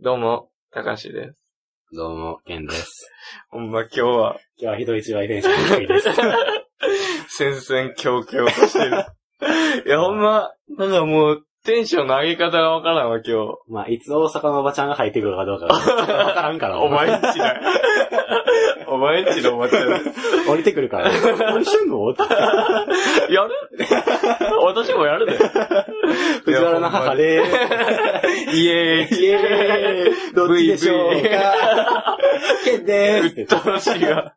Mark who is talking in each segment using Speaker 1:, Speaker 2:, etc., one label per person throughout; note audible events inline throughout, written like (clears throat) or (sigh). Speaker 1: どうも、たかしです。
Speaker 2: どうも、ケンです。
Speaker 1: ほんま今日は、
Speaker 2: 今日はひどい一倍電車の時 (laughs) です。
Speaker 1: 戦々恐々と
Speaker 2: (laughs)
Speaker 1: してる。いや、ほんま、なんかもう、テンションの上げ方がわからんわ、今日。
Speaker 2: まあ、いつ大阪のおばちゃんが入ってくるかどうかがわからん (laughs) から。
Speaker 1: お前んちだ。
Speaker 2: (laughs)
Speaker 1: お前んちのおばちゃん。
Speaker 2: 降りてくるから。何してんのって
Speaker 1: や
Speaker 2: (laughs)
Speaker 1: る私もやるで。
Speaker 2: 藤原の母で
Speaker 1: イエー
Speaker 2: イエーイどっちでしょうか (laughs) ケンで
Speaker 1: イ。
Speaker 2: す
Speaker 1: うっとうしいが。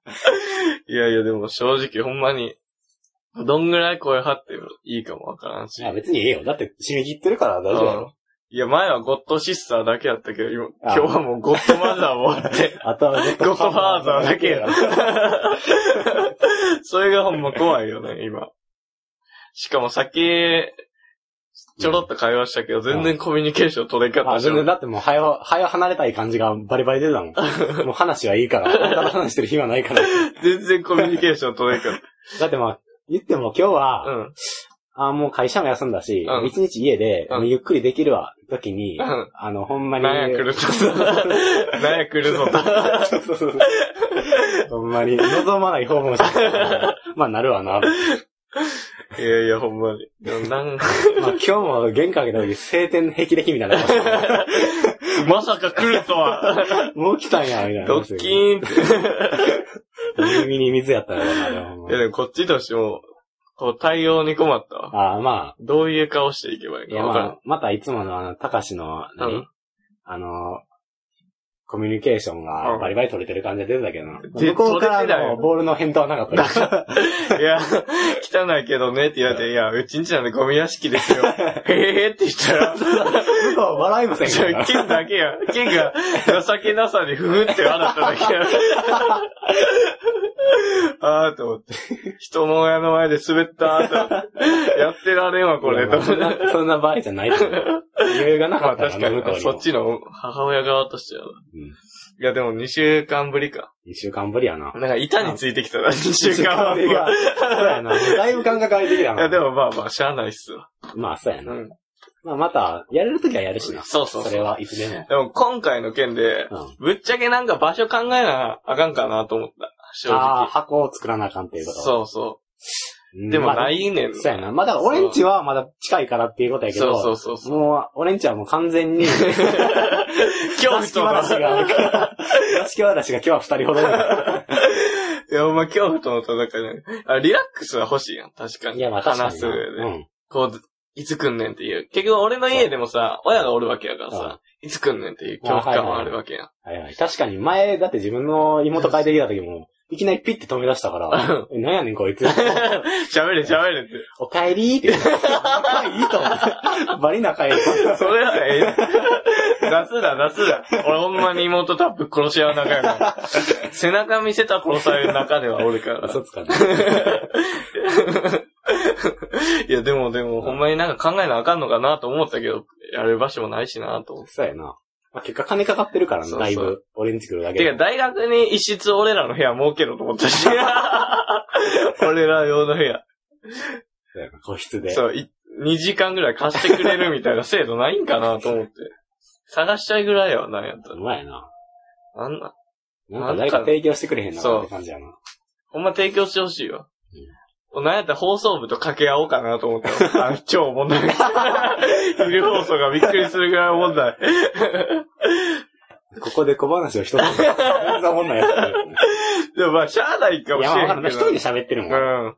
Speaker 1: いやいや、でも正直ほんまに、どんぐらい声張ってもいいかもわからんし。
Speaker 2: あ別にええよ。だって締め切ってるから大丈夫やろ。
Speaker 1: いや、前はゴッドシスターだけやったけど、今今
Speaker 2: あ
Speaker 1: 日はもうゴッドマザーもあって、
Speaker 2: あとはず
Speaker 1: (laughs)
Speaker 2: っ
Speaker 1: ゴ
Speaker 2: と
Speaker 1: ッドファーザーだけや。 (laughs) それがほんま怖いよね、今。しかも酒、ちょろっと会話したけど、全然コミュニケーション取れんかっ
Speaker 2: まあ、
Speaker 1: たし
Speaker 2: 全然だってもう、はよ、はよ離れたい感じがバリバリ出たもん。もう話はいいから。あんたと話してる暇ないから。
Speaker 1: 全然コミュニケーション取れんかっ
Speaker 2: だってまあ、言っても今日は、
Speaker 1: た。うん。
Speaker 2: あ、もう会社も休んだし
Speaker 1: う、ん
Speaker 2: 一、日家で、
Speaker 1: うん
Speaker 2: もうゆっくりできるわ、時に、
Speaker 1: うん
Speaker 2: あの、ほんまに。
Speaker 1: なんや来るぞと。 (laughs) なんや来るぞと。
Speaker 2: そうそうそう。 (laughs) ほんまに、望まない訪問者。まあ、なるわな。
Speaker 1: いやいや、ほんまに。でもなん
Speaker 2: まあ、今日も玄関開けた時、晴天の霹靂みたいな。
Speaker 1: まさか来ると (laughs) は。
Speaker 2: もう来たんや、みたいな。
Speaker 1: ドッキーンって。
Speaker 2: 耳に水やったらな、ほんま
Speaker 1: いや、でもこっちとしても、こう対応に困ったわ。
Speaker 2: あま
Speaker 1: どういう顔していけばいい
Speaker 2: あ、い
Speaker 1: か
Speaker 2: や、
Speaker 1: わ
Speaker 2: ま
Speaker 1: か
Speaker 2: あ、またいつものあの、たかしの、
Speaker 1: らん。
Speaker 2: 何あの、コミュニケーションがバリバリ取れてる感じが出てたけどな。
Speaker 1: で
Speaker 2: 向こうか
Speaker 1: 取れてた
Speaker 2: ら
Speaker 1: よ
Speaker 2: のボールの返答はなかったです。
Speaker 1: いや、汚いけどねって言われて、いや、うちんちなんでゴミ屋敷
Speaker 2: (laughs)
Speaker 1: ですよ。へえって言ったら、
Speaker 2: 向こうは笑いません
Speaker 1: じ
Speaker 2: から
Speaker 1: ゃあ、
Speaker 2: な。
Speaker 1: ケンだけや。ケンが情けなさにふふって笑っただけや。あーと思って。人の親の前で滑ったーと思って。やってられんわ、これ。と思って
Speaker 2: そんな、そんな場合じゃないと思う。余裕がな
Speaker 1: ま
Speaker 2: か
Speaker 1: あ
Speaker 2: った
Speaker 1: 確か
Speaker 2: 向こう
Speaker 1: に、
Speaker 2: も
Speaker 1: そっちの母親側としては。
Speaker 2: うん
Speaker 1: いや、でも2週間ぶりか。
Speaker 2: 一週間ぶりやな。
Speaker 1: なんか板についてきたな、2週間
Speaker 2: ぶり
Speaker 1: ぶり
Speaker 2: が
Speaker 1: は。
Speaker 2: そうやな。だいぶ感覚空いてきた
Speaker 1: い
Speaker 2: な。
Speaker 1: や、でもまあまあ、しゃあないっすわ。
Speaker 2: まあ、そうや
Speaker 1: う
Speaker 2: な。
Speaker 1: ん。
Speaker 2: まあ、また、やれるときはやるしな。
Speaker 1: そうそうそう
Speaker 2: それはいつでも。
Speaker 1: でも今回の件で、
Speaker 2: うん。
Speaker 1: ぶっちゃけなんか場所考えなあかんかなと思った。正
Speaker 2: ああ、
Speaker 1: 直。
Speaker 2: 箱を作らなあかんっていうこと。
Speaker 1: そうそうう。
Speaker 2: ん。
Speaker 1: でも
Speaker 2: まあ
Speaker 1: ないねん
Speaker 2: そうやな。まあ、だから、俺んちはまだ近いからっていうことやけ
Speaker 1: そうそ
Speaker 2: ど、
Speaker 1: うそうそう。
Speaker 2: もう、俺んちはもう完全
Speaker 1: (laughs)
Speaker 2: に、
Speaker 1: 京
Speaker 2: 座敷
Speaker 1: 都の、
Speaker 2: 話があるから、座敷話が今日は二人ほどだ
Speaker 1: (laughs) いや、お前京都の戦いね。あ、リラックスは欲しいやん、確か
Speaker 2: よ。
Speaker 1: に。
Speaker 2: いや、まあ、確か
Speaker 1: 話
Speaker 2: に
Speaker 1: す
Speaker 2: な。
Speaker 1: 上で。
Speaker 2: うん。
Speaker 1: こう、いつ来んねんっていう。結局俺の家でもさ、親がおるわけやからさ、いつ来んねんっていう恐怖感はあるわけやん。
Speaker 2: はいはい。確かに、前、だって自分の妹帰ってきた時も、いきなりピッて止め出したから、えなんやねんこいつ。
Speaker 1: 喋れ喋れって。
Speaker 2: お帰り
Speaker 1: (laughs)
Speaker 2: ーって言って。仲いいと思って。バリ仲いい。
Speaker 1: (laughs) それはええ。出すだ、出すだ。俺ほんまに妹タップ殺し合う仲やから。背中見せた殺される中ではおるから。
Speaker 2: 嘘つかない。
Speaker 1: いや、でもでも、ほんまになんか考えなあかんのかなと思ったけど、やる場所もないしなと思って。
Speaker 2: そうやな。まあ、結果金かかってるから
Speaker 1: そ
Speaker 2: な、
Speaker 1: うそう
Speaker 2: だいぶ。俺んち来るだけ
Speaker 1: て
Speaker 2: で。
Speaker 1: か、大学に一室俺らの部屋設けろと思った (laughs) し。俺ら用の部屋。
Speaker 2: そうやな個室で。
Speaker 1: そう、い2時間ぐらい貸してくれるみたいな制度ないんかなと思って。探したいぐらいはなんやった
Speaker 2: う
Speaker 1: ら。
Speaker 2: まいな。
Speaker 1: あんな、
Speaker 2: なんか誰か提供してくれへんな
Speaker 1: そう
Speaker 2: って感じやな。
Speaker 1: ほんま提供してほしいわ。なんやったら放送部と掛け合おうかなと思った (laughs) わ。あの超おもんない。昼放送がびっくりするぐらいおもんない。
Speaker 2: ここで小話
Speaker 1: (laughs)
Speaker 2: を一つ。そんなもんないやつ。
Speaker 1: でもまあ、しゃあないか
Speaker 2: い
Speaker 1: もし
Speaker 2: や、まあわ
Speaker 1: れ
Speaker 2: か
Speaker 1: ん
Speaker 2: ん
Speaker 1: け
Speaker 2: ない。一人
Speaker 1: ど
Speaker 2: で。喋ってるもん。
Speaker 1: うん。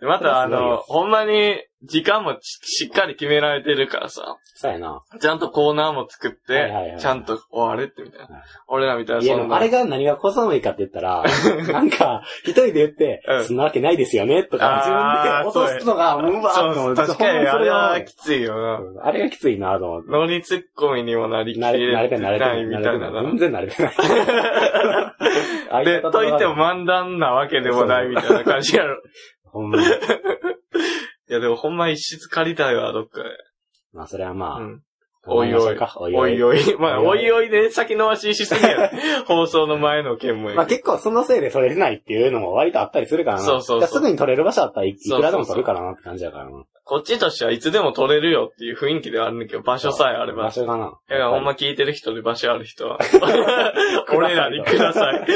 Speaker 1: でまたあ
Speaker 2: それはすごい
Speaker 1: の、
Speaker 2: よ
Speaker 1: ほんまに時間もちしっかり決められてるからさ、
Speaker 2: そうやな。
Speaker 1: ちゃんとコーナーも作っ
Speaker 2: はいはい
Speaker 1: て
Speaker 2: は、い
Speaker 1: ちゃんと終われってみたい
Speaker 2: はい
Speaker 1: な。俺らみたいない
Speaker 2: や、で
Speaker 1: そん
Speaker 2: もあ
Speaker 1: な
Speaker 2: れ。が何が小寒いかって言った
Speaker 1: (laughs)
Speaker 2: ら、なんか、一人で言って
Speaker 1: うん、
Speaker 2: そんなわけないですよね、とか
Speaker 1: あ、ー
Speaker 2: 自分で落とすのが、もううわーって
Speaker 1: そ
Speaker 2: 思
Speaker 1: う、
Speaker 2: って
Speaker 1: 確かにあれは
Speaker 2: ほんま
Speaker 1: きついよ
Speaker 2: それはあれがきついなと思って。
Speaker 1: な。ノリツッコミにもなりき
Speaker 2: 慣れ、慣
Speaker 1: れ
Speaker 2: れて
Speaker 1: て
Speaker 2: る慣れて
Speaker 1: ない
Speaker 2: る
Speaker 1: み
Speaker 2: 慣
Speaker 1: た
Speaker 2: れ
Speaker 1: い
Speaker 2: て
Speaker 1: なな。
Speaker 2: る全然慣れ
Speaker 1: (laughs)
Speaker 2: てない。
Speaker 1: で、といっても
Speaker 2: ま、
Speaker 1: 漫談なわけでもないみたいな感じや (laughs) ろ。
Speaker 2: ほんまに。
Speaker 1: いや、でもほんま一室借りたいわ、どっかで。
Speaker 2: まあ、それはまあ、
Speaker 1: うん。おいおい。
Speaker 2: おい
Speaker 1: お
Speaker 2: お
Speaker 1: い
Speaker 2: い。
Speaker 1: おい。まあ、お
Speaker 2: お
Speaker 1: い
Speaker 2: い
Speaker 1: おいで先延ばししすぎ (laughs) や。放送の前の件もや
Speaker 2: まあ
Speaker 1: け
Speaker 2: 結構そのせいで取れないっていうのも割とあったりするからな。
Speaker 1: そうそうそう
Speaker 2: だからすぐに取れる場所あったらいい
Speaker 1: そうそうそう
Speaker 2: くらでも取るからなって感じだからな。
Speaker 1: どこっちとしてはいつでも撮れるよっていう雰囲気ではあるんだけど、場所さえあれば
Speaker 2: 場。所がな。
Speaker 1: いや、ほんま聞いてる人で場所ある人は。 (laughs) 俺らにください。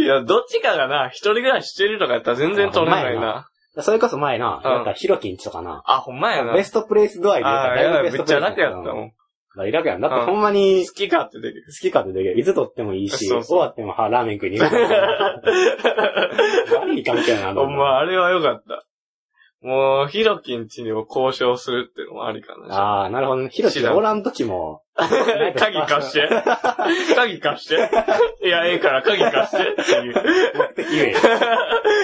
Speaker 1: いや、どっちかがな、一人暮らししてるとかやったら全然撮れない
Speaker 2: ほんまや
Speaker 1: な。
Speaker 2: それこそ前な、
Speaker 1: ん
Speaker 2: なんかヒロキんちとかな、
Speaker 1: あ、ほんまやな。
Speaker 2: ベストプレイス度合いで言うた
Speaker 1: ああ、
Speaker 2: らだ
Speaker 1: や
Speaker 2: い
Speaker 1: だ、
Speaker 2: ぶ
Speaker 1: め
Speaker 2: ベス
Speaker 1: っ
Speaker 2: ト
Speaker 1: ち
Speaker 2: プ
Speaker 1: ゃ
Speaker 2: レイス
Speaker 1: 楽やったも
Speaker 2: だ
Speaker 1: ん。
Speaker 2: から楽やん。だって
Speaker 1: うん
Speaker 2: ほんまに
Speaker 1: 好き勝手できる
Speaker 2: 好。き勝手できる。いつ取ってもいいし、
Speaker 1: そうそう
Speaker 2: 終わってもはラーメン食いに行く。悪い関係
Speaker 1: (laughs)
Speaker 2: やな、
Speaker 1: ほんま、あれは良かった。もう、ヒロキんちにも交渉するっていうのもありかな。
Speaker 2: ああ、なるほどね。ヒロキがおらん時も、
Speaker 1: 鍵貸して。 (laughs) 鍵貸して。いや、ええから鍵貸してっていう。 (laughs)
Speaker 2: 言えよ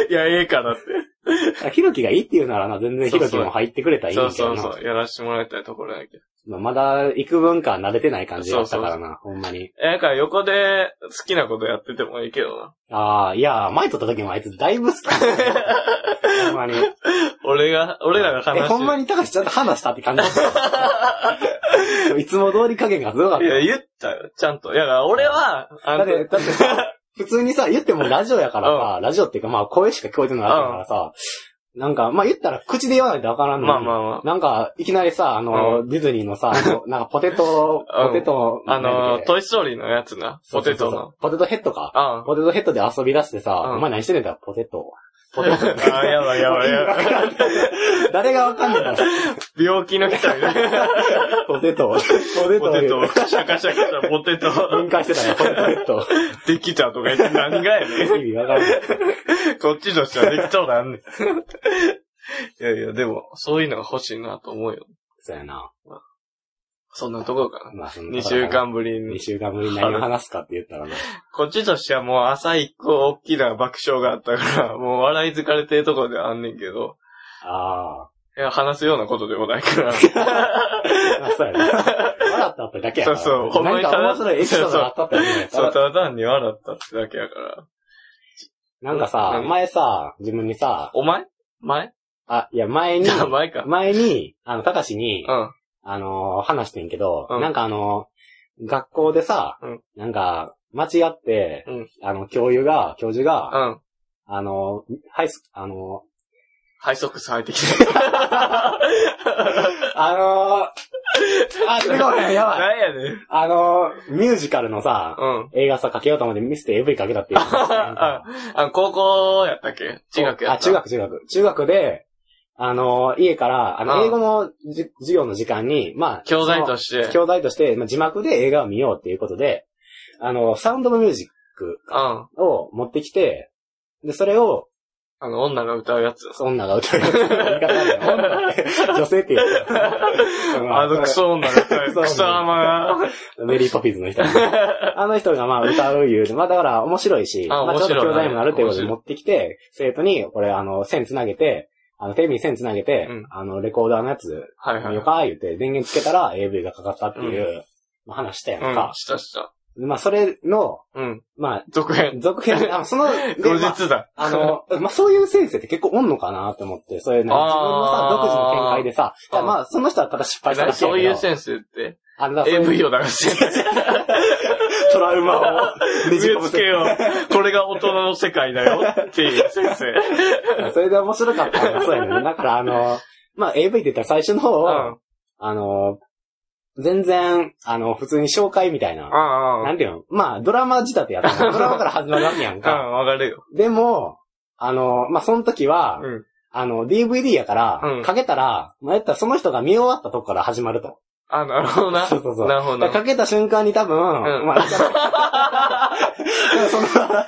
Speaker 1: いや、ええからって。 (laughs)
Speaker 2: あヒロキがいいって言うならな、全然ヒロキ
Speaker 1: そうそ
Speaker 2: も
Speaker 1: う
Speaker 2: 入ってくれたらいいん
Speaker 1: そう
Speaker 2: だけ
Speaker 1: そ
Speaker 2: ど
Speaker 1: う
Speaker 2: な。
Speaker 1: そう。やらしてもらいたいところやけど。
Speaker 2: まあまだ幾分か慣れてない感じだったからな、ほんまに。
Speaker 1: え、だから横で好きなことやっててもいいけどな。
Speaker 2: ああ、いや、前撮った時もあいつだいぶ好き
Speaker 1: (laughs)
Speaker 2: だった。ほんまに。
Speaker 1: 俺が、俺らが話
Speaker 2: え、
Speaker 1: して
Speaker 2: ほんまに高しちゃんと話したって感じ
Speaker 1: (laughs)
Speaker 2: だった。いつも通り加減がすごかっ
Speaker 1: い
Speaker 2: た。
Speaker 1: や、言ったよ。ちゃんと。いや、だから俺は、あ
Speaker 2: だ
Speaker 1: の、
Speaker 2: って、だって
Speaker 1: (laughs)
Speaker 2: さ、普通にさ、言ってもラジオやからさ、ラジオっていうかまあ声しか聞こえてないわけだからさ、なんか、まあ言ったら口で言わないとわからんのに
Speaker 1: まあまあまあ。
Speaker 2: なんか、いきなりさ、あの、ディズニー
Speaker 1: (laughs)
Speaker 2: のさ、あのなんかポテト、
Speaker 1: うん
Speaker 2: ポテト、
Speaker 1: あ
Speaker 2: なんだっ
Speaker 1: の
Speaker 2: け
Speaker 1: ー、トイストーリーのやつな。ポテト
Speaker 2: そうそう
Speaker 1: の。
Speaker 2: そうポテトヘッドか。
Speaker 1: あ
Speaker 2: ポテトヘッドで遊び出してさ、
Speaker 1: うん
Speaker 2: お前何してんねんだポテト。ポ
Speaker 1: あ。
Speaker 2: テ
Speaker 1: (laughs)
Speaker 2: ト。
Speaker 1: あやばいやばいやばい。
Speaker 2: (laughs) 誰がわかんねえんだ
Speaker 1: 病気の人みた (laughs) いな。
Speaker 2: ポテト。ポテト。
Speaker 1: ポテトをカシャカシャカシャポテト
Speaker 2: 分解してたね、ポテトヘッド。
Speaker 1: (laughs) できたとか言って何がやねん。
Speaker 2: 意味わかんない。
Speaker 1: (laughs) こっちとしてはできそうなんねん。 (laughs) いやいや、でも、そういうのが欲しいなと思うよ。
Speaker 2: そうやな。
Speaker 1: そんなとこか
Speaker 2: まあ、そ
Speaker 1: な。
Speaker 2: ん
Speaker 1: 2
Speaker 2: な
Speaker 1: 週。間ぶり
Speaker 2: 2
Speaker 1: に。
Speaker 2: 週間ぶりに何を話すかって言ったらな。
Speaker 1: こっちとしてはもう朝一個大きな爆笑があった (laughs) から、もう笑い疲れてるとこではあんねんけど、
Speaker 2: あ
Speaker 1: いや、話すようなことでもない (laughs) から。
Speaker 2: あ。まあ、そうやな。笑ったってだけやから。
Speaker 1: そうそうほんま
Speaker 2: 何
Speaker 1: に
Speaker 2: か面白いエピソードがあったってことやから
Speaker 1: そう、ただ単に笑ったってだけやから。
Speaker 2: なんか
Speaker 1: う
Speaker 2: さ
Speaker 1: ん、
Speaker 2: 前さ、自分にさ、
Speaker 1: お前前
Speaker 2: あ、いや、前に
Speaker 1: じ、ゃあ前か。
Speaker 2: 前に、あの、たかしに、
Speaker 1: うん。
Speaker 2: あのー話してんけど、
Speaker 1: うん
Speaker 2: なんかあのー学校でさ、
Speaker 1: うん
Speaker 2: なんか、間違って、
Speaker 1: うん
Speaker 2: あの、教諭が、教授が、
Speaker 1: うん。
Speaker 2: あのーはい、あの
Speaker 1: ハイソックス履いて (laughs) きて。
Speaker 2: ーあのーあ、すごい、やばい。
Speaker 1: なんやねん。
Speaker 2: あのーミュージカルのさ、
Speaker 1: うん。
Speaker 2: 映画さ、かけようと思ってミスて AV かけたっていう。なん
Speaker 1: あ (laughs)
Speaker 2: か、
Speaker 1: あ高校やったっけ中学やった。
Speaker 2: あ、中。学、中学。中学で、あのー家から、あ
Speaker 1: う
Speaker 2: の、
Speaker 1: ん
Speaker 2: 英語のじ授業の時間に、まあ、
Speaker 1: 教材と
Speaker 2: し
Speaker 1: して。
Speaker 2: 教材として、まあ、字幕で映画を見ようっていうことで、あの、サウンド・オブ・ミュージック
Speaker 1: うん。あ
Speaker 2: を持ってきて、で、それを、
Speaker 1: の、女が歌うやつ。
Speaker 2: (laughs) 女が歌う。言い方あるよ女って女性って言うから
Speaker 1: あの、クソ女が歌う。ク
Speaker 2: ク
Speaker 1: ソ
Speaker 2: ソ
Speaker 1: 甘が。
Speaker 2: メリー・ポピーズの人。あの人がまあ歌う言うて、まあだから面白いし、
Speaker 1: あ
Speaker 2: まあちょっと
Speaker 1: 面白い
Speaker 2: 教材にもなるということで
Speaker 1: 面白
Speaker 2: 持ってきて、生徒に、これあの、線つなげて、あの、テレビに線つなげて、
Speaker 1: うん
Speaker 2: あの、レコーダーのやつ、
Speaker 1: はいはい。
Speaker 2: よかー言うて、電源つけたら AV がかかったっていう、まあ話したやん
Speaker 1: うん、
Speaker 2: か。
Speaker 1: したした。
Speaker 2: でまあそれの、
Speaker 1: うん。
Speaker 2: まあ、
Speaker 1: 続編。
Speaker 2: 続
Speaker 1: (laughs)
Speaker 2: 編、あその、で
Speaker 1: 後
Speaker 2: まあ
Speaker 1: 日だ。(laughs)
Speaker 2: あの、まあ、そういう先生って結構おんのかなと思って、そういうなんか自分のさ
Speaker 1: あ、ー
Speaker 2: 独自の見解でさ、いや
Speaker 1: うん
Speaker 2: まあ、その人はただ失敗した
Speaker 1: 何
Speaker 2: だけや
Speaker 1: そう
Speaker 2: け
Speaker 1: い
Speaker 2: ど
Speaker 1: う先生って、
Speaker 2: あのだからそういう
Speaker 1: AV を流してる。
Speaker 2: (laughs) トラウ
Speaker 1: (laughs)
Speaker 2: マをねじ
Speaker 1: 植え
Speaker 2: 込む
Speaker 1: 付けよう。これが大人の世界だよ。って
Speaker 2: (laughs)
Speaker 1: いう先生。
Speaker 2: それで面白かったのがそう
Speaker 1: (laughs)
Speaker 2: やね。だからあの、まあ、AV って言ったら最初の方
Speaker 1: うん。
Speaker 2: は、あの、全然、あの、普通に紹介みたいな。
Speaker 1: うんう。
Speaker 2: なんんていうのまあ、ドラマ仕立てやったの。ドラマから始まるわけやん
Speaker 1: (laughs) う
Speaker 2: か。
Speaker 1: ん、わかるよ。
Speaker 2: でも、あの、まあ、その時は、
Speaker 1: うん。
Speaker 2: あの、DVD やから、
Speaker 1: うん
Speaker 2: かけたら、まあ、やったらその人が見終わったとこから始まると。
Speaker 1: あ、なるほどな。
Speaker 2: そうそうそう
Speaker 1: なるほど
Speaker 2: だから
Speaker 1: な。
Speaker 2: かけた瞬間に多分、
Speaker 1: ん
Speaker 2: まあ、だ
Speaker 1: (laughs)
Speaker 2: からそ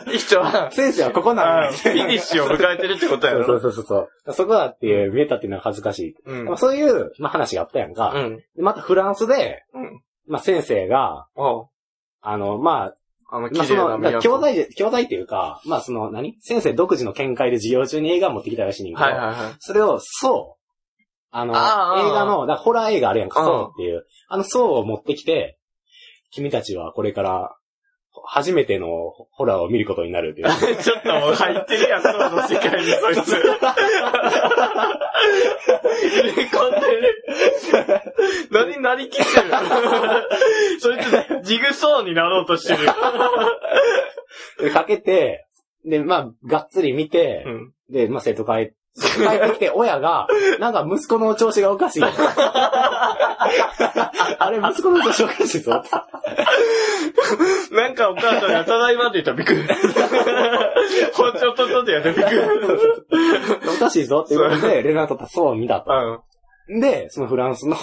Speaker 2: の、
Speaker 1: 人は、
Speaker 2: 先生はここな
Speaker 1: あ
Speaker 2: ん
Speaker 1: フィニッシュを迎えてるってことや
Speaker 2: そうそ
Speaker 1: ろ。
Speaker 2: うそうそう。そこだっていう、見えたっていうのは恥ずかしい。
Speaker 1: うん。
Speaker 2: ま
Speaker 1: う
Speaker 2: あそういう、まあ、話があったやんか。
Speaker 1: ん。
Speaker 2: でまたフランスで、
Speaker 1: うん
Speaker 2: まあ、先生が、
Speaker 1: おう
Speaker 2: あの、まあ、
Speaker 1: あの、綺
Speaker 2: まあ、そ
Speaker 1: 麗な
Speaker 2: の、だから
Speaker 1: 都。
Speaker 2: 教材で、教材っていうか、まあ、その何、先生独自の見解で授業中に映画を持ってきたらしいねんけど
Speaker 1: はいはいはい。
Speaker 2: それを、そう。あの、
Speaker 1: あー
Speaker 2: 映画の、だからホラー映画あるやんか、
Speaker 1: うん
Speaker 2: そうっていう。あの、そうを持ってきて、君たちはこれから、初めてのホラーを見ることになるっていう。
Speaker 1: ちょっともう入ってるやん、 (laughs) そうの世界にそいつ。入れ込んでる。 (laughs) 何なりきってるそいつ、ジグソーになろうとしてる。
Speaker 2: で (laughs) かけて、で、まあ、がっつり見て、
Speaker 1: うん。
Speaker 2: で、まあ、生徒会、帰ってきて、親が、なんか息子の調子がお
Speaker 1: (laughs)
Speaker 2: かしい。あれ、息子の調子おかしいぞ。
Speaker 1: なんかお母さんが、ただいまって言ったらびっくり。包丁ととってやってびっくり。
Speaker 2: おかしいぞっていうことで、レナートとそう見たと。
Speaker 1: うん。
Speaker 2: で、そのフラン
Speaker 1: (laughs)
Speaker 2: スの、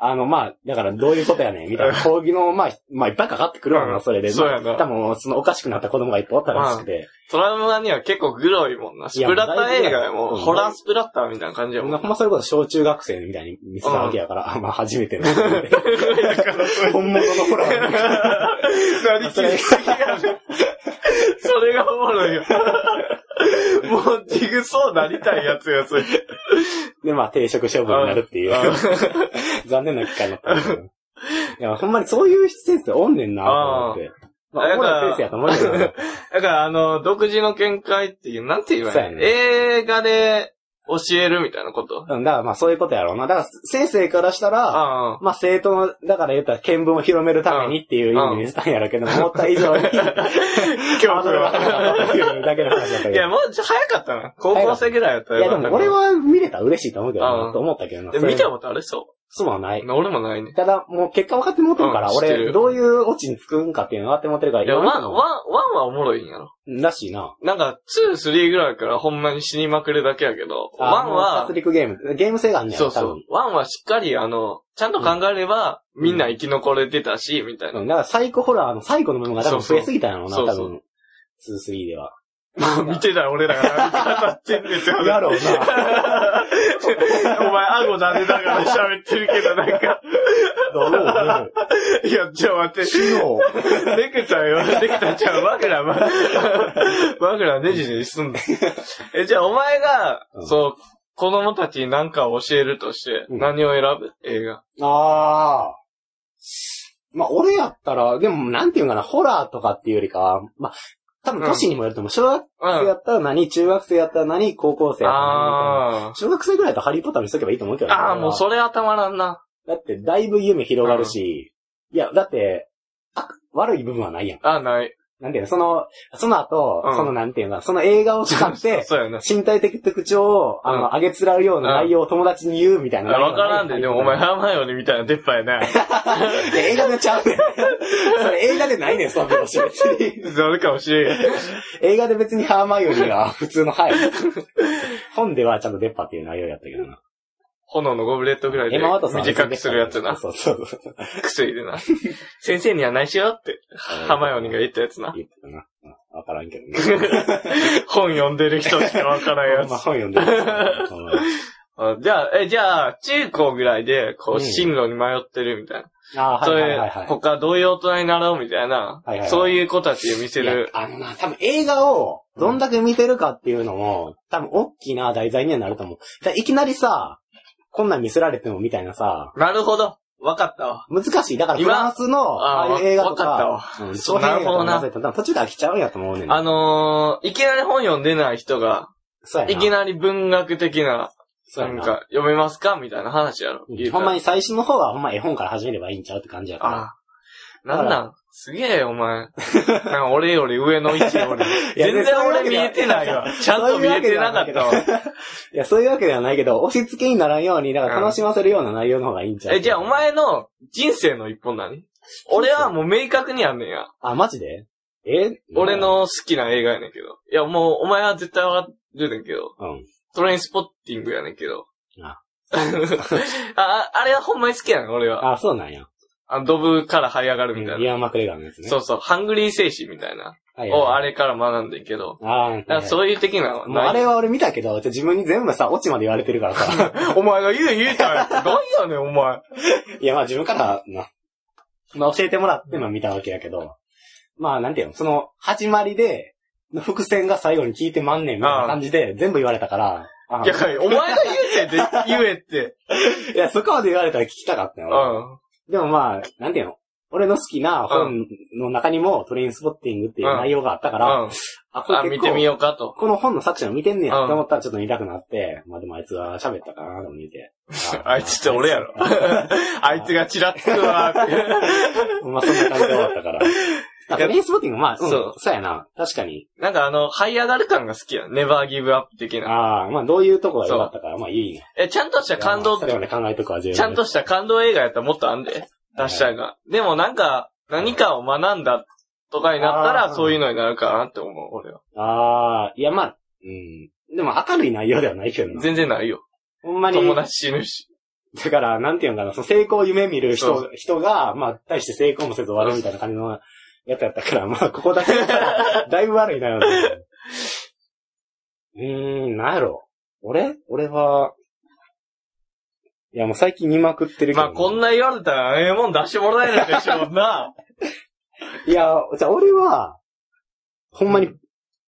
Speaker 2: あの、まあ、だからどういうことやねん、みたいな。講義の、まあ、まあ、いっぱいかかってくるわ
Speaker 1: うん
Speaker 2: な、それで。
Speaker 1: そうやな
Speaker 2: 多分、そのおかしくなった子供がいっぱいおったらしくて。
Speaker 1: トラウマには結構グロいもんな。ス
Speaker 2: いや
Speaker 1: プラッター映画やも
Speaker 2: だいぶ
Speaker 1: ん。
Speaker 2: や
Speaker 1: ホラースプラッターみたいな感じや
Speaker 2: ほ
Speaker 1: も
Speaker 2: ん
Speaker 1: んな。
Speaker 2: まほんまそれこそ小中学生みたいに見せたわけ
Speaker 1: (laughs)
Speaker 2: やから、まあ、初めての。本物のホラーみたい
Speaker 1: な
Speaker 2: な。
Speaker 1: りきりすぎやねそれがおもろいよ。もう、ジグソーなりたいやつやつ。
Speaker 2: で、まあ、定職処分になるっていう
Speaker 1: うんうん。
Speaker 2: (laughs) 残念な機会になったんだけど。いや、ほんまにそういう先生おんねんな、と思って。まあ、おもろい先生やと思うけどな。
Speaker 1: だから、あの、独自の見解っていう、なんて言わ
Speaker 2: そう
Speaker 1: れ
Speaker 2: や
Speaker 1: る、
Speaker 2: ね
Speaker 1: 映画で教えるみたいなこと。
Speaker 2: うん、だからまあそういうことやろうな。だから先生からしたら、
Speaker 1: ああ。
Speaker 2: (laughs) まあ生徒の、だから言ったら見聞を広めるためにっていう意味にしたんやろうけど、思った以上に、 (laughs)
Speaker 1: 恐怖
Speaker 2: がなかった
Speaker 1: は
Speaker 2: っ。ていうだけの話だったけど。
Speaker 1: いや、もうちょ早かったな。高校生ぐらいやった
Speaker 2: い
Speaker 1: らよ
Speaker 2: や
Speaker 1: か
Speaker 2: で
Speaker 1: った
Speaker 2: も
Speaker 1: な。
Speaker 2: 俺は見れたら嬉しいと思うけど
Speaker 1: う
Speaker 2: な、
Speaker 1: ん
Speaker 2: と思ったけどな。
Speaker 1: で
Speaker 2: それ
Speaker 1: 見たことあるそ
Speaker 2: そうはな
Speaker 1: う。
Speaker 2: い。
Speaker 1: 俺もないね。
Speaker 2: ただ、もう結果分かってもうてるから、
Speaker 1: うん知ってる
Speaker 2: 俺、どういうオチにつくんかっていうの分かってもうてるから、
Speaker 1: いや、
Speaker 2: 今
Speaker 1: ワン、ワン、
Speaker 2: の
Speaker 1: ワンはおもろいんやろ。
Speaker 2: らしいな。
Speaker 1: なんか、2、3ぐらいからほんまに死にまくるだけやけど、ワ
Speaker 2: あ
Speaker 1: ン
Speaker 2: の
Speaker 1: は
Speaker 2: 殺、戮ゲーム。ゲーム性があんねや
Speaker 1: そ
Speaker 2: ろ、
Speaker 1: う
Speaker 2: 多
Speaker 1: そう
Speaker 2: 分。。
Speaker 1: ワンはしっかり、あの、ちゃんと考えれば、みんな生き残れてたし、みたいな。
Speaker 2: うんだからサイコホラーの最後の部分が多分増えすぎたんやろうな、
Speaker 1: そう
Speaker 2: 多
Speaker 1: そう
Speaker 2: 分。2、3では。
Speaker 1: まあ、見てたら俺らが何語ってんねんって話
Speaker 2: やろうな。 (laughs)
Speaker 1: お前、顎撫でながら喋ってるけど、なんか、
Speaker 2: (laughs) だろうね。
Speaker 1: いや、ちょ、待って、
Speaker 2: 昨日。
Speaker 1: ネクタイは、ネクタイちゃう、枕、
Speaker 2: (laughs)
Speaker 1: ま、枕ネジネジすんだ。え、じゃあ、お前が、
Speaker 2: うん
Speaker 1: そう、子供たちに何かを教えるとして、
Speaker 2: うん
Speaker 1: 何を選ぶ映画。
Speaker 2: ああ。まあ、俺やったら、でも、なんていうんかな、ホラーとかっていうよりかは、まあ、多分年にもよると思う。小学生
Speaker 1: う
Speaker 2: や
Speaker 1: ん。
Speaker 2: ったら何、中学生やったら何、高校生やったら何みたい
Speaker 1: あ
Speaker 2: な。小学生ぐらいだとハリーポッターにしとけばいいと思うけ
Speaker 1: あ。
Speaker 2: どね
Speaker 1: ああ、もうそれはたまらんな。
Speaker 2: だって、だいぶ夢広がるし、いや、だって、あ悪い部分はないやん。
Speaker 1: ああ、ない。
Speaker 2: なんていうの、その、その後、
Speaker 1: うん
Speaker 2: そのなんていうのかな、その映画を使っ
Speaker 1: (laughs)
Speaker 2: て、
Speaker 1: そうやな。
Speaker 2: 身体的特徴を、あの、上げつらうような内容を友達に言うみたいな。
Speaker 1: あわからんで、でもお前、
Speaker 2: いや、
Speaker 1: ハーマイオニーみたいな出っ歯や (laughs) な。
Speaker 2: 映画でちゃ
Speaker 1: (laughs)
Speaker 2: うねん。それ映画でないねん、そんな話別に。
Speaker 1: なるかもしれんやん。
Speaker 2: 映画で別にハーマイオニーが普通のハイ。本ではちゃんと出っ歯っていう内容やったけどな。
Speaker 1: 炎のゴブレットぐらいで
Speaker 2: ワトソンは別
Speaker 1: 短
Speaker 2: に
Speaker 1: くするやつな。
Speaker 2: そうそうそう。
Speaker 1: 薬でな。 (laughs) 先生には内緒よって、ハーマイオニーが言ったやつな。
Speaker 2: 言ってたな。うんわからんけどね。
Speaker 1: 本読んでる人しかわからんや
Speaker 2: まあ
Speaker 1: つ。
Speaker 2: 本読んでるからうん
Speaker 1: (laughs) あじゃあ、え、じゃあ、中高ぐらいで、こう、
Speaker 2: うん
Speaker 1: 進路に迷ってるみたいな。
Speaker 2: あー
Speaker 1: (laughs) そ
Speaker 2: は
Speaker 1: れ
Speaker 2: いはいはいはい。
Speaker 1: 他どういう大人になろうみたいな
Speaker 2: はいはいは。い
Speaker 1: そういう子たちを見せ
Speaker 2: いや
Speaker 1: る。
Speaker 2: あのな、多分映画をどんだけ見てるかっていうのも、多分大きな題材にはなると思う。だからいきなりさ、こんなん見せられてもみたいなさ、
Speaker 1: なるほど。わかったわ。
Speaker 2: 難しい。だからフ
Speaker 1: 今
Speaker 2: ランスの、
Speaker 1: あー
Speaker 2: ああいう映画と
Speaker 1: わ
Speaker 2: か、
Speaker 1: わかったわ
Speaker 2: うん、
Speaker 1: そう
Speaker 2: 長編映画
Speaker 1: なるほ
Speaker 2: とか
Speaker 1: どな
Speaker 2: 見せたら多分途中で飽きちゃうんやと思うねんな。
Speaker 1: あのー、いきなり本読んでない人が、
Speaker 2: そうやな。
Speaker 1: いきなり文学的な、
Speaker 2: そう
Speaker 1: な
Speaker 2: や
Speaker 1: ん
Speaker 2: な。
Speaker 1: か、読めますかみたいな話やろ。
Speaker 2: うん
Speaker 1: 言うた
Speaker 2: ほ
Speaker 1: ら
Speaker 2: んまに最初の方はほんま絵本から始めればいいんちゃうって感じやから。
Speaker 1: ああ。なんなんすげえよ、お前。なんか俺より上の位置
Speaker 2: (laughs)
Speaker 1: 俺。全然俺見えてないわ。ちゃんと見えてなかったわ。
Speaker 2: いや、そういうわけではないけど、押し付けにならんように、だから楽しませるような内容の方がいいん (laughs) ちゃう、
Speaker 1: え、じゃあお。前の人生の一本何俺はもう明確にあんねんや。
Speaker 2: あ、マジでえ
Speaker 1: 俺。の好きな映画やねんけど。いや、もうお前は絶対わかるねんけど。
Speaker 2: うん。
Speaker 1: トレインスポッティングやねんけど。 (laughs)
Speaker 2: あ
Speaker 1: あ、あれはほんまに好きやねん、俺は。
Speaker 2: あ、そうなんや。
Speaker 1: あの、ドブから這い上がるみたい
Speaker 2: イ
Speaker 1: な。
Speaker 2: アン・マクレガーのやつね。
Speaker 1: そうそう、ハングリー精神みたいな。
Speaker 2: はいはいはい
Speaker 1: をあれから学んでんけど。
Speaker 2: ああ、はい
Speaker 1: だからそういう的なのは
Speaker 2: もう
Speaker 1: ない
Speaker 2: あれは俺見たけど、自分に全部さ、オチまで言われてるからさ。
Speaker 1: お前が言う言うた (laughs) ら、なんやねん、お前。
Speaker 2: いや、まあ自分からな。まあ教えてもらって、まあ見たわけやけど。まあなんていうの、その、始まりで、の伏線が最後に聞いてまんねんみたいな感じで、全部言われたから。ああ
Speaker 1: いや、お前が言うてって、言えって。
Speaker 2: いや、そこまで言われたら聞きたかった
Speaker 1: う
Speaker 2: よ。
Speaker 1: ん。
Speaker 2: でもまあ、なんていうの。俺の好きな本の中にもトレインスポッティングっていう内容があったから、
Speaker 1: うん。
Speaker 2: あ、こ
Speaker 1: あ、
Speaker 2: れ
Speaker 1: 見
Speaker 2: 結
Speaker 1: てみ
Speaker 2: 構、
Speaker 1: ようかと。
Speaker 2: この本の作者を見てんねや
Speaker 1: うん
Speaker 2: と思ったらちょっと見たくなって、まあでもあいつが喋ったかなと思って。
Speaker 1: (laughs) あいつって俺やろ。 (laughs) あいつがチラつくわー
Speaker 2: (laughs)
Speaker 1: って。
Speaker 2: まあそんな感じで終わっ
Speaker 1: (laughs)
Speaker 2: たから。あトレインスポッティングまあ、うん、
Speaker 1: そ
Speaker 2: そううやな。確かに。
Speaker 1: なんかあの、這い上がる感が好きやん。ネバーギブアップ的 (laughs) な。
Speaker 2: ああ、まあどういうとこが良かったから、まあいいね。
Speaker 1: え、ちゃんとした感動
Speaker 2: それはね、考えとくわ、自分
Speaker 1: ちゃん
Speaker 2: で。
Speaker 1: とした感動映画やったらもっとあんで。達者が。でもなんか、何かを学んだとかになった
Speaker 2: あ
Speaker 1: ら、
Speaker 2: ー
Speaker 1: そういうのになるかなって思う、俺は。
Speaker 2: ああ、いやまあ、うん。でも明るい内容ではないけどな。
Speaker 1: 全然ないよ。
Speaker 2: ほんまに。
Speaker 1: 友達死ぬし。
Speaker 2: だから、なんていうのかな、その成功を夢見る
Speaker 1: そう
Speaker 2: 人、人が、まあ、対して成功もせず終わるみたいな感じのやつやった
Speaker 1: (laughs)
Speaker 2: から、まあ、ここだけだから、だいぶ悪いなよ。うーん、なんやろ。俺俺は、いや、もう最近見まくってるけど
Speaker 1: ま
Speaker 2: な、
Speaker 1: あ、こんな言われたら、ええもん出してもらえないでしょうな。 (laughs)
Speaker 2: いや、じゃあ俺は、ほんまに、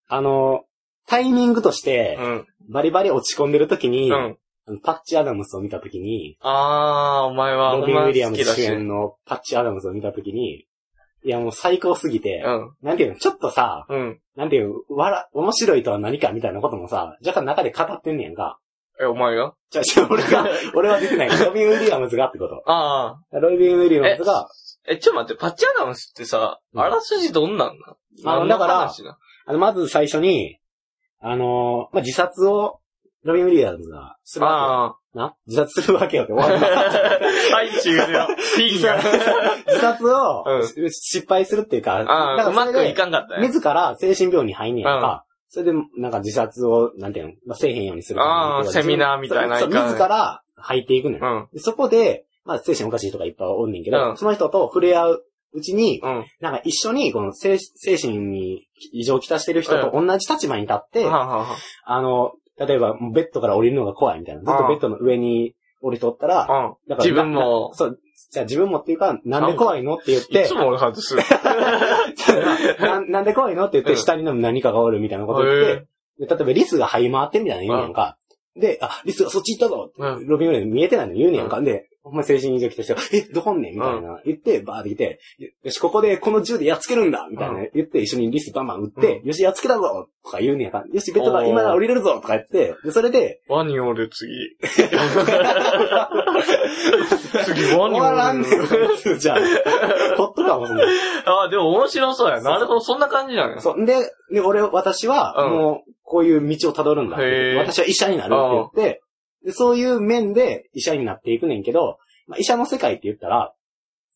Speaker 2: あの、タイミングとして
Speaker 1: う、ん。
Speaker 2: バリバリ落ち込んでる時に、
Speaker 1: うん。
Speaker 2: あのパッチ・アダムスを見た時に、
Speaker 1: あー、お前は、
Speaker 2: ロビン・ウィリアムズ
Speaker 1: だ
Speaker 2: 主
Speaker 1: し。う
Speaker 2: 演のパッチ・アダムズを見たときに、いやもう最高すぎて、
Speaker 1: ん。
Speaker 2: なんていうの、ちょっとさ、
Speaker 1: うん。
Speaker 2: なんていうの、わら、面白いとは何かみたいなこともさ、若干中で語ってんねやんか。
Speaker 1: え、お前が
Speaker 2: じゃあ、じゃあ俺 (laughs) が、俺は出てないから。ロビン・ウィリアムズがって (laughs) こと。
Speaker 1: あ
Speaker 2: ロビン・ウィリアムズが、
Speaker 1: ー。え、ちょっと待って、パッチアダムスってさ、
Speaker 2: うん
Speaker 1: あらすじどんなんな
Speaker 2: あ
Speaker 1: 何の
Speaker 2: だから
Speaker 1: 話な
Speaker 2: あの、まず最初に、あのーまあ、自殺を、ロビン・ウィリアムズがするわ
Speaker 1: あ
Speaker 2: けよ。な自殺するわけよって終わ
Speaker 1: あ。
Speaker 2: る
Speaker 1: (laughs)
Speaker 2: な
Speaker 1: はい、終了。ピンが。
Speaker 2: 自殺を、
Speaker 1: う
Speaker 2: 失敗するっていうか、
Speaker 1: ああ、う
Speaker 2: そ
Speaker 1: ま
Speaker 2: れ
Speaker 1: く
Speaker 2: で
Speaker 1: いかんかったね。
Speaker 2: 自ら精神病院に入んねやんか。それで、なんか自殺を、なんていうの、まあ、せえへんようにする。
Speaker 1: あーセミナーみたいな
Speaker 2: そう
Speaker 1: いかんね
Speaker 2: 自ら入っていくの
Speaker 1: う
Speaker 2: よ。
Speaker 1: ん。
Speaker 2: でそこで、まあ、精神おかしい人がいっぱいおんねんけど、
Speaker 1: うん
Speaker 2: その人と触れ合ううちに、
Speaker 1: うん。
Speaker 2: なんか一緒に、この精精神に異常をきたしてる人と同じ立場に立って、
Speaker 1: はあはあは
Speaker 2: あの、例えば、もうベッドから降りるのが怖いみたいな。ずっとベッドの上に降りとったら、
Speaker 1: あうん。
Speaker 2: だから
Speaker 1: 自分も、
Speaker 2: そう、じゃあ自分もっていうか、なんで怖いのって言っ
Speaker 1: い
Speaker 2: て
Speaker 1: つ、も俺外する。
Speaker 2: な (laughs) なんで怖いのって言って、
Speaker 1: うん
Speaker 2: 下にでも何かがおるみたいなこと言って、で、例えばリスが這い回ってんみたいなの言うねやんか。で、あ、リスがそっち行ったぞ
Speaker 1: うん。
Speaker 2: ロビン・ウィリアムズ見えてないの言うねやんか。で、お前精神異常来た人が、え、どこおんねんみたいな。言って、バーって来て、よし、ここでこの銃でやっつけるんだみたいな。言って、一緒にリスバンバン撃って、よし、やっつけたぞとか言うねやんか。よし、ベッドが今なら降りれるぞとか言って、で、それで、
Speaker 1: ワニおる、 (laughs) 次。次、ワニ
Speaker 2: 終わらんね
Speaker 1: おる。(laughs)
Speaker 2: ん。 (laughs) じゃあ、ほっとかもそんな。
Speaker 1: ああ、でも面白そうや。なるほど、そんな感じなのよ。
Speaker 2: そう。で、で、俺、私は、
Speaker 1: うん
Speaker 2: もう、こういう道を辿るんだ。
Speaker 1: へー
Speaker 2: 私は医者になるって言って、でそういう面で医者になっていくねんけど、まあ、医者の世界って言ったら、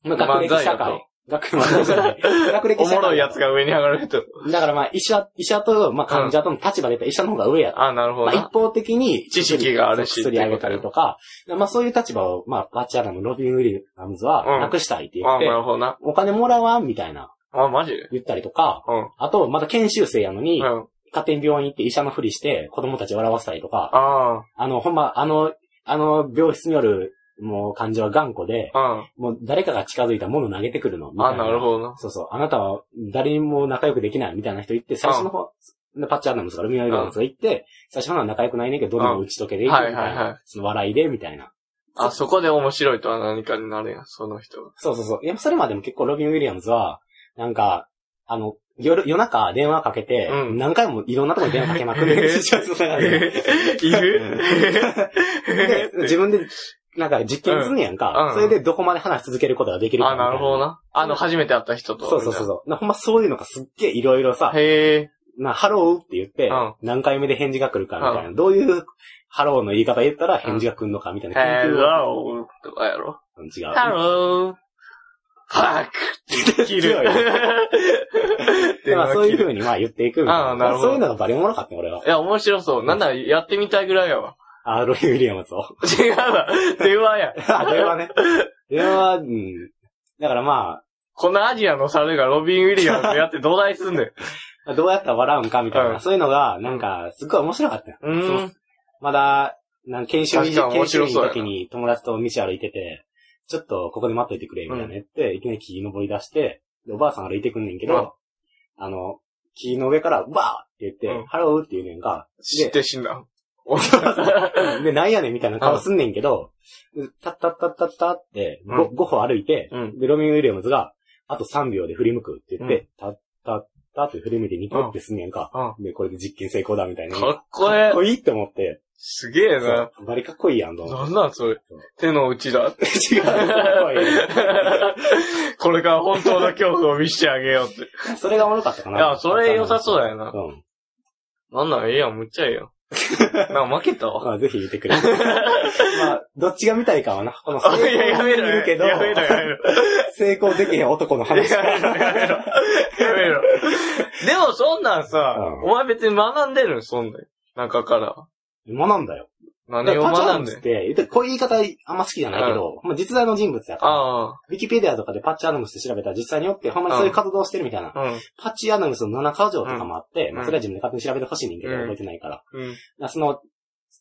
Speaker 2: まあ、学歴社
Speaker 1: 漫才や
Speaker 2: 会。学歴社会。
Speaker 1: (laughs)
Speaker 2: 学歴
Speaker 1: お
Speaker 2: 社会。
Speaker 1: もろいやつ。が上に上がる人。
Speaker 2: だからまあ、医者、医者と、まあ、患者との立場で言ったら医者の方が上やと。
Speaker 1: ああ、なるほ
Speaker 2: ま
Speaker 1: ど
Speaker 2: あ、一
Speaker 1: な。
Speaker 2: 方的に、
Speaker 1: 知識があるし
Speaker 2: 薬あげたりとか、まあ、そういう立場を、まあ、バッチアダム、ロビン・ウィリアムズ
Speaker 1: う
Speaker 2: は、
Speaker 1: ん
Speaker 2: なくしたいって言
Speaker 1: ああ、
Speaker 2: っ
Speaker 1: な
Speaker 2: て、
Speaker 1: るほどな。
Speaker 2: お金もらわんみたいな、
Speaker 1: ああ、マジで
Speaker 2: 言ったりとか、
Speaker 1: うん。
Speaker 2: あと、まだ研修生やのに、
Speaker 1: うん。
Speaker 2: 勝手に病院行って医者のふりして子供たち笑わせたりとか、
Speaker 1: あ
Speaker 2: あの、ほんま、あの、あの病室による、もう患者は頑固で、
Speaker 1: あ、
Speaker 2: もう誰かが近づいたら物投げてくるの。
Speaker 1: う
Speaker 2: み
Speaker 1: ん。あ
Speaker 2: た
Speaker 1: あ、
Speaker 2: いな
Speaker 1: なるほどな。
Speaker 2: そうそう。あなたは誰にも仲良くできないみたいな人言って、最初の方、パッチアダムスからミア・ウィリアムスが行って、最初の方は仲良くないねんけど、どんどん打ち解けていくみたい
Speaker 1: うんはいはいは
Speaker 2: な。その笑いで、みたいな。
Speaker 1: あ、そこで面白いとは何かになるやん、その人が。
Speaker 2: そうそうそう。いや、それまでも結構ロビン・ウィリアムズは、なんか、あの、夜、夜中電話かけて、
Speaker 1: うん
Speaker 2: 何回もいろんなところに電話かけまくる。
Speaker 1: い
Speaker 2: で
Speaker 1: る、
Speaker 2: 自分で、なんか実験すんねやん
Speaker 1: うんう
Speaker 2: か
Speaker 1: ん。
Speaker 2: それでどこまで話し続けることができるか。
Speaker 1: あ、なるほど。な。あの、初めて会った人と。
Speaker 2: そうそうそうそう。なほんまそういうのがすっげえいろいろさ、
Speaker 1: へえ。
Speaker 2: な、ハローって言って
Speaker 1: うん、
Speaker 2: 何回目で返事が来るかみたいな。どういうハローの言い方言ったら返事が来るのかみたいな
Speaker 1: ハ
Speaker 2: 研究を。
Speaker 1: ローとかやろ。
Speaker 2: うん違う。
Speaker 1: ハロー。ファックって切る。
Speaker 2: でまあそういう風にまあ言っていくみたい
Speaker 1: あ
Speaker 2: な。
Speaker 1: なるほ
Speaker 2: まあ
Speaker 1: ど。
Speaker 2: そういうのがバリおもろかったね、俺はい
Speaker 1: や、面白そう。なんならやってみたいぐらいやわ。 (laughs)
Speaker 2: あー、ロイ・ウィリアムズを。
Speaker 1: 違うわ。電話や。
Speaker 2: あ
Speaker 1: (laughs)
Speaker 2: 電話ね。電話、うん。だからま
Speaker 1: このアジアの猿がロビン・ウィリアムズやってどないすんねん。
Speaker 2: あ、どうやったら笑うんかみたいうな。
Speaker 1: ん
Speaker 2: そういうのが、なんか、すっごい面白かったよ
Speaker 1: う
Speaker 2: そ
Speaker 1: ー。
Speaker 2: うんまだ、なんか研修
Speaker 1: 確かに面
Speaker 2: 研修
Speaker 1: 白
Speaker 2: 医
Speaker 1: そう
Speaker 2: の
Speaker 1: やな
Speaker 2: 時に友達と道歩いてて、ちょっとここで待っといてくれ、みたいな言って、いきなり木登り出して、でおばあさん歩いてくんねんけど、あの、木の上から、バーって言っ
Speaker 1: うん
Speaker 2: て、ハローって言うねんか、
Speaker 1: 知って死んだ。
Speaker 2: で、なんやねんみたいな顔すんねんけど、タッタッタッタッタって、
Speaker 1: う
Speaker 2: ご5歩歩いて
Speaker 1: (laughs) う、ん
Speaker 2: で、ロミン・ウィリアムズが、あと3秒で振り向くって言って、たったったって振り向いてニコってすんねんか。で、これで実験成功だみたいな。
Speaker 1: か
Speaker 2: っ
Speaker 1: っこええ
Speaker 2: こいいって思って、
Speaker 1: すげえな。
Speaker 2: そうバリかっこいいやんと思っ
Speaker 1: なんなんそれ
Speaker 2: そう。
Speaker 1: 手の内だ。 (laughs)
Speaker 2: て。違う、かっこいい
Speaker 1: これから本当の恐怖を見せてあげようって。い
Speaker 2: それがおもろかった (laughs) かな。
Speaker 1: や、それ良さそうだよな。
Speaker 2: うん。
Speaker 1: なんなんええやん、むっちゃ
Speaker 2: (laughs)
Speaker 1: ええやん。なんか負けたわ。
Speaker 2: まあ、ぜひ言ってくれ。 (laughs) まあ、どっちが見たいかはな。この成
Speaker 1: あ (laughs) いや、や
Speaker 2: 功
Speaker 1: め
Speaker 2: でき
Speaker 1: ろ、
Speaker 2: る
Speaker 1: やめ
Speaker 2: け
Speaker 1: ろ、
Speaker 2: ど、
Speaker 1: やめろ、やめろ。
Speaker 2: (laughs) 成功できへん男の
Speaker 1: やめ
Speaker 2: 話。
Speaker 1: ろ、やめろ。やめろ。でもそんなんさ、お
Speaker 2: う
Speaker 1: 前別に学んでるのそんなん。中から。
Speaker 2: 学んだよ。だか
Speaker 1: 何
Speaker 2: ら
Speaker 1: を
Speaker 2: パチャ
Speaker 1: 学
Speaker 2: ン
Speaker 1: ん
Speaker 2: ズっ
Speaker 1: で
Speaker 2: て、言ってこういう言い方あんま好きじゃないけど、まあ実在の人物やから、
Speaker 1: あ
Speaker 2: ウィキペディアとかでパッチアナムスって調べたら実際によって、ほんまにそういう活動をしてるみたいな。
Speaker 1: あ、
Speaker 2: パッチアナムスの7か条とかもあって、
Speaker 1: ん
Speaker 2: まあそれは自分で勝手に調べてほしいねんけど、
Speaker 1: うん
Speaker 2: 覚えてないから。だか
Speaker 1: うん。うん。
Speaker 2: らその、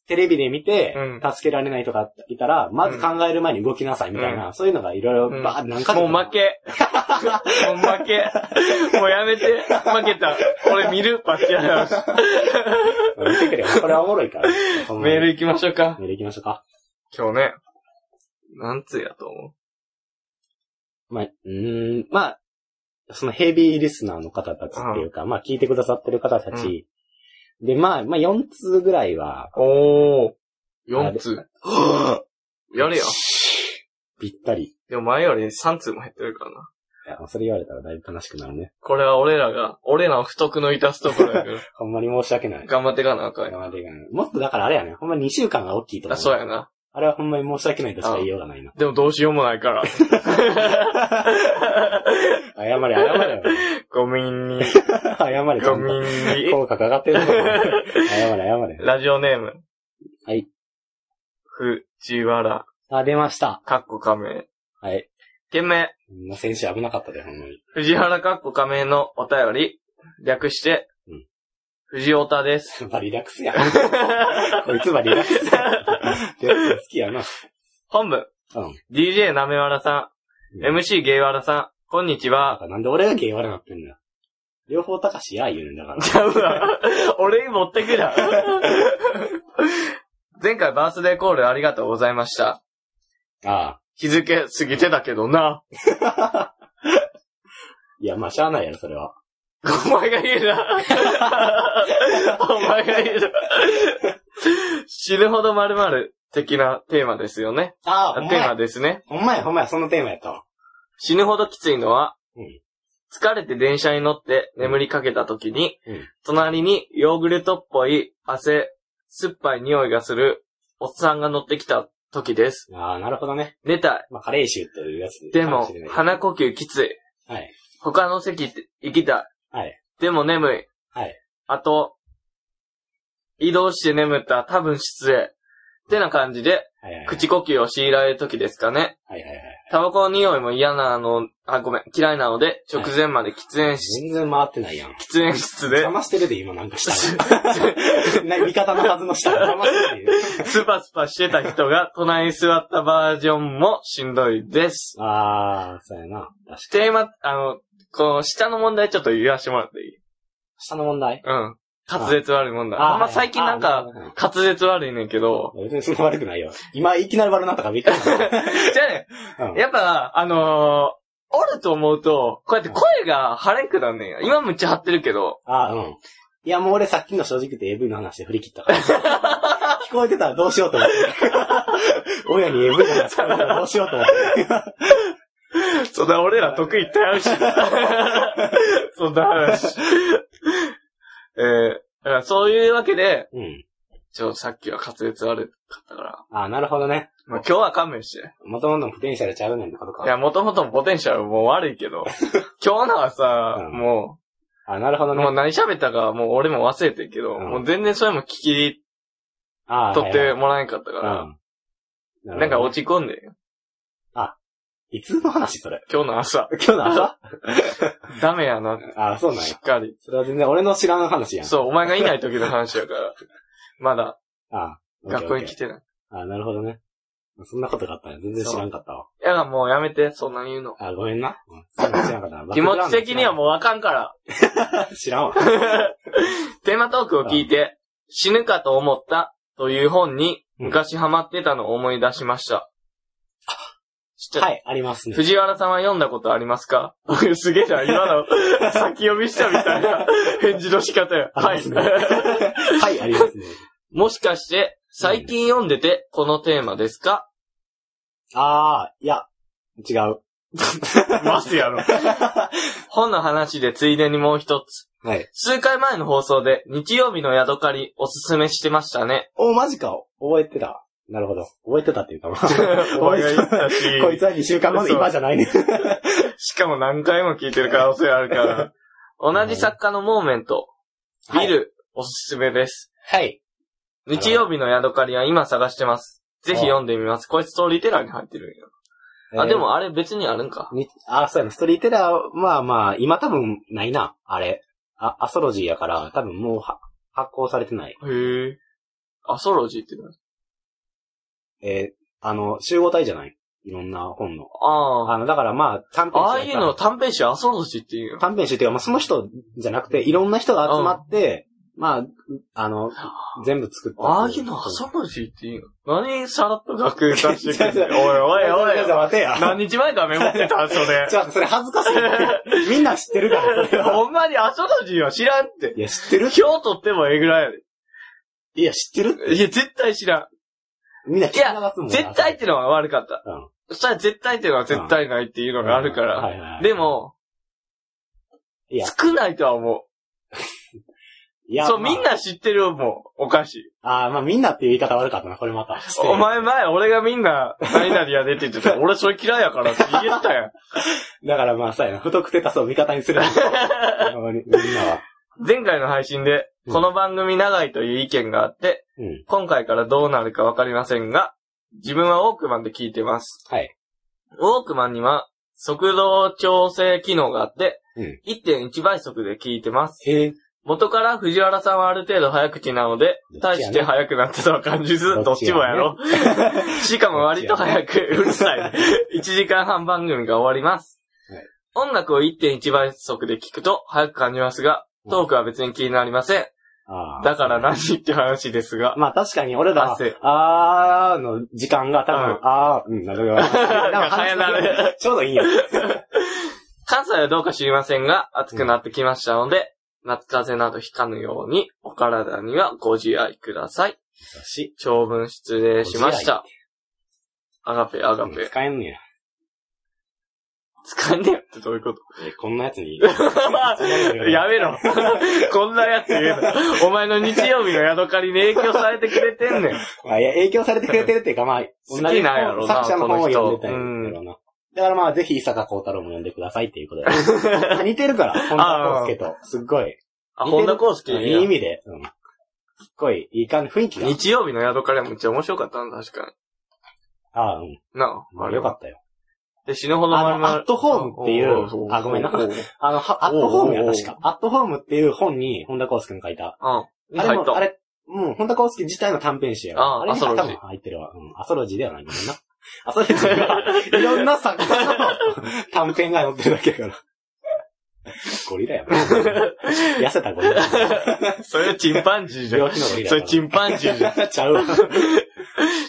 Speaker 2: テレビで見て
Speaker 1: うん、
Speaker 2: 助けられないとかいたら、まず考える前に動きなさいみたいな、そういうのがいろいろバーって何か条
Speaker 1: もう負 (laughs) け。もう負け。もうやめて。負けた。俺見るパッチアナウンス。
Speaker 2: うん見てくれよ。これはおもろい
Speaker 1: (laughs)
Speaker 2: から。ほんまに
Speaker 1: メール行きましょうか。
Speaker 2: メール行きましょうか。
Speaker 1: 今日ね。なんつうやと思
Speaker 2: まあ、うーん、まあ、そのヘビーリスナーの方たちっていうか、まあ聞いてくださってる方たち、で、まあ、まあ4通ぐらい
Speaker 1: (laughs)
Speaker 2: は、
Speaker 1: う。おー。4通。やれや。
Speaker 2: ぴったり。
Speaker 1: でも前より3通も減ってるからな。
Speaker 2: いやそれ言われたらだいぶ悲しくなるね。
Speaker 1: これは俺らが、俺らの不徳の致すところやけど、
Speaker 2: ほんまに申し訳ない。
Speaker 1: (laughs) 頑張ってかなあかんよ。
Speaker 2: 今までがもっとだからあれやね、ほんま2週間が大きいと思
Speaker 1: あ、
Speaker 2: う。
Speaker 1: そうやな。
Speaker 2: あれはほんまに申し訳ないとしか言いようがないな。
Speaker 1: でもどうしようもない
Speaker 2: (laughs)
Speaker 1: から。
Speaker 2: 謝れ、謝れよ。
Speaker 1: ごめんに。
Speaker 2: 謝れ、ちゃ
Speaker 1: ご
Speaker 2: ん
Speaker 1: めん
Speaker 2: と。
Speaker 1: に。
Speaker 2: 効果かかってるのに謝れ、謝れ。
Speaker 1: ラジオネーム。
Speaker 2: はい。
Speaker 1: 藤原、
Speaker 2: あ、出ました。
Speaker 1: かっこ仮名。
Speaker 2: はい。
Speaker 1: 件名、
Speaker 2: もう先週危なかったで、ほんまに。
Speaker 1: 藤原かっこ仮名のお便り、略して、
Speaker 2: うん
Speaker 1: 藤尾田です。
Speaker 2: バリラックス
Speaker 1: (laughs)
Speaker 2: やん。こいつはリラックスやん。好きやな。
Speaker 1: 本部、
Speaker 2: うん。
Speaker 1: DJ なめわらさん、MC ゲイワラさん、こんにち
Speaker 2: (laughs)
Speaker 1: は。
Speaker 2: なんで俺が芸悪なってんだよ。両方高しや言うんだから。
Speaker 1: ちゃうわ。 (laughs) 俺に持ってく
Speaker 2: (laughs)
Speaker 1: な。前回バースデーコールありがとうございました。
Speaker 2: ああ。
Speaker 1: 日付過ぎてたけどな。
Speaker 2: いや、まあ、しゃあないやろ、それは。
Speaker 1: お前が言う
Speaker 2: (laughs)
Speaker 1: な。お前が言うな。死ぬほど〇〇的なテーマですよね。
Speaker 2: あ
Speaker 1: テーマですね。
Speaker 2: ほんまや、ほんまや、そんなテーマやったわ。
Speaker 1: 死ぬほどきついのは、
Speaker 2: うん
Speaker 1: 疲れて電車に乗って眠りかけた時に、
Speaker 2: うん
Speaker 1: 隣にヨーグルトっぽい汗、酸っぱい匂いがするおっさんが乗ってきた時です。
Speaker 2: ああ、なるほどね。
Speaker 1: 寝た
Speaker 2: まあ、カレー臭というやつ
Speaker 1: い。で
Speaker 2: か
Speaker 1: も
Speaker 2: しれない、けど
Speaker 1: 鼻呼吸きつい。
Speaker 2: はい。
Speaker 1: 他の席行きたい。
Speaker 2: はい。
Speaker 1: でも眠い。
Speaker 2: はい。
Speaker 1: あと、移動して眠ったら多分失礼。ってな感じで、
Speaker 2: はいはい。
Speaker 1: 口呼吸を強いられる時ですかね。
Speaker 2: はいはいはい。
Speaker 1: タバコの匂いも嫌なの、あ、ごめん、嫌いなので、直前まで喫煙し、 (laughs)
Speaker 2: 全然回ってないやん。
Speaker 1: 喫煙室
Speaker 2: (laughs)
Speaker 1: で
Speaker 2: 邪、魔してるで、今なんか (laughs) したら。な、味方のはずの下邪魔してるで。
Speaker 1: スパスパしてた人が隣に座ったバージョンもしんどいです。
Speaker 2: ああ、そうやな。確かに。
Speaker 1: テーマ、あの、この下の問題ちょっと言わしてもらっていい
Speaker 2: 下の問題
Speaker 1: うん。滑舌悪い問題。
Speaker 2: あ
Speaker 1: あんま最近なん
Speaker 2: あ
Speaker 1: か、
Speaker 2: るほどね
Speaker 1: 滑舌悪いねんけ
Speaker 2: (laughs)
Speaker 1: ど、
Speaker 2: 別にそんな悪くないよ。今、いきなり悪なったからびっくりした。
Speaker 1: じゃあね、
Speaker 2: うん
Speaker 1: やっぱ、あのー、おると思うと、こうやって声が晴れくなんねんや。今むっちゃ張ってるけど、
Speaker 2: あ、うん。いや、もう俺さっきの正直言って AV の話で振り切ったから。 (laughs) 聞こえてたらどうしようと思って。 (laughs) 親に AV の話聞こえてたらどうしようと思って。
Speaker 1: そんな俺ら得意って話。 (laughs) そんな話。えー、だからそういうわけで、
Speaker 2: うん。
Speaker 1: ちょ、さっきは滑舌悪かったから、
Speaker 2: あ、なるほどね。
Speaker 1: まあ、今日は勘弁して。
Speaker 2: もともとのポテンシャルちゃうねんってこと
Speaker 1: い
Speaker 2: か。
Speaker 1: や、もともとのポテンシャルもう悪いけ (laughs) ど、今日のはさ、
Speaker 2: うん
Speaker 1: も
Speaker 2: あ、なるほ
Speaker 1: う、
Speaker 2: どね
Speaker 1: もう。何喋ったかもう俺も忘れてるけど、
Speaker 2: うん
Speaker 1: もう全然それも聞き
Speaker 2: あ
Speaker 1: 取っ
Speaker 2: はい
Speaker 1: て
Speaker 2: はい
Speaker 1: もらえんかったから、
Speaker 2: うん。
Speaker 1: なん
Speaker 2: る
Speaker 1: か
Speaker 2: ほどね、
Speaker 1: 落ち込んでんよ、
Speaker 2: いつの話それ
Speaker 1: 今日の朝。
Speaker 2: 今日の朝
Speaker 1: ダメやな、
Speaker 2: あ、そうなん
Speaker 1: し
Speaker 2: や
Speaker 1: っ。かり。
Speaker 2: それは全然俺の知らん話やん。
Speaker 1: そう、お前がいない時の話やから、 (laughs) まだ
Speaker 2: あ、
Speaker 1: 学校に来
Speaker 2: て。
Speaker 1: てない。
Speaker 2: あ、なるほどね。そんなことがあったね。全然知らんかったわ。
Speaker 1: いや、もうやめて、そんなに言うの。
Speaker 2: あ、ごめんな。うんそんなん知らんかったな
Speaker 1: 気持ち的には
Speaker 2: バ
Speaker 1: もうあかんから。
Speaker 2: ックグラウンド知らんわ。
Speaker 1: テーマトークを聞いて、死ぬかと思ったという本に昔ハマってたのを思い出しました。知ちっちゃい。
Speaker 2: はい、ありますね。
Speaker 1: 藤原さんは読んだことありますか (laughs) すげえな、今の、 (laughs) 先読みしたみたいな (laughs) 返事の仕方や。
Speaker 2: あ
Speaker 1: は
Speaker 2: り
Speaker 1: い (laughs)
Speaker 2: ます。ね。はい、ありますね。
Speaker 1: もしかして、最近読んでて、このテーマですか
Speaker 2: あー、いや、違う。
Speaker 1: ますやろ。本の話でついでにもう一つ。
Speaker 2: はい。
Speaker 1: 数回前の放送で、日曜日の宿狩りおすすめしてましたね。
Speaker 2: お、マジか。覚えてた。なるほど。覚えてたっていうか、まあ
Speaker 1: (laughs) お前が言ったし
Speaker 2: (laughs) こいつは2週間まで今じゃないね。
Speaker 1: しかも何回も聞いてる可能性あるから。同じ作家のモーメント、ビル、おすすめです。
Speaker 2: はい。
Speaker 1: 日曜日の宿狩りは今探してます。ぜひ読んでみます。こいつストーリーテラーに入ってるんや。あ、でもあれ別にあるんか。
Speaker 2: に。あ、そうやな。ストーリーテラー、まあまあ、今多分ないな、あれ。あ、アソロジーやから、多分もうは発行されてない。
Speaker 1: へえ。アソロジーって何
Speaker 2: えーあの、集合体じゃないいろんな本の。
Speaker 1: ああ。
Speaker 2: あの、だからまあ、短編集やから
Speaker 1: ああいうの短編集アソロジーっていうよ。
Speaker 2: 短編集っていうか、まあ、その人じゃなくて、いろんな人が集まって、まあ、あの、全部作った。
Speaker 1: ああいうのアソロジーっていうの。何さらっと学園化
Speaker 2: (laughs)
Speaker 1: してく
Speaker 2: 違う違
Speaker 1: るおいおいおい
Speaker 2: ちょっと。待てや。
Speaker 1: (laughs) 何日前からメモってたんそれ。
Speaker 2: ちょっと待ってそれ恥ずかしい。 (laughs) みんな知ってるから、それは。
Speaker 1: ほんまにアソロジーは知らんって。
Speaker 2: いや、知ってる
Speaker 1: 今日撮ってもええぐらいや
Speaker 2: いや、知ってる
Speaker 1: で。いや、絶対知ら
Speaker 2: みんな聞
Speaker 1: ん。
Speaker 2: き
Speaker 1: い
Speaker 2: 流
Speaker 1: や
Speaker 2: すもん、な
Speaker 1: 絶対ってのは悪かった。
Speaker 2: うん
Speaker 1: そしたら絶対ってのは絶対ないっていうのがあるか
Speaker 2: うんはいはいは
Speaker 1: ら。
Speaker 2: い
Speaker 1: でも、
Speaker 2: いや
Speaker 1: 少ないとは思。
Speaker 2: いうや、
Speaker 1: そう、
Speaker 2: まあ
Speaker 1: みん。な知ってるもん、お菓子。
Speaker 2: ああ、まあみんなっていう言い方悪かったな、これまた。
Speaker 1: お前前、俺がみんな、何々やでって言ってた。俺それ嫌いやからって言えたやん。
Speaker 2: だからまあさやな、不特定多数を味方にす
Speaker 1: (laughs)
Speaker 2: る。ほんまにみんなは。
Speaker 1: 前回の配信で、
Speaker 2: うん
Speaker 1: この番組長いという意見があって、
Speaker 2: うん。
Speaker 1: 今回からどうなるかわかりませんが、自分はウォークマンで聞いてます。
Speaker 2: はい。
Speaker 1: ウォークマンには、速度調整機能があって、
Speaker 2: うん
Speaker 1: 1.1倍速で聞いてます。
Speaker 2: へえ。
Speaker 1: 元から藤原さんはある程度早口なので、
Speaker 2: どっ
Speaker 1: 大
Speaker 2: ちやね
Speaker 1: して早くなってとは感じず、
Speaker 2: ど
Speaker 1: ど
Speaker 2: っ
Speaker 1: っ
Speaker 2: ち
Speaker 1: ち
Speaker 2: やね
Speaker 1: もやろ。
Speaker 2: (laughs)
Speaker 1: しかも割と早く、うるさい。1時間半番組が終わります
Speaker 2: はい。
Speaker 1: 音楽を1.1倍速で聞くと早く感じますが、トークは別に気になりません。
Speaker 2: ああ。
Speaker 1: だから何って話ですが。
Speaker 2: まあ確かに俺ら
Speaker 1: 汗、
Speaker 2: あーの時間が多分、
Speaker 1: うん
Speaker 2: あー、うん、なるほど。でも話
Speaker 1: 早慣れ
Speaker 2: ちょうどいいや。
Speaker 1: 関西はどうか知りませんが、暑くなってきましたので、夏風邪などひかぬように、お体にはご自愛ください。
Speaker 2: し、
Speaker 1: 長文失礼しました。アガペ、アガペ。
Speaker 2: 使えんねや。
Speaker 1: 使えねえってどういうこと
Speaker 2: えこんなやつに。
Speaker 1: (laughs) やめろ。 (laughs) こんなやつ言うな。お前の日曜日の宿狩りに影響されてくれてんねん。
Speaker 2: まあ、いや、影響されてくれてるっていうか、まあ、
Speaker 1: 好きなんやろな
Speaker 2: 作者の本を読んでたん
Speaker 1: この人
Speaker 2: やろな。だからまあ、ぜひ、伊坂幸太郎も読んでくださいっていうこと
Speaker 1: (laughs)
Speaker 2: で。似てるから、本田康介と。すっごい。
Speaker 1: あ、本田康介
Speaker 2: い
Speaker 1: いいや
Speaker 2: い意味で。うん。すっごい、いい感じ、雰囲気が。
Speaker 1: 日曜日の宿狩りはめっちゃ面白かったんだ、確か
Speaker 2: ああ、うん。
Speaker 1: に。なあ、
Speaker 2: まあ、よかったよ。
Speaker 1: で、死ぬほど
Speaker 2: あの
Speaker 1: 丸々
Speaker 2: アットホームっていうあごめんな
Speaker 1: おうおうおう
Speaker 2: あの、はアットホームや、
Speaker 1: おうおう
Speaker 2: 確か。アットホームっていう本に、本田康介の書いた。
Speaker 1: うん。
Speaker 2: あれ
Speaker 1: 入っ
Speaker 2: も、
Speaker 1: た。
Speaker 2: あれ、うん、本田康介自体の短編集やわ
Speaker 1: あー
Speaker 2: あれに
Speaker 1: アソロジー
Speaker 2: 多分入ってるわ。うん、アソロジーではないごめんな。アソロジーが、いろんな作家の短編が載ってるだけやから。ゴリ
Speaker 1: (laughs)
Speaker 2: ラやな。痩せたゴリラ。 (laughs)
Speaker 1: それチンパンジーじゃ
Speaker 2: 病
Speaker 1: ん。
Speaker 2: 気のゴリラ。
Speaker 1: それチンパンジーじゃん。
Speaker 2: (laughs) ちゃうわ。
Speaker 1: (laughs)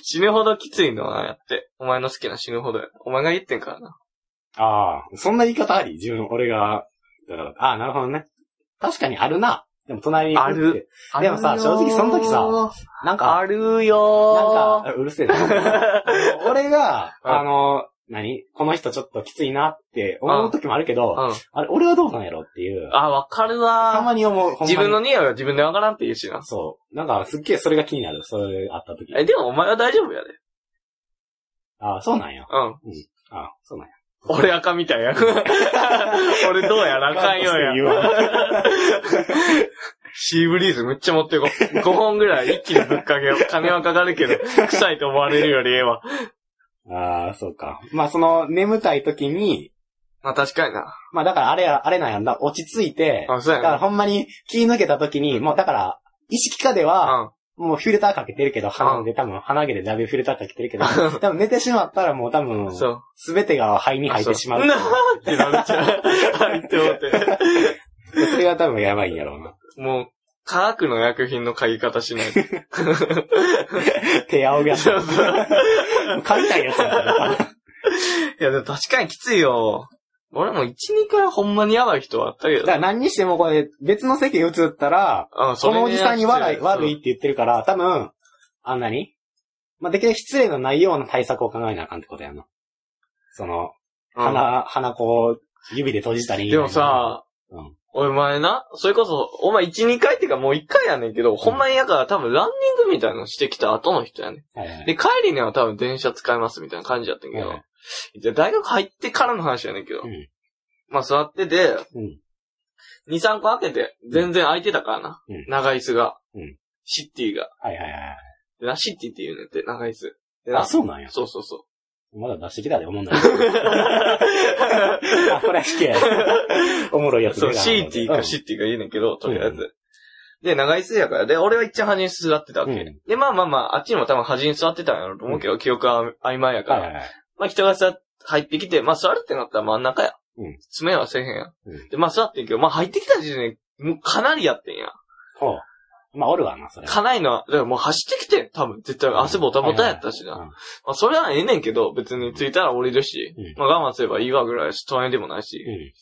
Speaker 1: 死ぬほどきついのはやって。お前の好きな死ぬほどや。お前が言ってんからな。
Speaker 2: ああ、そんな言い方あり自分、俺が。だから、ああ、なるほどね。確かにあるな。でも隣に
Speaker 1: ある。
Speaker 2: でもさ
Speaker 1: あるよー
Speaker 2: 正直その時さ、なんか、
Speaker 1: あるよ
Speaker 2: なんか、うるせえな。
Speaker 1: (laughs)
Speaker 2: 俺が、あの、何この人ちょっときついなって思う時もあるけど、
Speaker 1: ーうん。
Speaker 2: あれ、俺はどうなんやろっていう。
Speaker 1: あ、わかる
Speaker 2: た
Speaker 1: わ
Speaker 2: まに思う。
Speaker 1: ー。
Speaker 2: ほんまに
Speaker 1: 自分の匂いは自分でわからんって言うしな。
Speaker 2: そう。なんか、すっげえそれが気になる。それあった時。
Speaker 1: え、でもお前は大丈夫やで。
Speaker 2: ああ、そうなんや。
Speaker 1: うん。
Speaker 2: ああ、そうなんや。
Speaker 1: 俺赤みたいや。 (laughs) 俺どうやらあかんようや。
Speaker 2: 言うわ
Speaker 1: (laughs) シーブリーズめっちゃ持ってこう。5本ぐらい一気にぶっかけよう。金はかかるけど、臭いと思われるよりええわ。
Speaker 2: ああ、そうか。まあ、その、眠たい時に、
Speaker 1: まあ確かにな。
Speaker 2: まあ、だからあれや、あれなんやんな。落ち着いて、
Speaker 1: あ、そう
Speaker 2: だ
Speaker 1: や
Speaker 2: から
Speaker 1: な。
Speaker 2: ほんまに気抜けた時に、もうだから、意識下では、
Speaker 1: うん。
Speaker 2: もうフィルターかけてるけど、鼻で多分、鼻毛でだいぶフィルターかけてる
Speaker 1: (laughs)
Speaker 2: けど、多分寝てしまったらもう多分、
Speaker 1: そう。
Speaker 2: すべてが肺に入ってしまう
Speaker 1: な。ーってなっちゃう。入って思って。
Speaker 2: でそれが多分やばいんやろうな。
Speaker 1: もう、科学の薬品の嗅ぎ方し
Speaker 2: (laughs)
Speaker 1: ないと。
Speaker 2: 手仰ぎやつ。
Speaker 1: そうそう。
Speaker 2: 噛みたいやつやから
Speaker 1: いや、でも確かにきついよ。俺も1、2回ほんまにやばい人はあったけ
Speaker 2: だ
Speaker 1: ど
Speaker 2: か。ら何にしてもこれ、別の席移ったら、
Speaker 1: うん、
Speaker 2: そのおじさんに悪
Speaker 1: それ
Speaker 2: い、
Speaker 1: ね
Speaker 2: 悪いっ。て言ってるから、多分、あんなにまあ、できるだけ失礼のないような対策を考えなあかんってことやな。その、
Speaker 1: うん
Speaker 2: 鼻、鼻こう、指で閉じたり。
Speaker 1: でも、さ、
Speaker 2: うん
Speaker 1: お前な、それこそ、お前1、2回っていうかもう1回やねんけど、ほんまにやから多分ランニングみたいなのしてきた後の人やねん。
Speaker 2: はいはい
Speaker 1: で、帰りには多分電車使いますみたいな感じやったんやけど、
Speaker 2: はいは
Speaker 1: じゃあ大学入ってからの話やねんけど、
Speaker 2: うん
Speaker 1: まあ座ってて、
Speaker 2: うん
Speaker 1: 2、3個開けて、全然空いてたからな。
Speaker 2: うん
Speaker 1: 長椅子が、
Speaker 2: うん
Speaker 1: シッティが。
Speaker 2: はいはいはい。
Speaker 1: でな、シッティって言うねんって、長椅子。でな
Speaker 2: あ、そうなんや。
Speaker 1: そうそう (laughs) そ
Speaker 2: まだ出してきたで、思
Speaker 1: (laughs)
Speaker 2: うんだ
Speaker 1: う。
Speaker 2: あ、これ好きや。おもろいやつ
Speaker 1: そう、シ
Speaker 2: シ
Speaker 1: ーティかシーティか言うねんけど、とりあえず。で、長椅子やから。で、俺は一番端に座ってたわけ。
Speaker 2: うん
Speaker 1: で、まあまあまあ、あっちにも多分端に座ってたんやろうと思うけど、記憶は曖昧やから。
Speaker 2: はいはいはい。
Speaker 1: まあ人がさ、入ってきて、まあ座るってなったら真ん中や。
Speaker 2: うん
Speaker 1: 詰めはせえへんや。
Speaker 2: うん
Speaker 1: で、まあ座ってんけど、まあ入ってきた時点で、もうかなりやってんや。
Speaker 2: ほう。まあ、おるわな、それ。
Speaker 1: かなりのは、だからもう走ってきてん、多分。絶対汗ボタボタやったしな。
Speaker 2: はいはいはいうん
Speaker 1: まあそれはええねんけど、別に着いたら降りるし、
Speaker 2: うん
Speaker 1: まあ我慢すればいいわぐらいやし、隣でもないし。
Speaker 2: うん。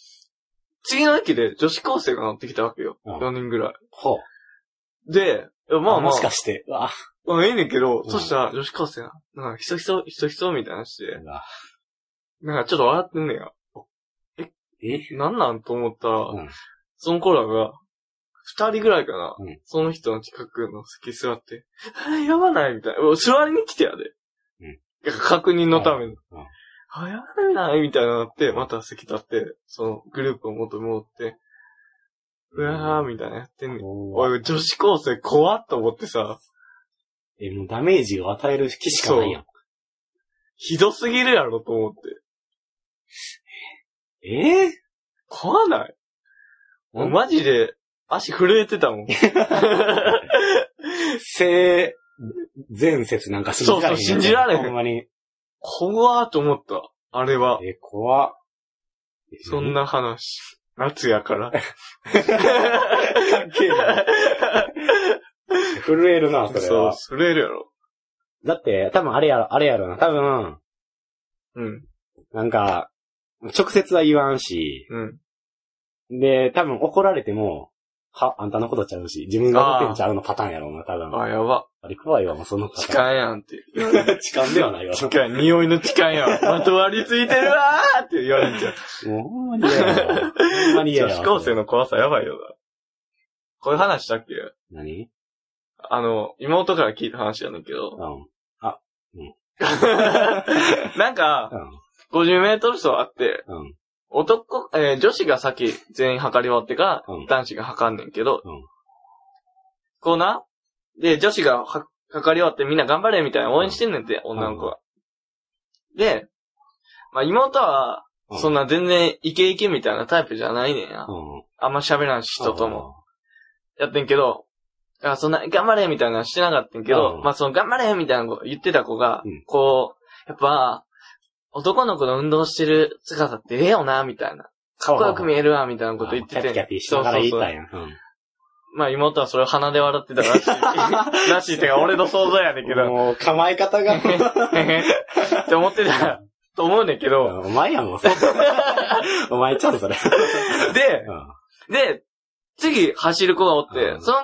Speaker 1: 次の駅で女子高生が乗ってきたわけよ。
Speaker 2: うん
Speaker 1: 4人ぐらい。
Speaker 2: ほう。
Speaker 1: で、いやまあま
Speaker 2: も
Speaker 1: あ
Speaker 2: し、かして、うわ、
Speaker 1: うん、いいねんけど、
Speaker 2: うん
Speaker 1: そしたら女子高生が、なんか、ひそひそ、ひそひそみたいなして、
Speaker 2: うわ
Speaker 1: なんかちょっと笑ってんねんや。
Speaker 2: え
Speaker 1: なんなんと思ったら、
Speaker 2: うん
Speaker 1: その子らが、二人ぐらいかな、
Speaker 2: うん
Speaker 1: その人の近くの席座って、あやばないみたいな。座りに来てやで。
Speaker 2: うん
Speaker 1: なんか確認のために。
Speaker 2: うん
Speaker 1: あ、やばないみたいなのって、また席立って、そのグループを元に戻って、うわーみたいなやってんねん。
Speaker 2: お
Speaker 1: おい、女子高生怖っと思ってさ、
Speaker 2: え、もうダメージを与える気しかないやん。
Speaker 1: ひどすぎるやろと思って。
Speaker 2: え
Speaker 1: (laughs)
Speaker 2: ー
Speaker 1: 怖ない
Speaker 2: うん
Speaker 1: 俺マジで、足震えて
Speaker 2: (laughs)
Speaker 1: たもん。
Speaker 2: 性前説なんか信じら
Speaker 1: そうそ
Speaker 2: れへん。
Speaker 1: う信じられへん
Speaker 2: ほんまに。
Speaker 1: 怖ーと思った。あれは。
Speaker 2: え、怖っ。
Speaker 1: そん。な話。夏や
Speaker 2: (laughs)
Speaker 1: から。
Speaker 2: 関係ない。震えるな、それ
Speaker 1: そう、
Speaker 2: は。
Speaker 1: それやろ。
Speaker 2: だって、多分あれやろ、あれやろな。多分、
Speaker 1: うん。
Speaker 2: なんか、直接は言わんし、
Speaker 1: うん。
Speaker 2: で、多分怒られても、は、あんたのことちゃうし、自分が怒ってんちゃうのパターンやろうな、多分。
Speaker 1: あ、やば。
Speaker 2: あれ怖いわ、もうそのパ
Speaker 1: 痴
Speaker 2: ターン。
Speaker 1: 漢やんって。
Speaker 2: (laughs) 痴漢では
Speaker 1: (laughs)
Speaker 2: ないわ。
Speaker 1: 痴漢、匂いの痴漢やん。まとわりついてるわーって言われち
Speaker 2: (laughs)
Speaker 1: ゃう。
Speaker 2: もうほんまに嫌やわ。ほんまに嫌や
Speaker 1: 女
Speaker 2: わ。
Speaker 1: 子高生の怖さやばいよな。こういう話したっけ
Speaker 2: 何
Speaker 1: あの、妹から聞いた話やねんけ
Speaker 2: う (laughs)
Speaker 1: ど。
Speaker 2: ん。
Speaker 1: なんか、50メートル走あって、
Speaker 2: うん。うん。
Speaker 1: 男、えー女子が先全員測り終わってから、
Speaker 2: うん
Speaker 1: 男子が測んねんけど、
Speaker 2: うん
Speaker 1: こうな、で、女子がは測り終わってみんな頑張れみたいな応援してんねんて、女の子が。で、まあ妹は、
Speaker 2: うん
Speaker 1: そんな全然イケイケみたいなタイプじゃないねんや。
Speaker 2: うん。
Speaker 1: あんま喋らんし人とも。。やってんけど、あそんな、頑張れみたいなのしてなかったんけど、
Speaker 2: うん
Speaker 1: まあその頑張れみたいなこと言ってた子が、
Speaker 2: うん
Speaker 1: こう、やっぱ、男の子の運動してる姿ってええよな、みたいな。かっこよく見えるわ、みたいなこと言ってて。
Speaker 2: キャピキャピしながら言い
Speaker 1: そう
Speaker 2: た
Speaker 1: そう
Speaker 2: いやん。
Speaker 1: そうまあ妹はそれを鼻で笑ってたらしい。らしいってか、俺の想像やねんけ
Speaker 2: うん
Speaker 1: ど。
Speaker 2: もう、構え
Speaker 1: (laughs)
Speaker 2: 方が。
Speaker 1: へへって思ってたと思うねんけど。
Speaker 2: お前やも
Speaker 1: (laughs)
Speaker 2: ん、そうお前ちゃう、それ。
Speaker 1: で、で、次走る子がおって
Speaker 2: う、ん
Speaker 1: その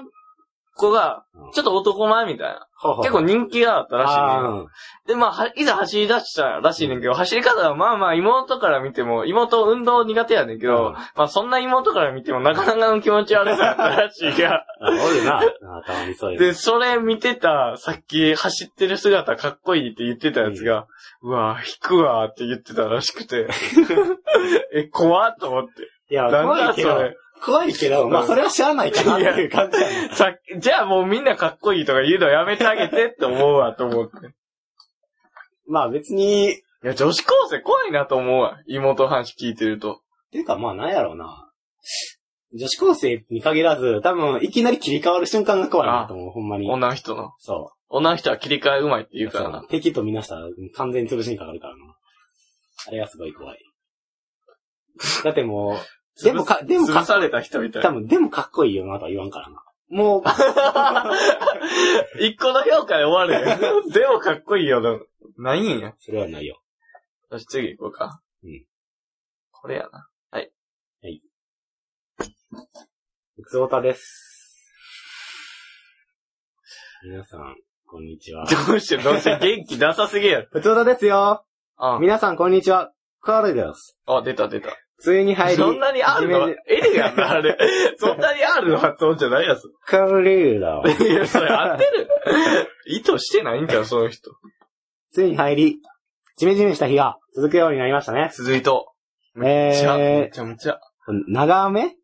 Speaker 1: 子が
Speaker 2: うん、
Speaker 1: ちょっと男前みたいな。結構
Speaker 2: に
Speaker 1: 人気があったらしいねん
Speaker 2: あー
Speaker 1: で、まあ、はいざ走り出したらしいねんけど、走り方はまあまあ妹から見ても、妹運動苦手やねんけど、
Speaker 2: うん
Speaker 1: まあそんな妹から見てもなかなかの気持ち悪さやったらしいが、
Speaker 2: うん。おるな。あーたまにそういう
Speaker 1: で、それ見てた、さっき走ってる姿かっこいいって言ってたやつが、うわぁ、引くわーって言ってたらしく
Speaker 2: (laughs)
Speaker 1: て、え、怖っと思って。
Speaker 2: の。いや、怖
Speaker 1: ないんだ
Speaker 2: け
Speaker 1: そ
Speaker 2: ど、
Speaker 1: れ。
Speaker 2: 怖いけど、まあ、それは知らないかなっていう感じやね
Speaker 1: さじゃあもうみんなかっこいいとか言うのやめてあげてって思うわと思って。
Speaker 2: まあ、別に、っ
Speaker 1: いや、女子高生怖いなと思うわ。妹の話聞いてると。
Speaker 2: ていうか、まあ、なんやろうな。女子高生に限らず、多分、いきなり切り替わる瞬間が怖いなと思う、ほんまに。
Speaker 1: 女の人の。
Speaker 2: そ
Speaker 1: 女の人は切り替えうまいって
Speaker 2: う。
Speaker 1: 言うからな
Speaker 2: そ。う敵とみなしたら完全に潰しにかかるからな。あれがすごい怖い。だってもう、でもか、でもか
Speaker 1: 潰された人みたい
Speaker 2: 多
Speaker 1: な。
Speaker 2: 分、でもかっこいいよなとは言わんからな。もう、
Speaker 1: (laughs) 一個の評価で終わるよ。でもかっこいいよ、でも。ないんや。
Speaker 2: それはないよ。
Speaker 1: よし、次行こうか。
Speaker 2: うん。
Speaker 1: これやな。
Speaker 2: ふつおたです。皆さん、こんにちは。
Speaker 1: どうして、どうして元気なさすぎやろ。
Speaker 2: ふつおたですよ
Speaker 1: あ、
Speaker 2: 皆さん、こんにちは。カールです。
Speaker 1: あ、出た出た。
Speaker 2: 梅雨に入り、
Speaker 1: そんなにあるの
Speaker 2: 地面で
Speaker 1: エレやんな、あれ。そんなにあるの発音じゃないやつ。
Speaker 2: カールだ
Speaker 1: (laughs)
Speaker 2: わ。
Speaker 1: いや、それ合ってる。意図してないんかよ、その人。
Speaker 2: 梅雨に入り、ジメジメした日が続くようになりましたね。
Speaker 1: 続いと。めっちゃ、め
Speaker 2: え
Speaker 1: ちゃめちゃ。
Speaker 2: ー、長雨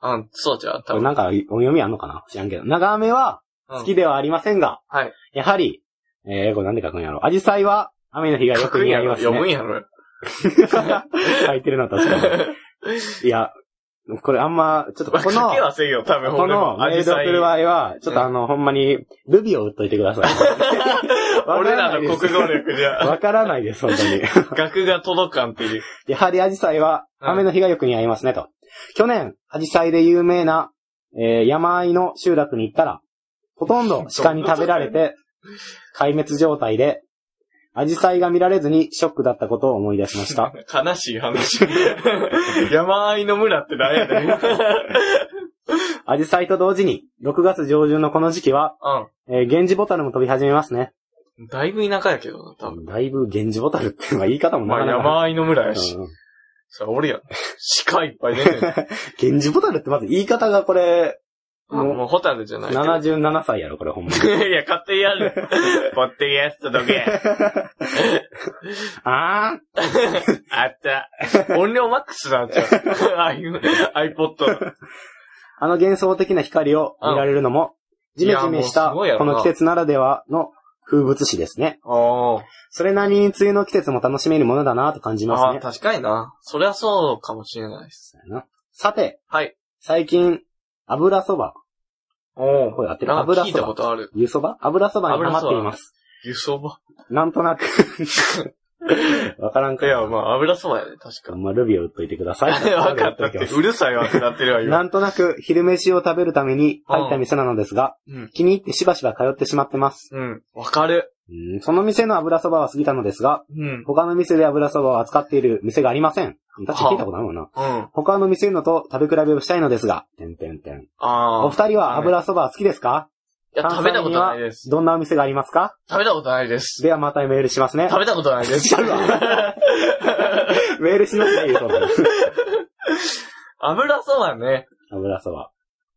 Speaker 1: あ、そうじゃん、
Speaker 2: こ
Speaker 1: 多
Speaker 2: れ
Speaker 1: 分。
Speaker 2: なんか、お読みあんのかな知らんけど。長雨は好き
Speaker 1: で。
Speaker 2: ではありませんが、
Speaker 1: はい。
Speaker 2: やはり、えー、これなんで書くんやろ。アジサイは雨の日がよ
Speaker 1: 書く
Speaker 2: く
Speaker 1: ん
Speaker 2: 似
Speaker 1: や
Speaker 2: 合い
Speaker 1: ろ、
Speaker 2: ます
Speaker 1: 読むん
Speaker 2: ね。
Speaker 1: やろ。
Speaker 2: (laughs) 書いてるな、確かに。いや、これあんま、ちょっと
Speaker 1: まあ、
Speaker 2: こ
Speaker 1: 書け
Speaker 2: の、
Speaker 1: はせんよ、多分。
Speaker 2: このメイドする場合は、ちょっとあの、ほんまに、ルビを打っといてください。
Speaker 1: (laughs) 俺らの国語力じゃ、
Speaker 2: わからないです、本当に。
Speaker 1: (laughs) 学が届かんっていう。
Speaker 2: やはりアジサイは雨の日がよく似合いますねと。去年、アジサイで有名な、えー山あいの集落に行ったら、ほとんど鹿に食べられて、壊滅状態で、アジサイが見られずにショックだったことを思い出し
Speaker 1: (laughs)
Speaker 2: ました。
Speaker 1: 悲しい
Speaker 2: (laughs)
Speaker 1: 話。山あいの村って何やねん。う
Speaker 2: アジサイと同時に、6月上旬のこの時期は、えー、ゲンジボタルも飛び始めますね。
Speaker 1: ん。だいぶ田舎やけどな、多分。
Speaker 2: だいぶゲンジボタルって、まあ言い方もな
Speaker 1: ま
Speaker 2: か
Speaker 1: あ、
Speaker 2: なか。
Speaker 1: 山あいの村やし。
Speaker 2: うん
Speaker 1: それ俺やん。鹿いっぱい出てる。
Speaker 2: ゲンジボタルってまず言い方がこれ、
Speaker 1: あもうホタルじゃないけど。
Speaker 2: 77歳やろ、これほんまに。
Speaker 1: いや、勝手にや
Speaker 2: (laughs)
Speaker 1: る。ポッドキャストどけ。
Speaker 2: あー
Speaker 1: あった。
Speaker 2: (laughs)
Speaker 1: 音量マックスなんちゃう。ああいう iPod の。
Speaker 2: あの幻想的な光を見られるのも、ジメジメし
Speaker 1: いやもう
Speaker 2: た、
Speaker 1: すごいやろ
Speaker 2: こ
Speaker 1: な
Speaker 2: の季節ならではの風物詩ですね。
Speaker 1: おー
Speaker 2: それなりに梅雨の季節も楽しめるものだなと感じ
Speaker 1: あ
Speaker 2: ま
Speaker 1: あ、
Speaker 2: すね。
Speaker 1: 確かにな。そりゃそうかもしれないです。
Speaker 2: さて、
Speaker 1: はい。
Speaker 2: 最近、油そば、
Speaker 1: お
Speaker 2: これ合ってる
Speaker 1: なんか
Speaker 2: 油
Speaker 1: 聞い
Speaker 2: そ
Speaker 1: たこ
Speaker 2: ば、
Speaker 1: とある。
Speaker 2: 湯そば油そばにハマっています。
Speaker 1: 油そば。
Speaker 2: なんと
Speaker 1: (laughs)
Speaker 2: なく。わからん
Speaker 1: い
Speaker 2: か
Speaker 1: や、
Speaker 2: な。
Speaker 1: まあ、油そばやね、確
Speaker 2: あ (laughs)
Speaker 1: か。
Speaker 2: んまルビを打っといてください。
Speaker 1: わかったって、うるさいわってなってるわ、今。
Speaker 2: なんとなく昼飯を食べるために入った店なのですが、
Speaker 1: うん。
Speaker 2: 気に入ってしばしば通ってしまってます。
Speaker 1: うん。わかる。
Speaker 2: うんその店の油そばは過ぎたのですが、
Speaker 1: うん。
Speaker 2: 他の店で油そばを扱っている店がありません。確か聞いたことあるもんな。
Speaker 1: うん。
Speaker 2: 他の店のと食べ比べをしたいのですが、てんてんてん。
Speaker 1: あ
Speaker 2: お
Speaker 1: あ。
Speaker 2: 二人は油そばは好きですか
Speaker 1: いや、食べたことないです。
Speaker 2: どんなお店がありますか
Speaker 1: 食べたことないです。
Speaker 2: ではまたメールしますね。
Speaker 1: 食べたことないです。
Speaker 2: メールしますね、言う (laughs) と思う
Speaker 1: (laughs) 油そばね。
Speaker 2: 油そば。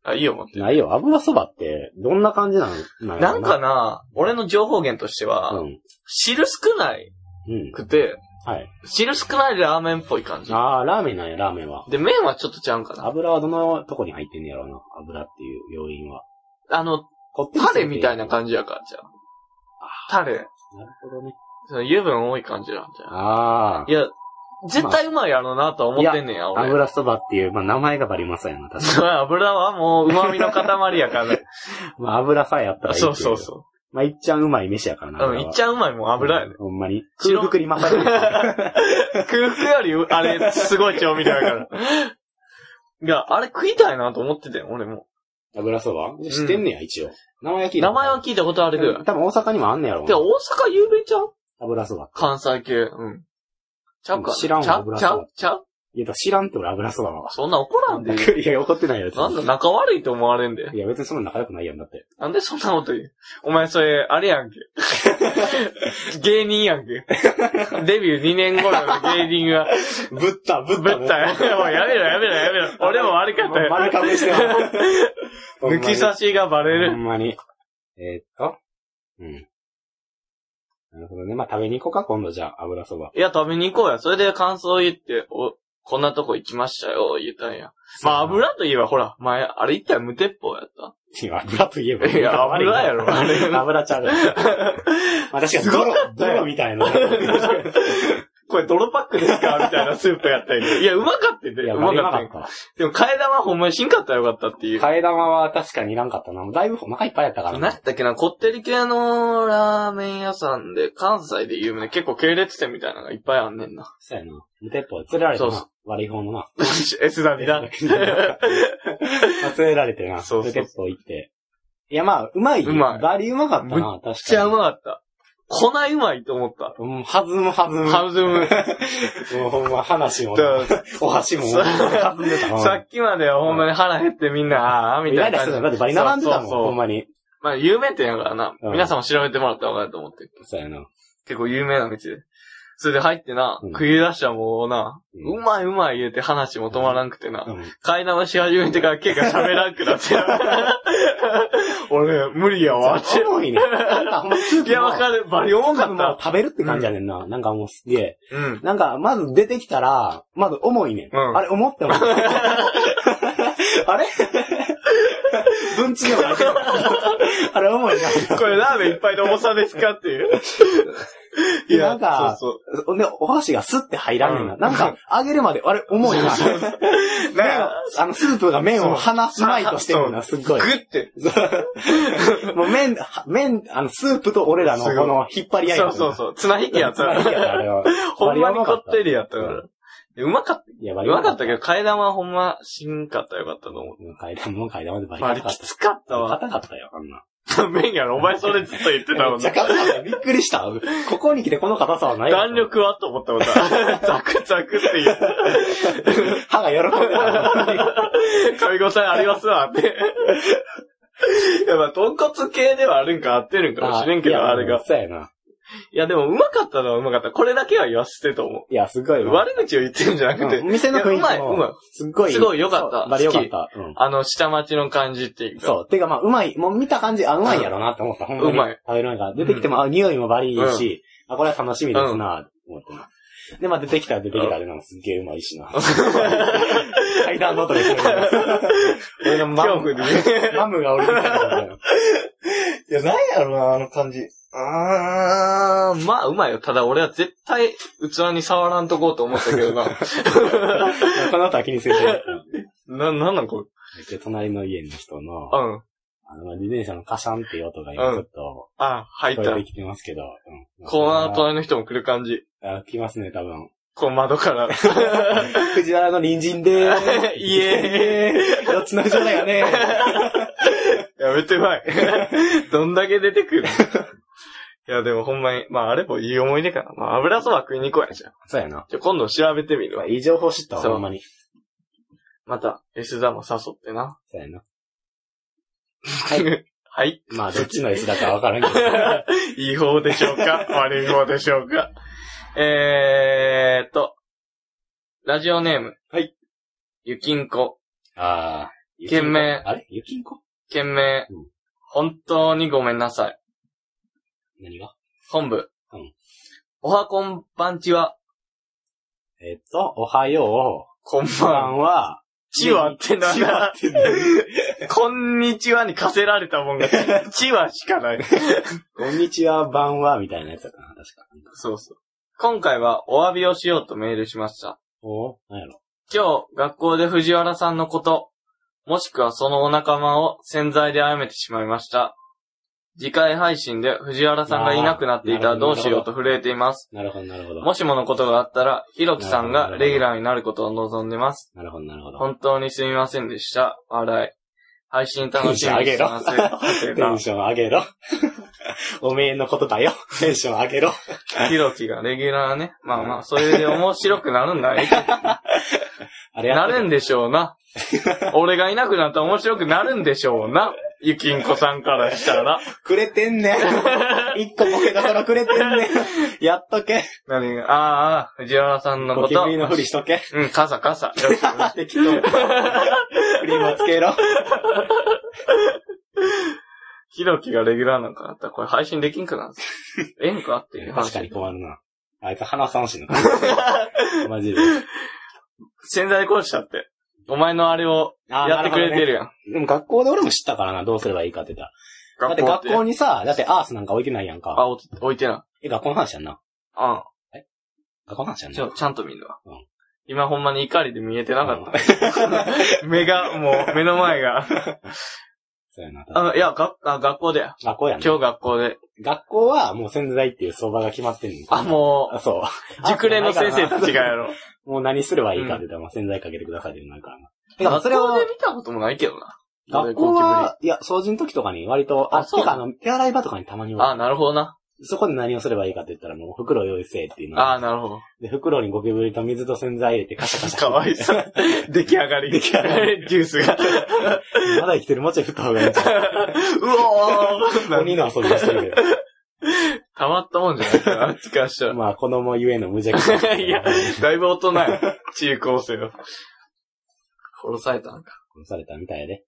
Speaker 1: あ、いいよ、持ってる。
Speaker 2: ないよ、油そばって、どんな感じなの
Speaker 1: なんか
Speaker 2: な
Speaker 1: な、俺の情報源として
Speaker 2: う
Speaker 1: は、
Speaker 2: ん。
Speaker 1: 汁少ない
Speaker 2: うん。
Speaker 1: くて、
Speaker 2: はい。
Speaker 1: 汁少ないラーメンっぽい感じ。
Speaker 2: あー、ラーメンなんや、ラーメンは。
Speaker 1: で、麺はちょっとちゃうんかな。
Speaker 2: 油はどのとこに入ってんねやろうな。油っていう要因は。
Speaker 1: あの、
Speaker 2: こってりし
Speaker 1: タ
Speaker 2: て
Speaker 1: レ
Speaker 2: る
Speaker 1: みたいな感じやから、じゃあ。タレ。
Speaker 2: なるほどね。
Speaker 1: その油分多い感じなんじゃん。
Speaker 2: あ
Speaker 1: いや、絶対うまいやろうなとは思ってんねんや、
Speaker 2: あ。
Speaker 1: 俺。
Speaker 2: 油そばっていう、まあ名前がバリまさやな、確か
Speaker 1: そう (laughs) 油はもう旨味の塊や
Speaker 2: (laughs)
Speaker 1: からね。
Speaker 2: に。まあ油さえあったらいいけ
Speaker 1: そ
Speaker 2: ど。。
Speaker 1: うそうそう
Speaker 2: まあいっちゃんうまい飯やから
Speaker 1: う。
Speaker 2: な。
Speaker 1: 多分、いっち
Speaker 2: ゃ
Speaker 1: ゃんうまいもん油やね。
Speaker 2: ほんまに。
Speaker 1: 白
Speaker 2: 空腹にま
Speaker 1: (laughs)
Speaker 2: さる。
Speaker 1: 空腹より、あれ、すごい調味料
Speaker 2: (laughs)
Speaker 1: やから。いや、あれ食いたいなと思ってて、俺も。
Speaker 2: 油そば知ってんねや、一応。名前は聞いた。
Speaker 1: 名前は聞いたことあるけど。
Speaker 2: 多分大阪にもあんねやろう
Speaker 1: で、大
Speaker 2: な。
Speaker 1: 阪有名ちゃう
Speaker 2: 油そば。
Speaker 1: 関西系。うん。ちゃうか
Speaker 2: 知らんわ
Speaker 1: ちゃう
Speaker 2: 油
Speaker 1: ちゃ
Speaker 2: そば
Speaker 1: うちゃう
Speaker 2: いや、知らんって俺油そばは。
Speaker 1: そんな怒らん
Speaker 2: (laughs)
Speaker 1: でいい。
Speaker 2: いや、怒ってないよ。別に
Speaker 1: なんだ、仲悪いと思われんで。
Speaker 2: いや、別にそんな仲良くないやんだって。
Speaker 1: なんでそんなこと言うお前それ、あれやん (laughs) け。芸人やんけ。デビュー2年頃の芸人 (laughs) が、
Speaker 2: ぶった、ぶ
Speaker 1: ぶったや。もうやめろやめろやめろ。俺も悪かったよ。
Speaker 2: 丸かぶ
Speaker 1: (laughs)
Speaker 2: りしてよほんま
Speaker 1: 抜
Speaker 2: に
Speaker 1: き差しがバレ
Speaker 2: ほ
Speaker 1: る。
Speaker 2: んまに。えーっと。うん。なるほどね。まあ、食べに行こうか、今度じゃあ、油そば。
Speaker 1: いや、食べに行こうや。それで感想言って、お、こんなとこ行きましたよ、言ったんや。まあ、油といえばほら、前、あれ一体無鉄砲やった。
Speaker 2: いや油といえば。
Speaker 1: いや油やろあれ
Speaker 2: 油ちゃうよ。まあ、確かに、
Speaker 1: すご
Speaker 2: 泥
Speaker 1: かっ、たよ
Speaker 2: 泥みたいな。い
Speaker 1: これ泥パックですかみたいなスープやったんやけど。いや、うまかったで。
Speaker 2: や、
Speaker 1: う
Speaker 2: うま
Speaker 1: まか
Speaker 2: か
Speaker 1: ったんや
Speaker 2: っ。た。
Speaker 1: でも、替え玉ほんまにしんかったらよかったっていう。
Speaker 2: 替え玉は確かにいらんかったな。だいぶお腹いっぱいやったから
Speaker 1: 何や
Speaker 2: な。
Speaker 1: ったっけな、こってり系のラーメン屋さんで、関西で有名で結構系列店みたいなのがいっぱいあんねん
Speaker 2: (laughs)
Speaker 1: な。
Speaker 2: そうやな。無鉄砲で釣られた
Speaker 1: そうそ
Speaker 2: な。悪い方のな。
Speaker 1: S ダビだ。
Speaker 2: まあ釣られてな。
Speaker 1: そうそうそう
Speaker 2: 無鉄砲行って。いや、まあ、うまい。
Speaker 1: うまい
Speaker 2: バリうまかった
Speaker 1: む
Speaker 2: な、確かに。
Speaker 1: めっちゃうまかった。こないうまいと思った。
Speaker 2: うん、弾む弾む。
Speaker 1: ハズム。
Speaker 2: もうほんま話も、 (laughs) お箸も、
Speaker 1: そう
Speaker 2: 弾んでた。
Speaker 1: さっきまではほんまに腹減ってみんな、ああ、み
Speaker 2: イ
Speaker 1: た
Speaker 2: ラ
Speaker 1: い
Speaker 2: イラ
Speaker 1: な
Speaker 2: して
Speaker 1: 感じ。
Speaker 2: たのだってバリ並んでたもん、
Speaker 1: そうそうそう
Speaker 2: ほんまに。
Speaker 1: まあ、有名店やからな。
Speaker 2: うん
Speaker 1: 皆さんも調べてもらったら分かると思って。
Speaker 2: そうやな。
Speaker 1: 結構有名な道で。それで入ってな、
Speaker 2: うん
Speaker 1: 食い出したらもうな、
Speaker 2: う
Speaker 1: うんまいうまい言うて話も止まらんくてな。
Speaker 2: うん
Speaker 1: 買い直し始めてから結構喋らんくなって。 (laughs) 俺、無理やわって。
Speaker 2: 重いね。なんかほんまスープ
Speaker 1: いや、わか
Speaker 2: る。
Speaker 1: る。バリ重
Speaker 2: スー
Speaker 1: か
Speaker 2: プ
Speaker 1: っ
Speaker 2: も
Speaker 1: た。
Speaker 2: 食べるって感じやねんな。なんかもうすげえ。
Speaker 1: うん。
Speaker 2: なんか、まず出てきたら、まず重いねん。
Speaker 1: うん
Speaker 2: あれ、
Speaker 1: (laughs)
Speaker 2: 思っても。あれ (laughs) 文池でもないけど。 (laughs) あれ、重いな。
Speaker 1: これラーメンいっぱいの重さですかっていう。
Speaker 2: いやなんか
Speaker 1: そう
Speaker 2: で、お箸がスッて入らんねんな。
Speaker 1: うん
Speaker 2: なんか、揚げるまで、あれ、重いな。
Speaker 1: そうそう。なん
Speaker 2: 麺を
Speaker 1: か、
Speaker 2: あの、スープが麺を離すまいとしてるな、すっごい
Speaker 1: グ。ッて。
Speaker 2: もう麺、麺、あの、スープと俺らの
Speaker 1: すごい
Speaker 2: この、引っ張り合い
Speaker 1: そうそうそう。綱引きやった
Speaker 2: つまりいいやろあれは
Speaker 1: ほんまにこってりやったか
Speaker 2: う
Speaker 1: ら。うまかっ
Speaker 2: いや、
Speaker 1: た。
Speaker 2: 割
Speaker 1: うまかったけど、階段はほんま、しんかったらよかったと思う。
Speaker 2: うん階段も階段までバリ
Speaker 1: まあ、あ
Speaker 2: 硬
Speaker 1: れ
Speaker 2: か
Speaker 1: き
Speaker 2: っ
Speaker 1: つかった
Speaker 2: た。
Speaker 1: わ。
Speaker 2: 硬かったよ、あんな。
Speaker 1: 麺やろ、お前それずっと言ってた
Speaker 2: め
Speaker 1: も
Speaker 2: っ
Speaker 1: ん
Speaker 2: ちゃ
Speaker 1: ね。
Speaker 2: 硬かった。びっくりした。ここに来てこの硬さはないよ
Speaker 1: 弾力はと思ったもんな。 (laughs) ザクザクって言う。
Speaker 2: 歯が喜んでた。
Speaker 1: 噛み応えありますわって。やっぱ、豚骨系 (laughs) ではあるんか合ってるんかもしれんけ
Speaker 2: い
Speaker 1: ど、
Speaker 2: や
Speaker 1: あれが。
Speaker 2: そうやな。
Speaker 1: いや、でも、うまかったのはうまかった。これだけは言わせてと思。
Speaker 2: いや、すごいうわ。
Speaker 1: 悪口を言ってるんじゃなくて
Speaker 2: うん。店の雰囲気
Speaker 1: いやうまい、うまい
Speaker 2: も。、すっごい。
Speaker 1: すごい良かった
Speaker 2: そうバリ良かった。うん
Speaker 1: あの、下町の感じっていうか。
Speaker 2: そう。てかまあ、うまい。もう見た感じ、あ、うまいやろなって思った。ほんまに。
Speaker 1: うまい。
Speaker 2: 食べるのが。出てきても、あ、匂いもバリいいし、あ、これは楽しみですな、思ってな。で、まあ、出てきたら出てきたで、なんかすっげえうまいしな。 (laughs) 階段の音が聞こえる。俺のマ
Speaker 1: 恐
Speaker 2: ム
Speaker 1: 怖、 (laughs) で。
Speaker 2: マムが俺に来たからね
Speaker 1: いや、なんやろな、あの感じ。あー、まあ、うまいよ。ただ俺は絶対、器に触らんとこうと思ったけどな。
Speaker 2: この後は気にせずに。
Speaker 1: (laughs) な、なんなんこれ。
Speaker 2: で、隣の家の人の、
Speaker 1: うん。
Speaker 2: あの、自転車のカシャンっていう音が
Speaker 1: う
Speaker 2: 今ち
Speaker 1: ん
Speaker 2: ょっと、
Speaker 1: あ、入っ
Speaker 2: 聞こえ
Speaker 1: た
Speaker 2: て。きてますけど、うん。
Speaker 1: この隣の人も来る感じ。
Speaker 2: あ来ますね、多分。
Speaker 1: この窓 (laughs) から。 (laughs)
Speaker 2: 藤原の隣人でーす。
Speaker 1: イ
Speaker 2: (laughs)
Speaker 1: エ
Speaker 2: ーイ。どっちの藤原
Speaker 1: (laughs)
Speaker 2: やね
Speaker 1: やめて
Speaker 2: (laughs)
Speaker 1: まい。どんだけ出てくるいや、でもほんまに、まああれもいい思い出かな。まあ油そば食いに行こうやじゃん。
Speaker 2: そうやな。
Speaker 1: じゃ、今度調べてみるわ。
Speaker 2: いい情報知ったわ、
Speaker 1: そう
Speaker 2: ほんまに。
Speaker 1: また、S 座も誘ってな。
Speaker 2: そうやな。
Speaker 1: はい。 (laughs) はい。
Speaker 2: まあ、どっちの S だかわから
Speaker 1: (laughs)
Speaker 2: んけど。
Speaker 1: いい方でしょう
Speaker 2: (laughs)
Speaker 1: か悪い方でしょうかえーっと、ラジオネーム。
Speaker 2: はい。
Speaker 1: ゆきんこ。
Speaker 2: ああ。
Speaker 1: 件名
Speaker 2: あれゆきんこ
Speaker 1: 件名
Speaker 2: うん。
Speaker 1: 本当にごめんなさい。
Speaker 2: 何が
Speaker 1: 本部。
Speaker 2: うん
Speaker 1: おはこんばんちは。
Speaker 2: えっと、おはよ
Speaker 1: こん
Speaker 2: う。不
Speaker 1: ばん。
Speaker 2: 安は、
Speaker 1: ちはってなん
Speaker 2: ちは
Speaker 1: だ
Speaker 2: って何
Speaker 1: こんにちはに課せられたもん (laughs) が、ちはしかない。
Speaker 2: こんにちは、晩は、みたいなやつだったな、確か。
Speaker 1: そうそう。今回はお詫びをしようとメールしました。
Speaker 2: お何やろ。
Speaker 1: 今日、学校で藤原さんのこと、もしくはそのお仲間を洗剤で殺めてしまいました。次回配信で藤原さんがいなくなっていたらどうしようと震えています。
Speaker 2: なるほど、なるほど。
Speaker 1: もしものことがあったら、ひろきさんがレギュラーになることを望んでます。
Speaker 2: なるほど、なるほど。
Speaker 1: 本当にすみませんでした。笑い。配信楽しみにしてます。 (laughs)
Speaker 2: テンション上げろ。 (laughs) おめえのことだよ。テンション上げろ。
Speaker 1: ひろきがレギュラーね。まあまあ、それで面白くなるん
Speaker 2: (laughs)
Speaker 1: だね。
Speaker 2: あれや
Speaker 1: な
Speaker 2: った
Speaker 1: るんでしょう
Speaker 2: (laughs)
Speaker 1: な。俺がいなくなったら面白くなるんでしょうな。ゆきんこさんからしたら。
Speaker 2: くれてん
Speaker 1: (laughs)
Speaker 2: ねん。一個ボケどころくれてんねん。やっとけ。
Speaker 1: 何がああ、藤原さんの
Speaker 2: ゴ
Speaker 1: こ
Speaker 2: キ
Speaker 1: と。
Speaker 2: ブリのふりしとけ。
Speaker 1: うん、傘傘。 (laughs) よし
Speaker 2: 適当。クリームをつけろ。
Speaker 1: ひろきがレギュラーなんかあったら、これ配信できんくなるんですよええんかっていう
Speaker 2: 確
Speaker 1: 話
Speaker 2: か。に困るな。あいつ話さんしな。
Speaker 1: (laughs)
Speaker 2: マジで。
Speaker 1: 潜在講師だって。お前のあれを
Speaker 2: あー
Speaker 1: やってくれてるやん。
Speaker 2: でも学校で俺も知ったからな、どうすればいいかって言ったら。だって
Speaker 1: 学校っ
Speaker 2: 学
Speaker 1: て。
Speaker 2: 校にさ、だってアースなんか置いてないやんか。
Speaker 1: あ、置いて置いてな。
Speaker 2: え、学校の話やんな。
Speaker 1: うん。
Speaker 2: 学校の話やん
Speaker 1: ち
Speaker 2: な。
Speaker 1: ょ、ちゃんと見るわ。
Speaker 2: うん
Speaker 1: 今ほんまに怒りで見えてなかった。 (laughs) 目が、もう、目の前が。
Speaker 2: そうやな。
Speaker 1: あの、いや、学あ学校で。
Speaker 2: 学校やんな。
Speaker 1: 今日学校で。
Speaker 2: 学校はもう潜在っていう相場が決まってんねん。
Speaker 1: あ、も
Speaker 2: あ、そう。
Speaker 1: う、熟練の先生たちがやろ。
Speaker 2: もう何すればいいかって言ったら、まあ洗剤かけてくださいってなるからな。てか、
Speaker 1: 学
Speaker 2: それ
Speaker 1: 校
Speaker 2: は
Speaker 1: で、見たこともないけどな。
Speaker 2: 学校は、いや、掃除の時とかに割と、あ、
Speaker 1: あそう
Speaker 2: てかあの、手洗い場とかにたまに
Speaker 1: ゴキブリあ、
Speaker 2: は、
Speaker 1: なるほどな。
Speaker 2: そこで何をすればいいかって言ったらもう袋を用意せえっていうの。
Speaker 1: ああ、なるほど。
Speaker 2: で、袋にゴキブリと水と洗剤入れてカシャカシャ。
Speaker 1: かわい
Speaker 2: (laughs)
Speaker 1: そう。出来上がり。
Speaker 2: 出来上が
Speaker 1: り。ジュース
Speaker 2: (laughs)
Speaker 1: が。
Speaker 2: まだ生きてる、もうちょい振った方がいいんちゃ
Speaker 1: (laughs) うお
Speaker 2: う。
Speaker 1: ー
Speaker 2: 鬼の遊びをしてるけ
Speaker 1: たまったもんじゃないかな、あっちからした (laughs)
Speaker 2: ど。まあ、子供ゆえの無邪気さ
Speaker 1: ら。いや、だいぶ大人や。中高生は。殺されたんか。
Speaker 2: 殺されたみたいやで。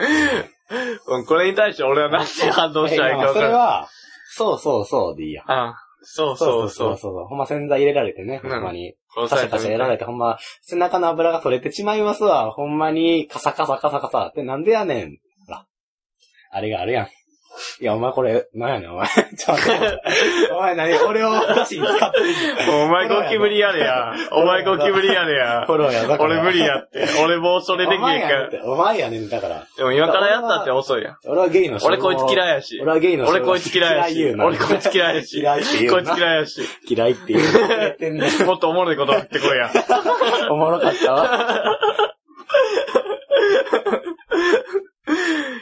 Speaker 1: うんこれに対して俺は何て反応したらいい
Speaker 2: え
Speaker 1: か
Speaker 2: まあ
Speaker 1: 分
Speaker 2: そ
Speaker 1: から
Speaker 2: れ
Speaker 1: ん。
Speaker 2: は、そうそうそうでいいや。
Speaker 1: あそうそうそう。
Speaker 2: そうそう。ほんま洗剤入れられてね、
Speaker 1: う
Speaker 2: ほ
Speaker 1: ん
Speaker 2: んまに。
Speaker 1: 殺され
Speaker 2: カシャカ
Speaker 1: たみ
Speaker 2: シャ
Speaker 1: た
Speaker 2: や
Speaker 1: い
Speaker 2: られて、ほんま、背中の油が取れてしまいますわ。ほんまに、カサカサカサカサってなんでやねん。ほら。あれがあるやん。いや、お前これ、なんやねん、お前。 (laughs) ちょっと待って。お前何俺を歌詞に使って
Speaker 1: お前ゴキブリやれや。お前ゴキブリやれや
Speaker 2: フ。ォローやぞ。
Speaker 1: 俺無理
Speaker 2: や。
Speaker 1: やって。俺もうそれでき
Speaker 2: お
Speaker 1: るか
Speaker 2: 前やねん
Speaker 1: ら
Speaker 2: っ。て。お前やねん、だから。
Speaker 1: でも今からやったって遅いやん。
Speaker 2: 俺はゲイの
Speaker 1: 俺こいつ嫌
Speaker 2: い。
Speaker 1: いやし。
Speaker 2: 俺はゲイの
Speaker 1: 俺こいつ嫌いやし。
Speaker 2: 言うな
Speaker 1: 俺こいつ嫌いやし。
Speaker 2: 嫌いって言
Speaker 1: こ
Speaker 2: う
Speaker 1: いつ
Speaker 2: な。
Speaker 1: 嫌いやし。
Speaker 2: 嫌いって言うな。言っ
Speaker 1: (laughs)
Speaker 2: てんねん
Speaker 1: もっとおもろいこと言ってこいや。
Speaker 2: おもろかったわ。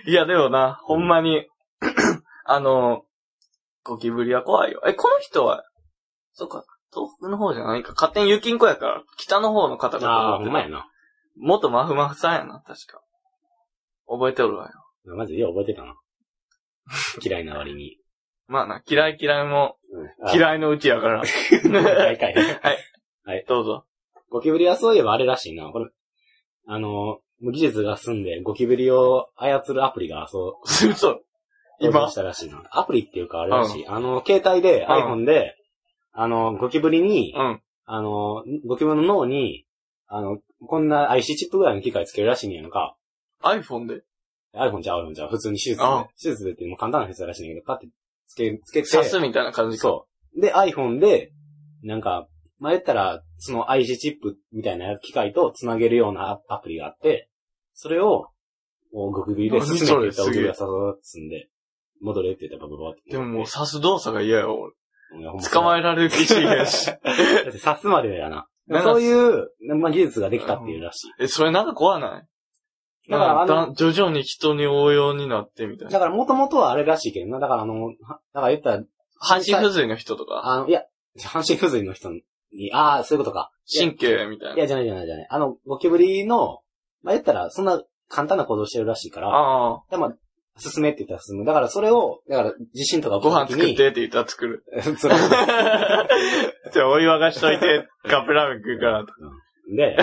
Speaker 1: いや、でもな、ほんまに、 (clears throat) あの、ゴキブリは怖いよ。え、この人は、そっか、東北の方じゃないか。勝手に雪んこやから、北の方の方か
Speaker 2: あ
Speaker 1: と
Speaker 2: あ、ほ
Speaker 1: 思
Speaker 2: ん
Speaker 1: っ
Speaker 2: ま
Speaker 1: て
Speaker 2: やな。
Speaker 1: 元マフマフさんやな、確か。覚えておるわよ。
Speaker 2: マジでよう覚えてたな。嫌いな割に。
Speaker 1: まあな、嫌い嫌いも、
Speaker 2: うん
Speaker 1: 嫌いのうちや
Speaker 2: (laughs)
Speaker 1: から。
Speaker 2: はいかい。
Speaker 1: どうぞ。
Speaker 2: ゴキブリはそういえばあれらしいな。これ、あの、技術が済んでゴキブリを操るアプリが、そう、
Speaker 1: 嘘。
Speaker 2: 登
Speaker 1: 今
Speaker 2: 場し。たらしいな。アプリっていうかあれらしい。あの、携帯で、
Speaker 1: うん
Speaker 2: iPhone で、あの、ゴキブリに、
Speaker 1: うん。
Speaker 2: あの、ゴキブリの脳に、あの、こんな IC チップぐらいの機械つけるらしいんやのか。
Speaker 1: iPhone で
Speaker 2: iPhone じゃ iPhone じゃ普通に手術で
Speaker 1: うん、
Speaker 2: 手術でっていうのも簡単な手術らしいんやけど、パってつけ、つけて、
Speaker 1: 刺すみたいな感じか。
Speaker 2: そう。で、iPhone で、なんか、まあ、言ったら、その IC チップみたいな機械と繋げるようなアアプリがあって、それを、もう極ビで進めていっ
Speaker 1: 何
Speaker 2: た
Speaker 1: それ
Speaker 2: お
Speaker 1: す
Speaker 2: き
Speaker 1: げえ
Speaker 2: がさささんで、戻れって言ったらバババって。
Speaker 1: でももう刺す動作が嫌よ、俺。捕
Speaker 2: え
Speaker 1: まえられる気しやし。
Speaker 2: だって刺すまでやな。
Speaker 1: なんか
Speaker 2: そういう、まあ、技術ができたっていうらしい。
Speaker 1: え、それなんか怖ない
Speaker 2: だから、
Speaker 1: な
Speaker 2: あ
Speaker 1: んか
Speaker 2: の、
Speaker 1: だ徐々に人に応用になってみたいな。
Speaker 2: だから元々はあれらしいけどな。だからあの、はだから言ったら、
Speaker 1: 半身不随の人とか、
Speaker 2: あの、いや、半身不随の人に、ああ、そういうことか。
Speaker 1: 神経みたい
Speaker 2: い
Speaker 1: な。
Speaker 2: や、じゃないじゃないじゃない。あの、ゴキブリの、まあ、言ったら、そんな簡単な行動してるらしいから、
Speaker 1: ああ、
Speaker 2: でまあ、進めって言ったら進む。だからそれを、だから地震とか起
Speaker 1: ご
Speaker 2: きた
Speaker 1: 飯
Speaker 2: 時
Speaker 1: 作っ
Speaker 2: に、
Speaker 1: てって言ったら作
Speaker 2: (laughs)
Speaker 1: る。
Speaker 2: それ
Speaker 1: じゃあお湯沸かしといて、カップラーメン食うからと。 (laughs)
Speaker 2: で、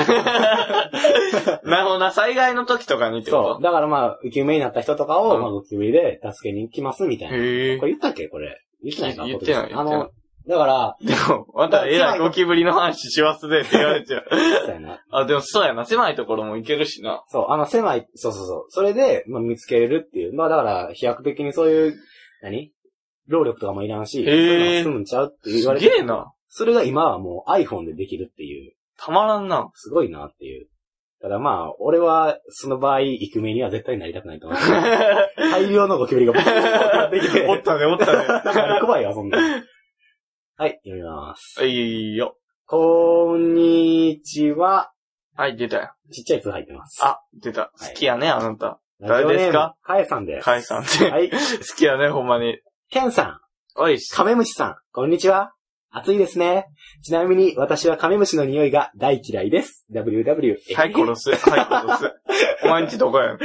Speaker 1: なるほどな、災害の時とかにって
Speaker 2: そ
Speaker 1: こ
Speaker 2: う。だからまあ、生き埋めになった人とかを、
Speaker 1: うん
Speaker 2: まあ、ゴキブリで助けに行きますみたい
Speaker 1: と
Speaker 2: な。
Speaker 1: へえ
Speaker 2: こ。れ言ったっけこれ。言ってないか
Speaker 1: 言ってない
Speaker 2: あ
Speaker 1: 言っ
Speaker 2: の、だから、
Speaker 1: でも、またえらいゴキブリの話し忘れって言われち
Speaker 2: (laughs)
Speaker 1: ゃう。
Speaker 2: そうやな。
Speaker 1: あ、でもそうやな、狭いところも行けるしな。
Speaker 2: そう、あの、狭い、そうそうそう。それで、まあ、見つけれるっていう。まあ、だから、飛躍的にそういう、何労力とかもいらんし、そういうのが済むんちゃうって
Speaker 1: す
Speaker 2: 言われて
Speaker 1: げえな。
Speaker 2: それが今はもう iPhone でできるっていう、
Speaker 1: たまらん
Speaker 2: (laughs)
Speaker 1: な。
Speaker 2: すごいなっていう。ただまあ、俺は、その場合、イクメンには絶対になりたくないと思う。大量のゴキブリがボーってきて、
Speaker 1: おったね、おったね。 (laughs)
Speaker 2: 怖いよ、そんな。はい、読みます。
Speaker 1: はいいよ。
Speaker 2: こんにちは。
Speaker 1: はい、出たよ。
Speaker 2: ちっちゃいつ入ってます。
Speaker 1: あ、出た。
Speaker 2: はい
Speaker 1: 好きやね、あなた。
Speaker 2: ラジオネーム
Speaker 1: 誰ですか
Speaker 2: かえさんです。
Speaker 1: カイさんって。
Speaker 2: はい。
Speaker 1: 好きやね、ほんまに。
Speaker 2: ケンさん、
Speaker 1: (laughs) おいし。
Speaker 2: カメムシさん、こんにちは。暑いですね。ちなみに、私はカメムシの匂いが大嫌いです。WW。 (laughs)
Speaker 1: はい、殺す。はい、殺す。お前んちどこやん。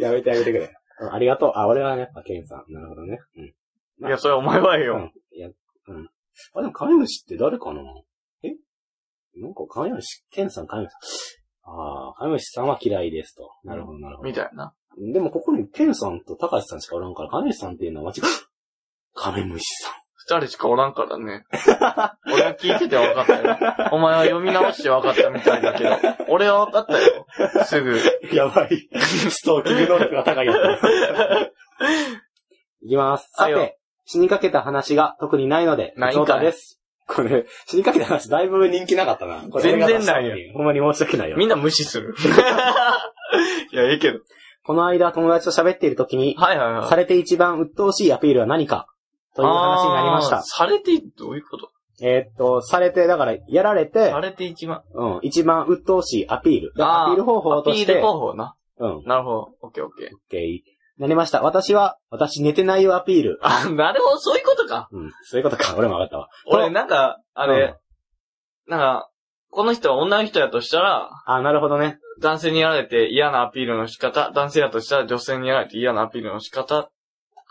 Speaker 2: やめてあげてくれ。うんありがとう。あ、俺はね、やっぱケンさん。なるほどね。うん。
Speaker 1: いや、それお前はええ
Speaker 2: う
Speaker 1: よ。
Speaker 2: んあ、でもカメムシって誰かなえなんかカメムシ、ケンさんカメムシ。ああ、カメムシさんは嫌いですと。なるほど、なるほ
Speaker 1: みたいな。
Speaker 2: ど。でもここにケンさんと高橋さんしかおらんから、カメムシさんっていうのは (laughs) 間違い。カメムシさん。
Speaker 1: 二人しかおらんからね。 (laughs) 俺は聞いてて分かったよ。お前は読み直して分かったみたいだけど。俺は分かったよ。すぐ。
Speaker 2: やばい。ストーキング能力が高いや (laughs) つ。いきます。さ
Speaker 1: はいよ
Speaker 2: て、死にかけた話が特にないので、
Speaker 1: ないんかい
Speaker 2: 普通歌です。これ、死にかけた話だいぶ人気なかったな。これ
Speaker 1: 全然ないよ
Speaker 2: 俺が出したのにほんまに申し訳ないよ
Speaker 1: み。んな無視す
Speaker 2: (laughs)
Speaker 1: る。いや、ええけど。
Speaker 2: この間友達と喋っている時に、
Speaker 1: はいはいはい。
Speaker 2: されて一番鬱陶しいアピールは何かという話になりまし
Speaker 1: あー
Speaker 2: た。
Speaker 1: されて、どういうこと
Speaker 2: えーっと、されて、だから、やられて
Speaker 1: さ、れて一番。
Speaker 2: うん、一番鬱陶しいアピール。だから
Speaker 1: あー
Speaker 2: アピール方法
Speaker 1: アピ
Speaker 2: とし
Speaker 1: ール
Speaker 2: て、
Speaker 1: 方法な。
Speaker 2: うん、
Speaker 1: なるほど。オッケーオッケー。
Speaker 2: OK。なりました。私は、私寝てないよアピール。
Speaker 1: あ、なるほど、そういうことか。
Speaker 2: うん。そういうことか。 (laughs) 俺も分かったわ。
Speaker 1: 俺、
Speaker 2: こ
Speaker 1: なんか、あ
Speaker 2: の、
Speaker 1: れ
Speaker 2: うん、
Speaker 1: なんか、この人は女の人やとしたら、
Speaker 2: あ、なるほどね。
Speaker 1: 男性にやられて嫌なアピールの仕方、男性やとしたら女性にやられて嫌なアピールの仕方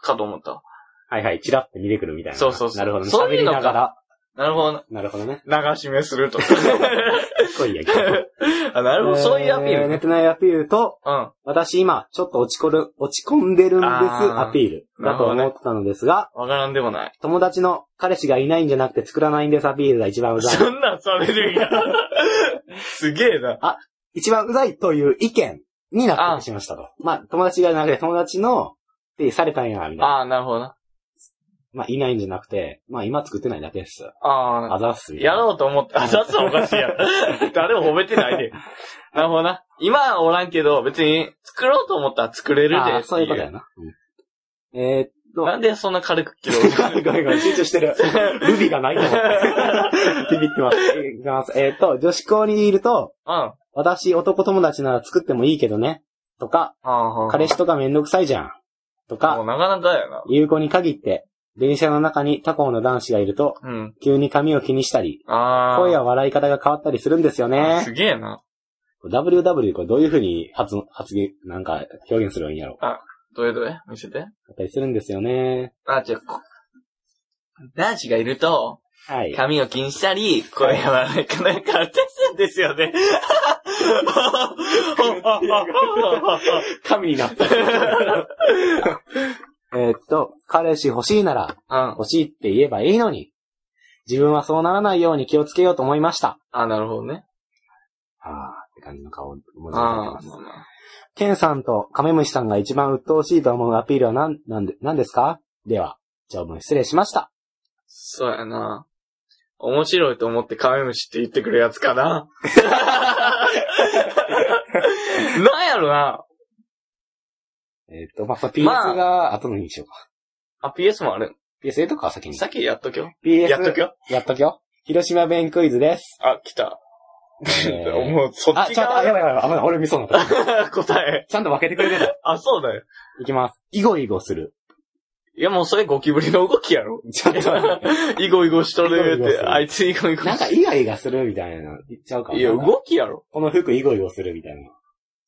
Speaker 1: かと思った。
Speaker 2: はいはい。チラって見てくるみたいな。
Speaker 1: そうそうそう
Speaker 2: なるほどね。
Speaker 1: そう
Speaker 2: 喋
Speaker 1: いう
Speaker 2: り
Speaker 1: のか
Speaker 2: ながら。
Speaker 1: なるほど。
Speaker 2: なるほどね。
Speaker 1: 流し目するとか。
Speaker 2: かっこいいやけど。
Speaker 1: (laughs) あなるほど、そういうアピー
Speaker 2: え
Speaker 1: ル
Speaker 2: 寝
Speaker 1: ね。
Speaker 2: てないアピールと、
Speaker 1: うん。
Speaker 2: 私今、ちょっと落ちこる、落ち込んでるんです
Speaker 1: あー
Speaker 2: アピールだと思ってたのですが、
Speaker 1: わからんでもない。
Speaker 2: 友達の彼氏がいないんじゃなくて作らないんですアピールが一番うざい。
Speaker 1: そんなんされるんや。 (laughs) すげえな。
Speaker 2: 一番うざいという意見にな
Speaker 1: あ
Speaker 2: っ
Speaker 1: ー
Speaker 2: てしましたと。まあ、友達がいなくて友達の、ってされたんや、みたいな。
Speaker 1: ああ、なるほどな。
Speaker 2: まあ、いないんじゃなくて、まあ、今作ってないだけです。
Speaker 1: あ
Speaker 2: あ
Speaker 1: あ、
Speaker 2: ざっす。
Speaker 1: やろうと思って、あ、雑はおかしいやん。 (laughs) 誰も褒めてないで。なるほどな。今はおらんけど、別に作ろうと思ったら作れる
Speaker 2: あ
Speaker 1: で。
Speaker 2: ーそういうことやな。うんえーっと、
Speaker 1: なんでそんな軽く (laughs) 切ろう
Speaker 2: ごめん (laughs) ごめんごめん、緊張してる。ル (laughs) ビがないと思って。ビビってます。いきます。えーっと、女子校にいると、
Speaker 1: うん。
Speaker 2: 私男友達なら作ってもいいけどね。とか、彼氏とかめんどくさいじゃん。
Speaker 1: も
Speaker 2: と
Speaker 1: う
Speaker 2: か、
Speaker 1: なかなかやな。
Speaker 2: 有効に限って、電車の中に他校の男子がいると、
Speaker 1: うん。
Speaker 2: 急に髪を気にしたり、
Speaker 1: ああ。
Speaker 2: 声や笑い方が変わったりするんですよね
Speaker 1: す。げえな。
Speaker 2: WW これどういう風に発音、発言、なんか表現すればいいんやろう。
Speaker 1: どれどれ見せて。
Speaker 2: あったりするんですよね。
Speaker 1: あ、じゃあ、こ男子がいると、
Speaker 2: はい。
Speaker 1: 髪を気にしたり、声が笑いかなんかあったりするんですよ (laughs) ね。
Speaker 2: 神になった。 (laughs) えーっと、彼氏欲しいなら
Speaker 1: うん。 (laughs)
Speaker 2: 欲しいって言えばいいのに、自分はそうならないように気をつけようと思いました。
Speaker 1: あ、なるほどね。
Speaker 2: あーって感じの顔、文字が出
Speaker 1: あ
Speaker 2: てま
Speaker 1: あ、
Speaker 2: す
Speaker 1: ま。あまあ
Speaker 2: ケンさんとカメムシさんが一番鬱陶しいと思うアピールは何、なんで、何ですかでは、長文失礼しました。
Speaker 1: そうやな。面白いと思ってカメムシって言ってくるやつか
Speaker 2: (laughs)
Speaker 1: な。なんやろな。
Speaker 2: えっ、と、まあ、これ PS が後のにしようか。
Speaker 1: あ、PS もある。
Speaker 2: PS とかは先に。
Speaker 1: さっきやっときょ。
Speaker 2: PS。
Speaker 1: やっときょ。
Speaker 2: やっときよ。広島弁クイズです。
Speaker 1: あ、来た。
Speaker 2: えー
Speaker 1: もう、そ
Speaker 2: あ、
Speaker 1: っち
Speaker 2: ちょっと、あ、や
Speaker 1: 側
Speaker 2: ばいやばい、危ない、俺見そうになった。
Speaker 1: 答え。
Speaker 2: ちゃんと分けてくれてた。
Speaker 1: あ、そうだよ。
Speaker 2: いきます。イゴイゴする。
Speaker 1: いや、もうそれゴキブリの動きや
Speaker 2: (laughs)
Speaker 1: ろ。
Speaker 2: ちょっと、
Speaker 1: イゴイゴしとる
Speaker 2: イゴ
Speaker 1: っ
Speaker 2: イゴ
Speaker 1: て、
Speaker 2: する
Speaker 1: あいつイゴイゴ
Speaker 2: なんかイガイガするみたいな、言っちゃうかも。
Speaker 1: いや、動きやろ。
Speaker 2: この服イゴイゴするみたいな。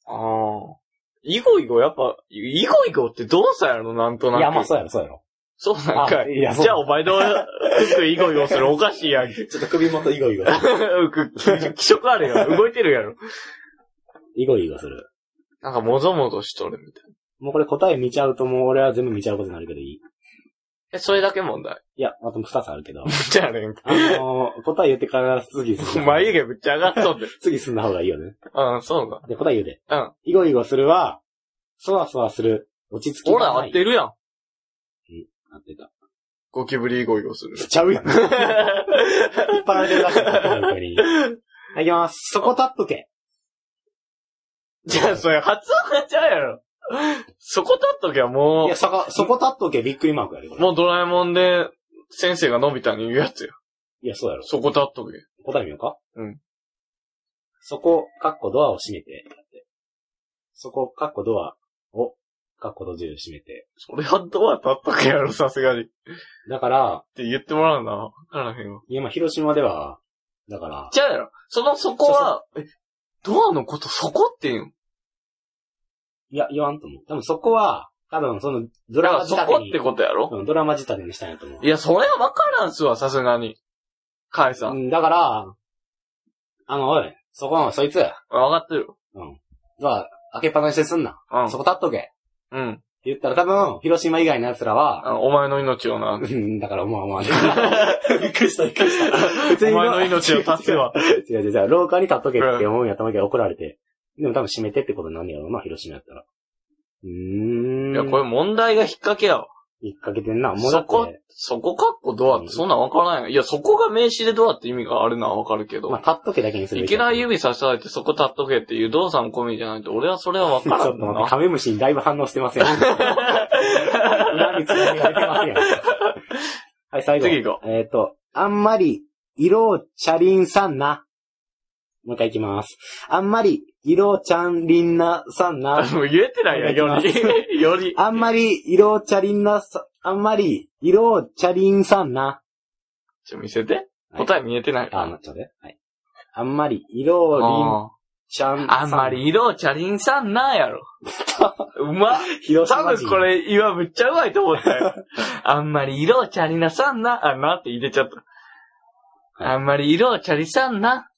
Speaker 1: ああ。イゴイゴやっぱ、イゴイゴってどうさやろなんとなく。
Speaker 2: いや、まあそうやろ、そうやろ。
Speaker 1: そうなんか
Speaker 2: あ
Speaker 1: い。
Speaker 2: いやそう
Speaker 1: じゃあお前の服イゴイゴするおかしいやん (laughs) け。
Speaker 2: ちょっと首元イゴイゴ。
Speaker 1: 服気色あるやん。動いてるやろ。
Speaker 2: イゴイゴする。
Speaker 1: なんかもぞもぞしとるみたいな。
Speaker 2: もうこれ答え見ちゃうともう俺は全部見ちゃうことになるけどいい
Speaker 1: え、それだけ問題。
Speaker 2: いや、あと二つあるけど。
Speaker 1: じゃあねん。
Speaker 2: あのー、答え言ってから次進
Speaker 1: (laughs)
Speaker 2: んだ。
Speaker 1: 眉毛ぶっちゃ上がっと (laughs) って。
Speaker 2: 次進んだ方がいいよね。
Speaker 1: うん、そうだ。
Speaker 2: で、答え言うで。
Speaker 1: うん。
Speaker 2: イゴイゴするは、そわそわする。落ち着き
Speaker 1: ほ
Speaker 2: が
Speaker 1: ら、
Speaker 2: な
Speaker 1: 合っ
Speaker 2: い。
Speaker 1: てるやん。
Speaker 2: 合ってた。
Speaker 1: ゴキブリイゴイゴする。
Speaker 2: ちゃうやん。引っ張られてるだけだから
Speaker 1: (laughs)
Speaker 2: 本当に。はい、いきます。そこ立っとけ。
Speaker 1: (laughs) じゃあ、それ発音がちゃうやろ。そこ立っときゃも
Speaker 2: いや、そこ、そこ立っとけ、びっくりマークやで、こ
Speaker 1: う、
Speaker 2: れ。
Speaker 1: もうドラえもんで、先生がのび太に言うやつよ。
Speaker 2: いや、そうやろ。
Speaker 1: そこ立っとけ。
Speaker 2: 答え見ようか
Speaker 1: うん。
Speaker 2: そこ、カッコドアを閉めて。そこ、カッコドアを、カッコ閉じる閉めて。
Speaker 1: それはドア立っとけやろ、さすがに。っ
Speaker 2: だから、
Speaker 1: て言ってもらうな。わからへんわ。
Speaker 2: いや、まあ、広島では、だから、
Speaker 1: ちゃうやろ。そのそこは、え、ドアのことそこって言うん
Speaker 2: いや、言わんと思う。多分そこは、多分その、
Speaker 1: だ
Speaker 2: ドラ
Speaker 1: か
Speaker 2: マ
Speaker 1: ら
Speaker 2: 仕
Speaker 1: そ
Speaker 2: 立て
Speaker 1: こ
Speaker 2: に
Speaker 1: ってことやろ
Speaker 2: うんドラマ仕立てにしたんやと思う
Speaker 1: い。や、それはわからんすわ、さすがに。カイさ。
Speaker 2: うんん、だから、あの、おい、そこの、そいつ、
Speaker 1: わかってる。
Speaker 2: ドア、開けっぱなしですんな。
Speaker 1: うん
Speaker 2: そ。こ立っとけ。って
Speaker 1: うん。
Speaker 2: 言ったら多分、広島以外の奴らは、
Speaker 1: あお前の命を
Speaker 2: (laughs)
Speaker 1: な。
Speaker 2: うん、だから、おまあま
Speaker 1: (laughs)
Speaker 2: あ。びっくりした、びっくりした。
Speaker 1: お前の命を助けは。
Speaker 2: (laughs) 違う違う違う、廊下に立っとけって思うんやったわけど怒られて。でも多分閉めてってことになんねやろうな、広島やったら。うーん。
Speaker 1: いや、これ問題が引っ掛けやわ。
Speaker 2: 引っ掛けてんな、もう
Speaker 1: そ
Speaker 2: だっ
Speaker 1: こ
Speaker 2: て。、
Speaker 1: そこかっこドアってそんなんわからんやん。いや、そこが名詞でドアって意味があるのはわかるけど。
Speaker 2: まあ、立っとけだけにする
Speaker 1: い
Speaker 2: べき
Speaker 1: き
Speaker 2: だ
Speaker 1: なり指さされてそこ立っとけっていう動作も込みじゃないと俺はそれはわ
Speaker 2: ち
Speaker 1: か
Speaker 2: ょっ
Speaker 1: ら
Speaker 2: と
Speaker 1: ん
Speaker 2: 待って、
Speaker 1: な。
Speaker 2: カメムシにだいぶ反応してま
Speaker 1: (laughs)
Speaker 2: せん。裏につながれてません。はい、最後。
Speaker 1: 次行こ
Speaker 2: えっ、と、あんまり、色をチャリンさんな。もう一回いきます。あんまり、いろちゃんりんなさん
Speaker 1: あ
Speaker 2: な、
Speaker 1: もう言えてないやん、より。より。
Speaker 2: あんまり、いろちゃりんなさ、あんまり、いろちゃりんさんな。
Speaker 1: ちょ、見せて。
Speaker 2: はい
Speaker 1: 答え見えてない。
Speaker 2: あ、待って待って。はい。あんまり、いろ
Speaker 1: あ
Speaker 2: りんちゃんさん
Speaker 1: ーあんま、り色チャリンさんなんやろ。う
Speaker 2: (laughs)
Speaker 1: まっ。
Speaker 2: 広
Speaker 1: 多
Speaker 2: 島
Speaker 1: 分
Speaker 2: 人
Speaker 1: こ。れ今むっちゃうまいと思った
Speaker 2: (laughs)
Speaker 1: よ。あんまり色をチャリなさんな。あ、なって入れちゃった。
Speaker 2: はい
Speaker 1: あんまり色をチャリさんな。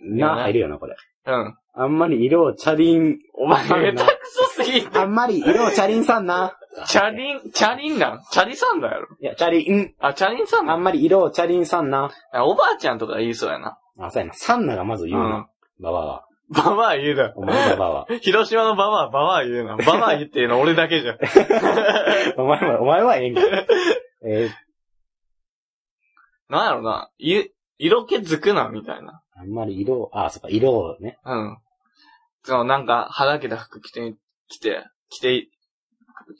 Speaker 2: な、入るよな、これ。
Speaker 1: うん。
Speaker 2: あんまり、いろちゃりん、
Speaker 1: お前
Speaker 2: さんな
Speaker 1: 下手くそすぎ
Speaker 2: あんまり、いろちゃりんさんな。
Speaker 1: チャリン、チャリンなんチャリさんだやろ。
Speaker 2: いや、チャリン、
Speaker 1: あ、チャリンさん
Speaker 2: あ
Speaker 1: なん
Speaker 2: んまり、いろちゃりんさんな。
Speaker 1: あおばあちゃんとか言いそうやな。
Speaker 2: あ、そうやな。サンナがまず言うな。ババアは。
Speaker 1: ババア言うな。
Speaker 2: お前ババア (laughs) は。
Speaker 1: 広島のババア、ババア言うな。ババア言ってるの俺だけじゃん。
Speaker 2: お前は、お前はええんか。えー、
Speaker 1: なんやろな。い、色気づくな、みたいな。
Speaker 2: あんまり色を、あ、そっか、色をね。
Speaker 1: うん。その、なんか、はだけた服着て、着て、着て、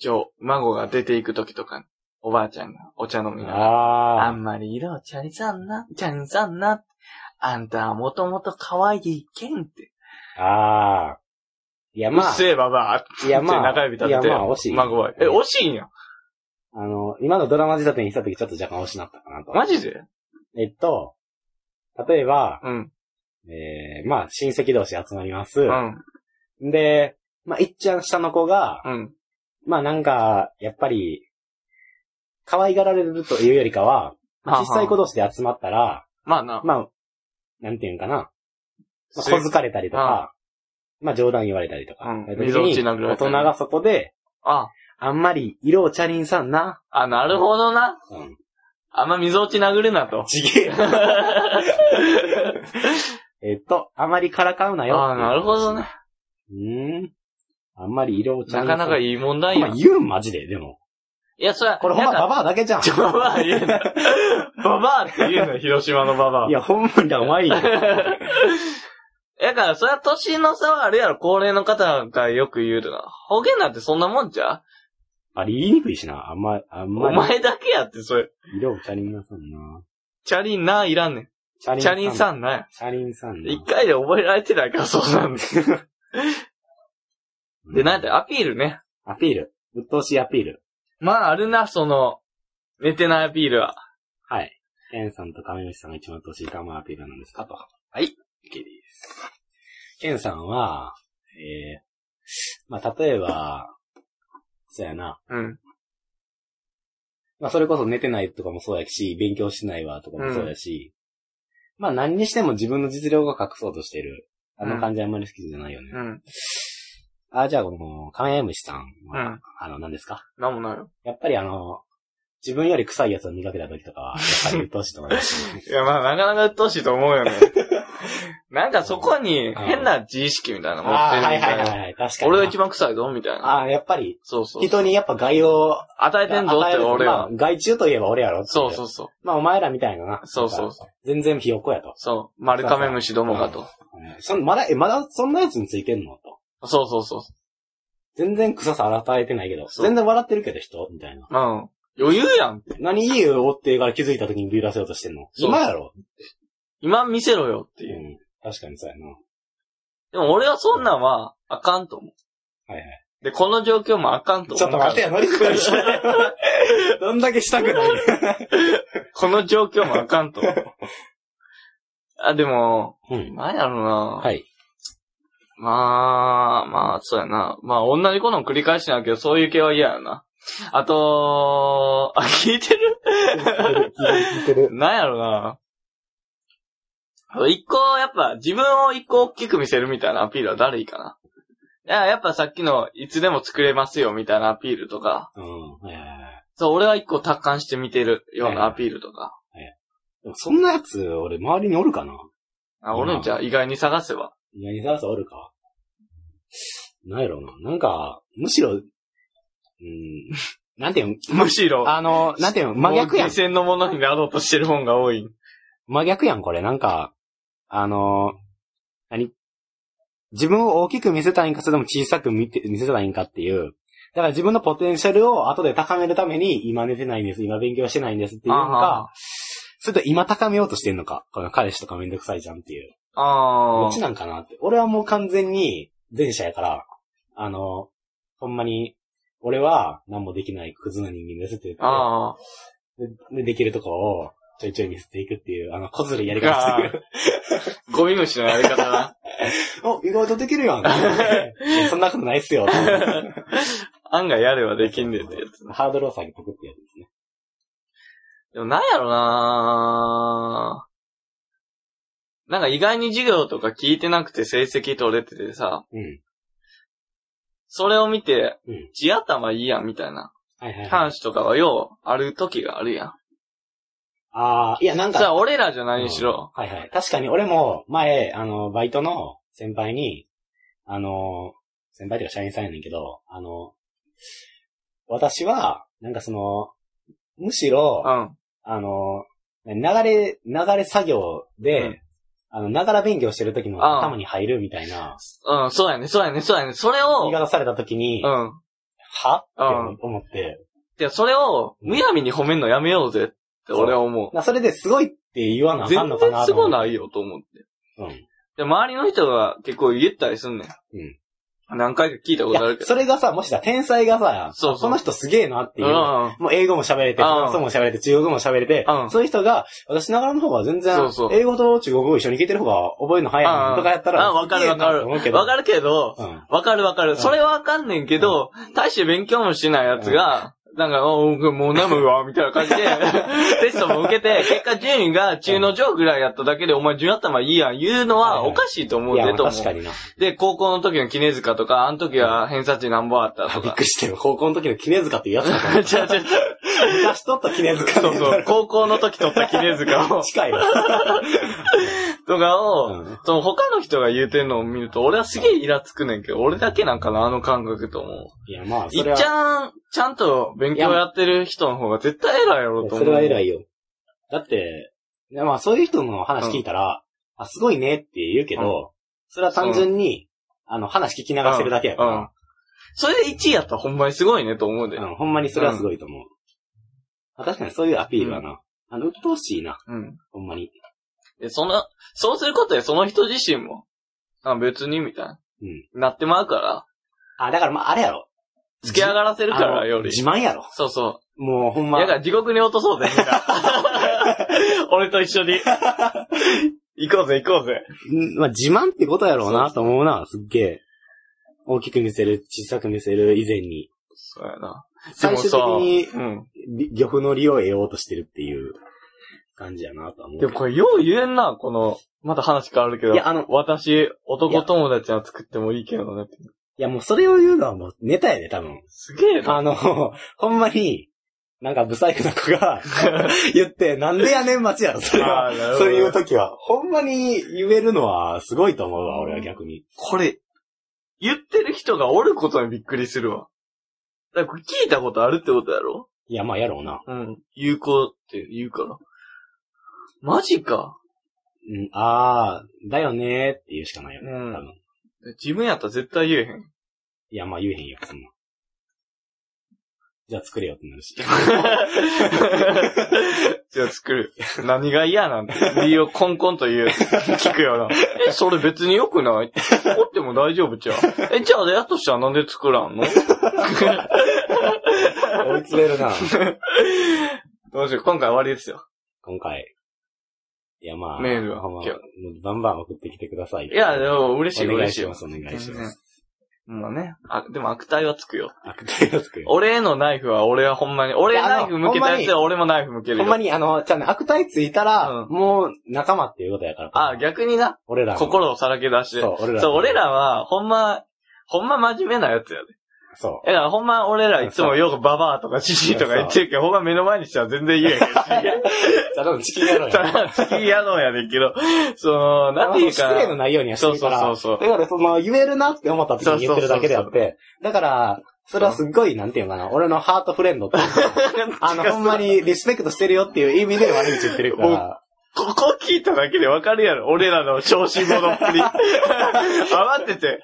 Speaker 1: 上、孫が出ていく時とかに、おばあちゃんがお茶飲みながら、あ
Speaker 2: あ
Speaker 1: んまり色をチャリさんな、チャリさんな、あんたはもともと可愛いけんって。
Speaker 2: あ、ああ。いや、ま
Speaker 1: うっせえばばあっ
Speaker 2: あ、いや、
Speaker 1: て
Speaker 2: まあ、
Speaker 1: 中指立てて、
Speaker 2: いや、まあ、惜しい。
Speaker 1: 孫は、え、惜しいんや。
Speaker 2: あの、今のドラマ仕立てにした時ちょっと若干惜しなったかなと。
Speaker 1: マジで
Speaker 2: えっと、例えば、
Speaker 1: うん、
Speaker 2: えー、まあ、親戚同士集まります
Speaker 1: う。ん、
Speaker 2: で、まあ、いっちゃん下の子が、
Speaker 1: うん、
Speaker 2: まあ、なんか、やっぱり、可愛がられるというよりかは、まあ
Speaker 1: は
Speaker 2: 小
Speaker 1: は
Speaker 2: さい子同士で集まったら、
Speaker 1: まあな、
Speaker 2: まあ、なんていうんかな。まあ、
Speaker 1: せ
Speaker 2: 小づかれたりとか、まあ冗談言われたりとか。
Speaker 1: うん
Speaker 2: やった時
Speaker 1: 溝落ち
Speaker 2: に
Speaker 1: 殴ら
Speaker 2: 大
Speaker 1: れた
Speaker 2: 人
Speaker 1: り
Speaker 2: が外で、
Speaker 1: あ、
Speaker 2: あんまり色をチャリンさんな。
Speaker 1: あ、なるほどな。
Speaker 2: うん。
Speaker 1: あんま溝落ち殴るなと。
Speaker 2: ちげえよえっと、あまりからかうなよ。
Speaker 1: あなるほどね。
Speaker 2: うーん。あんまり色をチャリ
Speaker 1: な
Speaker 2: ンさ
Speaker 1: かな
Speaker 2: ん
Speaker 1: か
Speaker 2: い。
Speaker 1: いい問題
Speaker 2: ま
Speaker 1: や
Speaker 2: あ
Speaker 1: ん。い
Speaker 2: 言うんマジで、でも。
Speaker 1: や、そりゃ、
Speaker 2: これほんま
Speaker 1: なんか
Speaker 2: ババアだけじゃん。
Speaker 1: ちょ、ババア言うな。ババアって
Speaker 2: (laughs)
Speaker 1: 言うな、広島のババア。(laughs)
Speaker 2: いや、ほんまにだ、お前いいよ。
Speaker 1: だから、それは年の差はあるやろ、高齢の方がよく言うな。ほげなんてそんなもんじゃ
Speaker 2: あれ言いにくいしな。あんま、あん
Speaker 1: う
Speaker 2: ま
Speaker 1: お
Speaker 2: り
Speaker 1: 前だけやって、それ。
Speaker 2: 色をチャリンさんな。
Speaker 1: チャリンないらんね
Speaker 2: チャ
Speaker 1: ん。チャリンさ
Speaker 2: ん。
Speaker 1: んなんや。
Speaker 2: チャリンさんな。
Speaker 1: 一回で覚えられてないから、そうなんで。
Speaker 2: (laughs)
Speaker 1: で、なんだアピールね。
Speaker 2: アピール。鬱陶しいアピール。
Speaker 1: まあ、あるな、その、寝てないアピールは。
Speaker 2: はい。ケンさんと亀虫さんが一番年いかまアピールなんですかと。
Speaker 1: はい。
Speaker 2: OK です。ケンさんは、えー、まあ、例えば、そうやな。
Speaker 1: うん。
Speaker 2: まあ、それこそ寝てないとかもそうやし、勉強してないわとかもそうやし、まあ、何にしても自分の実力を隠そうとしてる。あの感じあんまり好きじゃないよね。
Speaker 1: うん。
Speaker 2: あ、じゃあ、この、亀虫さん
Speaker 1: う
Speaker 2: は、
Speaker 1: ん。
Speaker 2: あの、何ですか
Speaker 1: なんもないよ。
Speaker 2: やっぱりあの、自分より臭いやつを見かけた時とかは、やっぱり鬱陶しいと思います、
Speaker 1: (laughs) いや、まあ、なかなか鬱陶しいと思う
Speaker 2: (laughs)
Speaker 1: よね。なんかそこに変な自意識みたいなの持っ
Speaker 2: あ
Speaker 1: て
Speaker 2: あ、
Speaker 1: るみ
Speaker 2: はい
Speaker 1: た
Speaker 2: はい
Speaker 1: い
Speaker 2: は
Speaker 1: な。
Speaker 2: いはい。確かに。
Speaker 1: 俺が一番臭いぞみたいな。
Speaker 2: ああ、やっぱり、
Speaker 1: そうそう。
Speaker 2: 人にやっぱ害を
Speaker 1: 与えてんぞっ
Speaker 2: 与え
Speaker 1: て
Speaker 2: る
Speaker 1: 俺
Speaker 2: まあ
Speaker 1: は。、
Speaker 2: 害虫といえば俺やろってい
Speaker 1: そうそうそう。
Speaker 2: まあ、お前らみたいなな。
Speaker 1: そうそう
Speaker 2: なんか全然ひよっこやと。
Speaker 1: そう。丸亀虫どもがと。
Speaker 2: うんそんまだ、え、まだそんなやつについてんのと。
Speaker 1: そうそうそ
Speaker 2: 全然臭さ与えてないけど、
Speaker 1: そう
Speaker 2: 全然笑ってるけど人みたいな。
Speaker 1: う。うん。余裕やん。
Speaker 2: 何家を追ってから気づいた時にビビらせようとしてんの
Speaker 1: そう
Speaker 2: 今やろ
Speaker 1: 今見せろよって
Speaker 2: う
Speaker 1: いう。
Speaker 2: ん。確かにそうやな。
Speaker 1: でも俺はそんなんは、あかんと思
Speaker 2: はいはい。
Speaker 1: う。で、この状況もあかんと思う。
Speaker 2: ちょっと待てよ、乗り越え
Speaker 1: (laughs)
Speaker 2: したよ。どんだけしたくない
Speaker 1: この状況もあかんと思う。
Speaker 2: (laughs)
Speaker 1: あ、でも、
Speaker 2: うん。
Speaker 1: なんやろうな。
Speaker 2: はい。
Speaker 1: まあ、まあ、そうやな。まあ、同じことの繰り返しなんやけど、そういう系は嫌やな。あと、あ、聞いて
Speaker 2: (laughs)
Speaker 1: る
Speaker 2: 聞いてる。
Speaker 1: なんやろな。一個、やっぱ、自分を一個大きく見せるみたいなアピールはだるいかな。いや、やっぱさっきの、いつでも作れますよみたいなアピールとか、
Speaker 2: (laughs) うん。はいはいはい。
Speaker 1: そう、俺は一個達観して見てるようなアピールとか。
Speaker 2: でもそんなやつ、俺、周りにおるかな
Speaker 1: あ、俺んちゃん意外に探せば。
Speaker 2: いや、沢さんおるかなんやろうな。なんか、むしろ、うん、なんていう
Speaker 1: むしろ
Speaker 2: の、あの、なんていうの、真逆や
Speaker 1: もうん下。線のものになろうとしてる本が多い。
Speaker 2: 真逆やん、これ。なんか、あの、何自分を大きく見せたいんか、それとも小さく見て見せたいんかっていう。だから自分のポテンシャルを後で高めるために、今寝てないんです、今勉強してないんですっていうの
Speaker 1: あは
Speaker 2: が、それと今高めようとしてんのか。この彼氏とかめんどくさいじゃんっていう。
Speaker 1: あ
Speaker 2: ど
Speaker 1: あ
Speaker 2: っち。なんかなって。俺はもう完全に前者やから、あの、ほんまに、俺は何もできないクズな人間ですって言っ
Speaker 1: ああ。
Speaker 2: て、でできるとこをちょいちょい見せていくっていう、あの、小ずるいやり方してくる。
Speaker 1: ゴミ虫のやり方な。
Speaker 2: お、意外とできるやんって言って。い (laughs) やそんなことないっすよ。
Speaker 1: (laughs) 案外やればできんでってやつ。
Speaker 2: ハードルを下げとくってやつですね。
Speaker 1: でもなんやろななんか意外に授業とか聞いてなくて成績取れててさ、
Speaker 2: うん。
Speaker 1: それを見て
Speaker 2: うん、
Speaker 1: 地頭いいやんみたいな。
Speaker 2: はいはい、はい。
Speaker 1: 監視とかはようある時があるやん。
Speaker 2: ああ、いやなん
Speaker 1: じゃ
Speaker 2: か、
Speaker 1: あ俺らじゃないにしろ。
Speaker 2: はいはい。確かに俺も前、あの、バイトの先輩に、あの、先輩というか社員さんやねんけど、あの、私は、なんかその、むしろ、
Speaker 1: うん。あ
Speaker 2: あの、流れ、流れ作業で、
Speaker 1: うん
Speaker 2: あの、ながら勉強してる時の
Speaker 1: ああ
Speaker 2: 頭に入るみたいな、
Speaker 1: うん、そうやね、そうやね、そうやね。それ
Speaker 2: 言
Speaker 1: を
Speaker 2: い、方された時に、
Speaker 1: うん。
Speaker 2: はって
Speaker 1: うん
Speaker 2: 思って、
Speaker 1: で、それを、むやみに褒めんのやめようぜって俺は思う。
Speaker 2: なそれですごいって言わなあかん
Speaker 1: 全
Speaker 2: のかな
Speaker 1: 然す
Speaker 2: と思
Speaker 1: ご
Speaker 2: う
Speaker 1: ないよと思って。
Speaker 2: うん。
Speaker 1: で、周りの人が結構言ったりすんねん。うん。何回か聞いたこ
Speaker 2: い
Speaker 1: とあ
Speaker 2: や
Speaker 1: る、けど。
Speaker 2: それがさ、もしさ、天才がさ、
Speaker 1: そうそう
Speaker 2: この人すげえなっていうう、
Speaker 1: ん。
Speaker 2: もう英語も喋れて、
Speaker 1: うん
Speaker 2: フランス語も喋れて、中国語も喋れて、
Speaker 1: うん
Speaker 2: そういう人が、私ながらの方が全然
Speaker 1: そうそう、
Speaker 2: 英語と中国語一緒に聞いてる方が覚えるの早い
Speaker 1: うん
Speaker 2: なとかやったら、
Speaker 1: あ、わかるわかる。
Speaker 2: 思うけど。
Speaker 1: わかるけど、
Speaker 2: うん。
Speaker 1: わかるわか
Speaker 2: うん
Speaker 1: る。それはわかんねんけど、大して勉強もしないやつが、なんか、おうもう飲むわ、みたいな感じ
Speaker 2: (laughs)
Speaker 1: で、テストも受けて、結果順位が中の上ぐらいやっただけで、お前順頭いいやん、言うのはおかしいと思う
Speaker 2: いや、ま
Speaker 1: で、
Speaker 2: あ
Speaker 1: と思
Speaker 2: 確か
Speaker 1: う。
Speaker 2: にな。
Speaker 1: で、高校の時の絹塚とか、あの時は偏差値なんぼあったと
Speaker 2: びっ
Speaker 1: か
Speaker 2: く。りしてる。高校の時の絹塚っていうやつ
Speaker 1: (laughs)
Speaker 2: だ
Speaker 1: 違う違う違う
Speaker 2: 昔取った絹塚
Speaker 1: そうそう、 (laughs) 高校の時取った絹塚
Speaker 2: (laughs)
Speaker 1: を、
Speaker 2: 近いわ。
Speaker 1: とかを、
Speaker 2: うん
Speaker 1: その他の人が言うてんのを見ると、俺はすげえイラつくねんけど、俺だけなんかな、あの感覚と思う。
Speaker 2: いや、まあ、
Speaker 1: い
Speaker 2: それ
Speaker 1: っち
Speaker 2: は、
Speaker 1: ゃん、ちゃんと勉強やってる人の方が絶対偉いやろと思う。
Speaker 2: それは偉
Speaker 1: い。
Speaker 2: いよ。だって、いやまあ、そういう人の話聞いたら、あ、すごいねって言うけど、それは単純に、あの、話聞き流してるだけや
Speaker 1: うん
Speaker 2: か。
Speaker 1: それで1位やったらほんまにすごいねと思うで。
Speaker 2: ら、うん、ほんまにそれはすごいと思う。あ確かにそういうアピールはな、あの、鬱陶しいな、
Speaker 1: うん。
Speaker 2: ほんまに。
Speaker 1: で、その、そうすることでその人自身も、あ、別に、みたいな。
Speaker 2: うん。
Speaker 1: なってまうから、
Speaker 2: あ、だからまあ、あれやろ。
Speaker 1: 突き上がらせるからより。
Speaker 2: 自慢やろ。
Speaker 1: そうそ
Speaker 2: もう、ほん
Speaker 1: う。
Speaker 2: ま。
Speaker 1: だから地獄に落とそうぜ、みん
Speaker 2: (laughs)
Speaker 1: な俺と一緒に。行こうぜ、行こうぜ。
Speaker 2: んまあ、自慢ってことやろうなと思うな、すっげえ。大きく見せる、小さく見せる以前に、
Speaker 1: そうやな。
Speaker 2: 最終的
Speaker 1: で
Speaker 2: に
Speaker 1: もさうん。
Speaker 2: り漁夫の利を得ようとしてるっていう感じやなとは思うけ
Speaker 1: で
Speaker 2: ど。
Speaker 1: もこれよう言えんな、この、また話変わるけど。
Speaker 2: いや、あの、
Speaker 1: 私、男友達は作ってもいいけどねって。
Speaker 2: いやもうそれを言うのはもうネタやで、多分。
Speaker 1: すげえな。
Speaker 2: あの、 (laughs) ほんまに、なんかブサイクな子が (laughs) 言って、なんでやねん待ちやろ、それは。
Speaker 1: (laughs) あーなるほど
Speaker 2: そういう時は、ほんまに言えるのはすごいと思うわ、俺は逆に。
Speaker 1: これ、言ってる人がおることにびっくりするわ。だからこれ聞いたことあるってことやろ
Speaker 2: いや、まあやろうな。
Speaker 1: うん。有効って言うから。マジか。
Speaker 2: うん、あー、だよねーって言うしかないよ
Speaker 1: う
Speaker 2: ね。多分
Speaker 1: ん。自分やったら絶対言えへん。
Speaker 2: いや、まあ言えへんよ、そんな。じゃあ作れよってなるし。
Speaker 1: じゃあ作る。何が嫌なんて。理由をコンコンと言う。聞くよな。え、それ別に良くない怒っても大丈夫じゃん。 (laughs) え、じゃあやっとしたらなんで作らんの
Speaker 2: (laughs) 追い詰めるな。
Speaker 1: どうしよう、今回終わりですよ。
Speaker 2: 今回。いや、まあ。
Speaker 1: メールは
Speaker 2: ほんま
Speaker 1: 今日
Speaker 2: もうバンバン送ってきてください。
Speaker 1: いや、で、も嬉しい、
Speaker 2: お願い
Speaker 1: 嬉しい
Speaker 2: し
Speaker 1: よ
Speaker 2: ま。す、お願いし
Speaker 1: 全
Speaker 2: ま
Speaker 1: 然
Speaker 2: す。
Speaker 1: もうね。あ、でも悪態はつくよ。
Speaker 2: 悪 (laughs) 態がつくよ。
Speaker 1: 俺へのナイフは俺はほんまに、俺へナイフ向けたやつは俺もナイフ向ける
Speaker 2: ほんま
Speaker 1: よ。
Speaker 2: に、あの、じゃあね、悪態ついたら、
Speaker 1: うん
Speaker 2: もう仲間っていうことやから。
Speaker 1: あ、逆にな。
Speaker 2: 俺らの。
Speaker 1: 心をさらけ出して。
Speaker 2: そう、俺らの。
Speaker 1: そう、俺らは、ほんま、ほんま真面目なやつやで。
Speaker 2: そ
Speaker 1: だからほんま俺らいつもよくババアとかシシとか言ってるけど、ほんま目の前にしたら全然言えへんし。
Speaker 2: う。じゃあ、多分チキンやろう
Speaker 1: (laughs) た
Speaker 2: よ。
Speaker 1: だ、次やろうやねんけど、その、なんていうか
Speaker 2: 失
Speaker 1: な。
Speaker 2: 礼のないようにはしてるから。
Speaker 1: そうそうそうそ
Speaker 2: だから、その、言えるなって思った時に言ってるだけであ
Speaker 1: そ
Speaker 2: っ
Speaker 1: うそ
Speaker 2: て。だから、それはすっごい、なんていうのかな、俺のハートフレンドっていうか。
Speaker 1: (laughs)
Speaker 2: あの、ほんまにリスペクトしてるよっていう意味で悪口言ってるから。
Speaker 1: ここ聞いただけでわかるやろ。俺らの小心者っぷり。余ってて。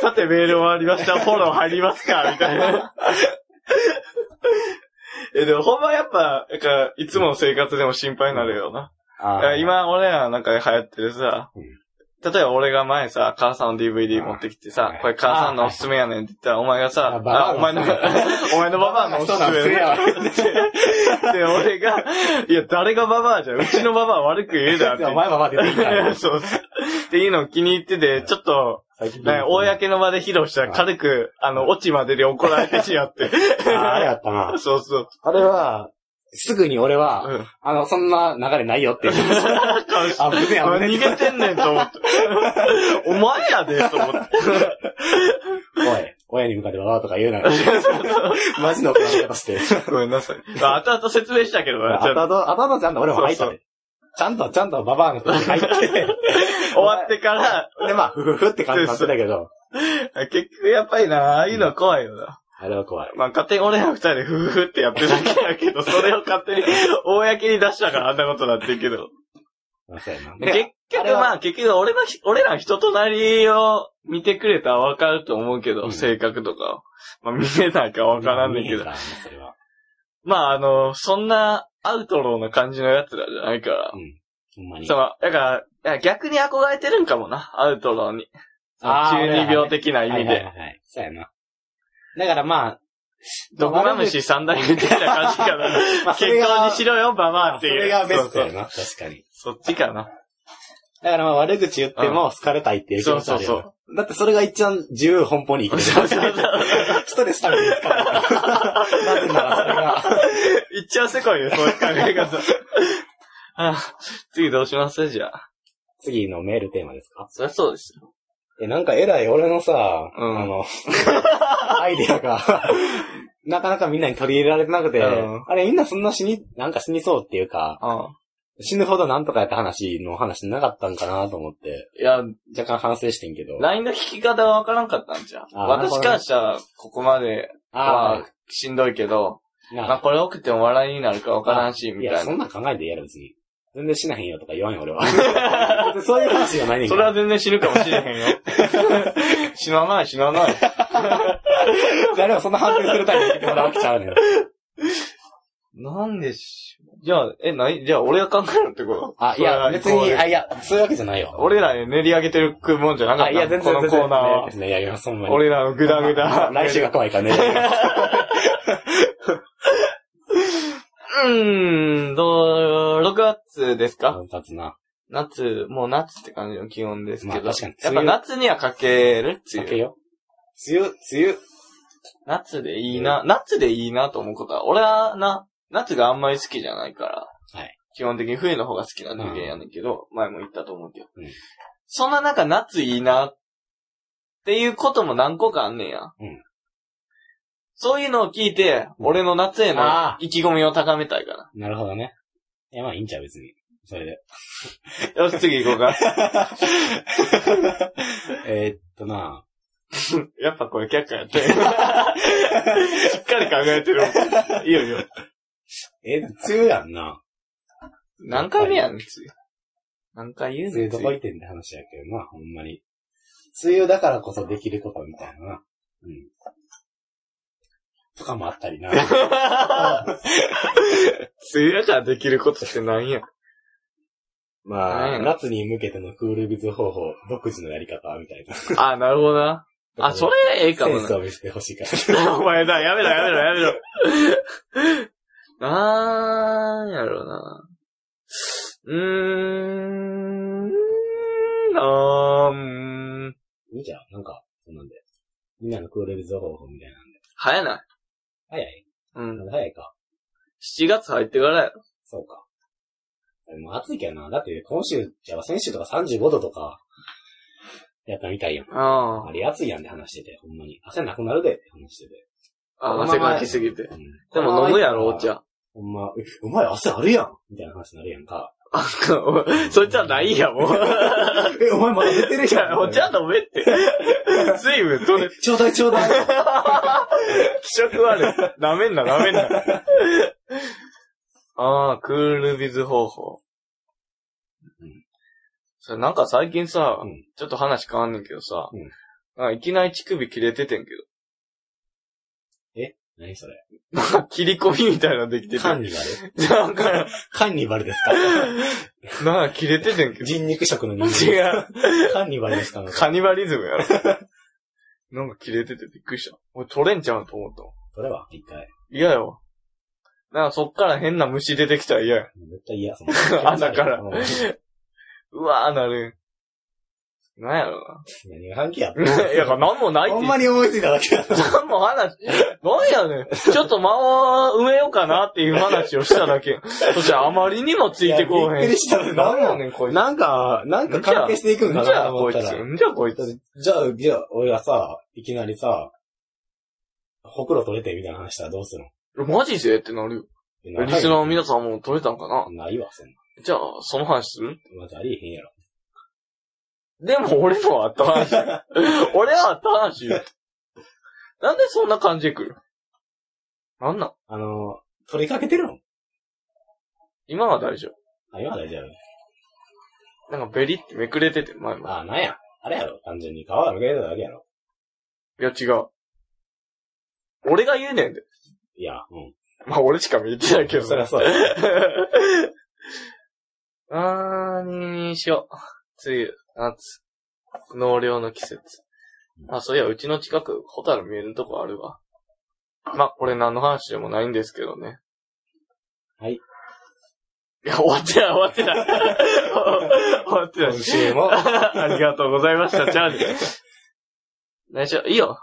Speaker 1: さて、メール終わりました。フォロー入りますかみたいな。え、でもほんまやっぱ、なんか、いつもの生活でも心配になるよな。だから
Speaker 2: あ、
Speaker 1: 今、俺らなんか流行ってるさ、
Speaker 2: うん
Speaker 1: 例えば俺が前さ、母さんの DVD 持ってきてさ
Speaker 2: はい、
Speaker 1: これ母さんのおすすめやねんって言ったら、お前がさ、
Speaker 2: あババア
Speaker 1: あ、お前の、お前のババアのおすす
Speaker 2: そうなんす
Speaker 1: め
Speaker 2: ね
Speaker 1: やねんって言ってで、俺が、いや、誰がババアじゃん。うちのババア悪く言う
Speaker 2: じ
Speaker 1: だ
Speaker 2: ゃ
Speaker 1: って
Speaker 2: あ、お前はまででいいから。
Speaker 1: そうそう。っていうのを気に入ってて、ちょっと、
Speaker 2: 最近
Speaker 1: ね、公の場で披露したら軽く、あの、落ちまでで怒られてしまって。
Speaker 2: ああれやったな。
Speaker 1: そうそう。
Speaker 2: あれは、すぐに俺は、
Speaker 1: うん
Speaker 2: あの、そんな流れないよって。
Speaker 1: (laughs)
Speaker 2: あ、ぶねえ、
Speaker 1: 逃
Speaker 2: ぶねえ。
Speaker 1: げてんねんと思
Speaker 2: (laughs)
Speaker 1: って。お前やで、と思って。
Speaker 2: おい、親に向かってわわとか言うなよ。マジの怒られ
Speaker 1: (laughs)
Speaker 2: 方して。 (laughs)
Speaker 1: ごめんなさい。あ後々説明したけどな、ち
Speaker 2: あ
Speaker 1: ゃん
Speaker 2: と
Speaker 1: と
Speaker 2: あと、あとあとちゃんと俺も入ったで。ちゃんと、ちゃんとババアのとこに入って。
Speaker 1: 終わってから、
Speaker 2: で、まあ、ふふふって感じに
Speaker 1: (laughs)
Speaker 2: なってたけど。
Speaker 1: 結局やっぱりな、ああいうのは怖いよな。
Speaker 2: あれは怖い。
Speaker 1: まあ勝手に俺ら二人でふふふってやってるだけやけ
Speaker 2: (laughs)
Speaker 1: ど、それを勝手に公に出したからあんなことになってるけど。
Speaker 2: まあそうやな。
Speaker 1: 結
Speaker 2: あ
Speaker 1: 局
Speaker 2: れは
Speaker 1: まあ結局俺のひ、俺らの人となりを見てくれたらわかると思うけど、
Speaker 2: うん
Speaker 1: 性格とかを。まあ見えないからわからんねんけど
Speaker 2: 見え。へからなそれは。
Speaker 1: まああの、そんなアウトローな感じのやつらじゃないから。
Speaker 2: うん。ほんまに
Speaker 1: そ。の、だから、いや逆に憧れてるんかもな、アウトローに。その
Speaker 2: あー
Speaker 1: 中二病的な意
Speaker 2: はい
Speaker 1: 味
Speaker 2: はい
Speaker 1: で。
Speaker 2: はいはい。そうやな。だからまあ、
Speaker 1: ドクマムシ三代目的な感じか
Speaker 2: (laughs) ま
Speaker 1: な。
Speaker 2: あ
Speaker 1: 結
Speaker 2: それが
Speaker 1: 婚にしろよ、ババアっ
Speaker 2: そ
Speaker 1: ていう。
Speaker 2: れがベスト
Speaker 1: そう
Speaker 2: や
Speaker 1: そう
Speaker 2: な。確かに。
Speaker 1: そっちかな。
Speaker 2: だからまあ悪口言っても好かれたいっていう気持ちあるよな
Speaker 1: そうそ
Speaker 2: だってそれが一番自由奔放に生きてる。ストレスために生きてる。なぜならそ
Speaker 1: (laughs)
Speaker 2: れが。
Speaker 1: いっちゃうせこいよ、そういう考え方。 (laughs) あ次どうしますじゃあ。
Speaker 2: 次のメールテーマですか
Speaker 1: そりゃそうですよ。
Speaker 2: え、なんか偉い俺のさ、
Speaker 1: うん
Speaker 2: あの、 (laughs) アイデアが、なかなかみんなに取り入れられてなくて、
Speaker 1: うん
Speaker 2: あれみんなそんな死に、なんか死にそうっていうか、
Speaker 1: あ
Speaker 2: 死ぬほどなんとかやった話の話なかったんかなと思って、
Speaker 1: いや、
Speaker 2: 若干反省してんけど。
Speaker 1: LINE の弾き方はわからんかったんじゃん。
Speaker 2: あ
Speaker 1: 私からしたら、ここまで
Speaker 2: あ
Speaker 1: はしんどいけど、
Speaker 2: あ、
Speaker 1: まあこれ送っても笑いになるかわからんし、み
Speaker 2: いや、
Speaker 1: たい
Speaker 2: そん
Speaker 1: な。
Speaker 2: なん考えてやる、別に。全然死なへんよとか言わんよ、俺
Speaker 1: (laughs)
Speaker 2: は。別にそういう話じゃないねん
Speaker 1: そ
Speaker 2: け
Speaker 1: れは
Speaker 2: ど。
Speaker 1: 全然死ぬかもしれへん
Speaker 2: (laughs)
Speaker 1: よ。 (laughs) 死なない、死なない。
Speaker 2: 誰もそんな反省するために聞いてもらうわけちゃうねん。
Speaker 1: なんでしょじゃあ、え、ないじゃあ俺が考えるってこと
Speaker 2: あ、いや、別に、あ、いや、そういうわけじゃないよ。
Speaker 1: 俺らで練り上げてるもんじゃなかった
Speaker 2: あ、いや、全然、
Speaker 1: このコーナーは。
Speaker 2: 全然いや、いや、そんなに。
Speaker 1: 俺らのグダグダ。
Speaker 2: 来週が怖いから
Speaker 1: (laughs)
Speaker 2: ね。
Speaker 1: うーん、どう、6月ですか、
Speaker 2: 立つな。
Speaker 1: 夏、もう夏って感じの気温ですけど。
Speaker 2: まあ確かに
Speaker 1: やっぱ夏にはかける
Speaker 2: か
Speaker 1: 梅
Speaker 2: け
Speaker 1: 雨。
Speaker 2: よ。梅雨、梅雨。
Speaker 1: 夏でいいな、夏でいいなと思うことは、俺はな、夏があんまり好きじゃないから。
Speaker 2: はい
Speaker 1: 基本的に冬の方が好きな人間やねんけど、前も言ったと思うけど。
Speaker 2: うん
Speaker 1: そんな中夏いいな、っていうことも何個かあんねんや。
Speaker 2: ん
Speaker 1: そういうのを聞いて、俺の夏への
Speaker 2: あ
Speaker 1: 意気込みを高めたいかな。
Speaker 2: なるほどね。いや、まあいいんちゃう、別に。それで。
Speaker 1: (laughs) よし、次行こうか。
Speaker 2: えーっとな
Speaker 1: やっぱこれ却下やって。し (laughs) っかり考えてる。いいよいいよ。
Speaker 2: え、梅雨やんな。
Speaker 1: 何回目やねん、次。何回言う
Speaker 2: 梅
Speaker 1: ね
Speaker 2: 雨
Speaker 1: ん、
Speaker 2: ど
Speaker 1: 次
Speaker 2: こ。行ってんって話やけどな、ほんまに。梅雨だからこそできることみたいな。うん。とかもあったりな。
Speaker 1: 梅雨だからできることって何や。
Speaker 2: (laughs) ま
Speaker 1: う
Speaker 2: あ、
Speaker 1: ん
Speaker 2: 夏に向けてのクールビズ方法、独自のやり方みたいな。
Speaker 1: あ、なるほどな。あ、それ、ええか
Speaker 2: セ
Speaker 1: も
Speaker 2: ンス
Speaker 1: な。
Speaker 2: を見せてほしいから。 (laughs)
Speaker 1: お前だ、やめろ、やめろ、やめろ。なんやろな。うーん、あーん、
Speaker 2: いいじゃん、なんか、そんなんで。みんなのクールビズ方法みたいなんで。
Speaker 1: 早ない。
Speaker 2: 早い
Speaker 1: うん。
Speaker 2: まだ早いか。
Speaker 1: 7月入ってからや。
Speaker 2: そうか。でも暑いけどな。だって今週、じゃあ先週とか35度とか、やったみたいやん。
Speaker 1: あ
Speaker 2: あれ暑いやんって話してて、ほんまに。汗なくなるでって話してて。
Speaker 1: あ。
Speaker 2: このまま
Speaker 1: 汗かきすぎて。
Speaker 2: うん
Speaker 1: でも飲むやろ、お。
Speaker 2: このまま行っ
Speaker 1: (laughs)
Speaker 2: たら
Speaker 1: 茶。
Speaker 2: ほんま、えお前汗あるやんみたいな話になるやん
Speaker 1: (laughs)
Speaker 2: か。
Speaker 1: あおそいつはないや、もう。 (laughs)
Speaker 2: え、お前まだ出てる
Speaker 1: い
Speaker 2: や
Speaker 1: や、
Speaker 2: ん。
Speaker 1: お茶飲めって。 (laughs) 水分取れ。
Speaker 2: ちょうだいちょう
Speaker 1: (laughs)
Speaker 2: だい。
Speaker 1: 気色 (laughs) 悪い。舐めんな、舐めんな。ああ、クールビズ方法。
Speaker 2: うん
Speaker 1: それなんか最近さ、
Speaker 2: うん
Speaker 1: ちょっと話変わんねんけどさ、
Speaker 2: うん
Speaker 1: なんかいきなり乳首切れててんけど。
Speaker 2: え何それ。
Speaker 1: 切り込みみたいなのできてて。
Speaker 2: カンニバ
Speaker 1: だ
Speaker 2: ル
Speaker 1: から、
Speaker 2: カンニバルですか
Speaker 1: なあ、切れててんけど。
Speaker 2: 人肉食の人
Speaker 1: 違
Speaker 2: 間。
Speaker 1: う。
Speaker 2: カンニバルですかなんか
Speaker 1: カニバリズムやろ。なんか切れててびっくりした。俺取れんちゃうと思ったわ。
Speaker 2: それは一回。
Speaker 1: 嫌やわ。なんかそっから変な虫出てきたら嫌や。
Speaker 2: 絶対嫌。そ
Speaker 1: (laughs) 穴から
Speaker 2: うん
Speaker 1: うわーなる。なんやろ
Speaker 2: 何が関係や
Speaker 1: な。 (laughs) いや、なんもないって
Speaker 2: ほん
Speaker 1: 言っ
Speaker 2: まに思いついただけだ。
Speaker 1: て。なんも話、なんやねん。ちょっと間を埋めようかなっていう話をしただ
Speaker 2: (laughs)
Speaker 1: け。そしたらあまりにもついてこう
Speaker 2: いやび
Speaker 1: へ
Speaker 2: っく
Speaker 1: ん
Speaker 2: り。した。
Speaker 1: なんやねん、こいつ。
Speaker 2: なんか、なんか関係していくん
Speaker 1: ん
Speaker 2: か
Speaker 1: じゃ
Speaker 2: な
Speaker 1: あ、
Speaker 2: と
Speaker 1: こ
Speaker 2: 思
Speaker 1: い
Speaker 2: っ
Speaker 1: つ。
Speaker 2: たら。
Speaker 1: んじゃあ、こいつ。
Speaker 2: じゃあ、じゃあ、俺がさ、いきなりさ、ほくろ取れてみたいな話したらどうする
Speaker 1: マジでってなるよ。
Speaker 2: の
Speaker 1: リスナーの皆
Speaker 2: さ
Speaker 1: さんも取れたんかな
Speaker 2: ないわ、そんな。
Speaker 1: じゃあ、その話する
Speaker 2: まずありえへんやろ。
Speaker 1: でも俺のはあった
Speaker 2: (laughs)
Speaker 1: 話。俺はあった話よ。なんでそんな感じで来るなんなん
Speaker 2: あの、取りかけてるの
Speaker 1: 今は大丈
Speaker 2: あ、今は大丈夫。
Speaker 1: 夫。なんかベリってめくれてて、前も。
Speaker 2: あ、なんや。あれやろ。単純に皮がむけてただけやろ。
Speaker 1: いや違う。俺が言うねんで。
Speaker 2: いや、うん。
Speaker 1: まあ俺しか見てないけど
Speaker 2: そりゃ
Speaker 1: ね。
Speaker 2: そうや。
Speaker 1: (laughs) あーにしよう。梅雨、夏、納涼の季節。あ、そういや、うちの近く、ホタル見えるとこあるわ。まあ、これ何の話でもないんですけどね。
Speaker 2: はい
Speaker 1: いや、終わってない、終わって (laughs) ない。終わってない。
Speaker 2: 今週も
Speaker 1: ありがとうございました、チャーリー。内緒、いいよ。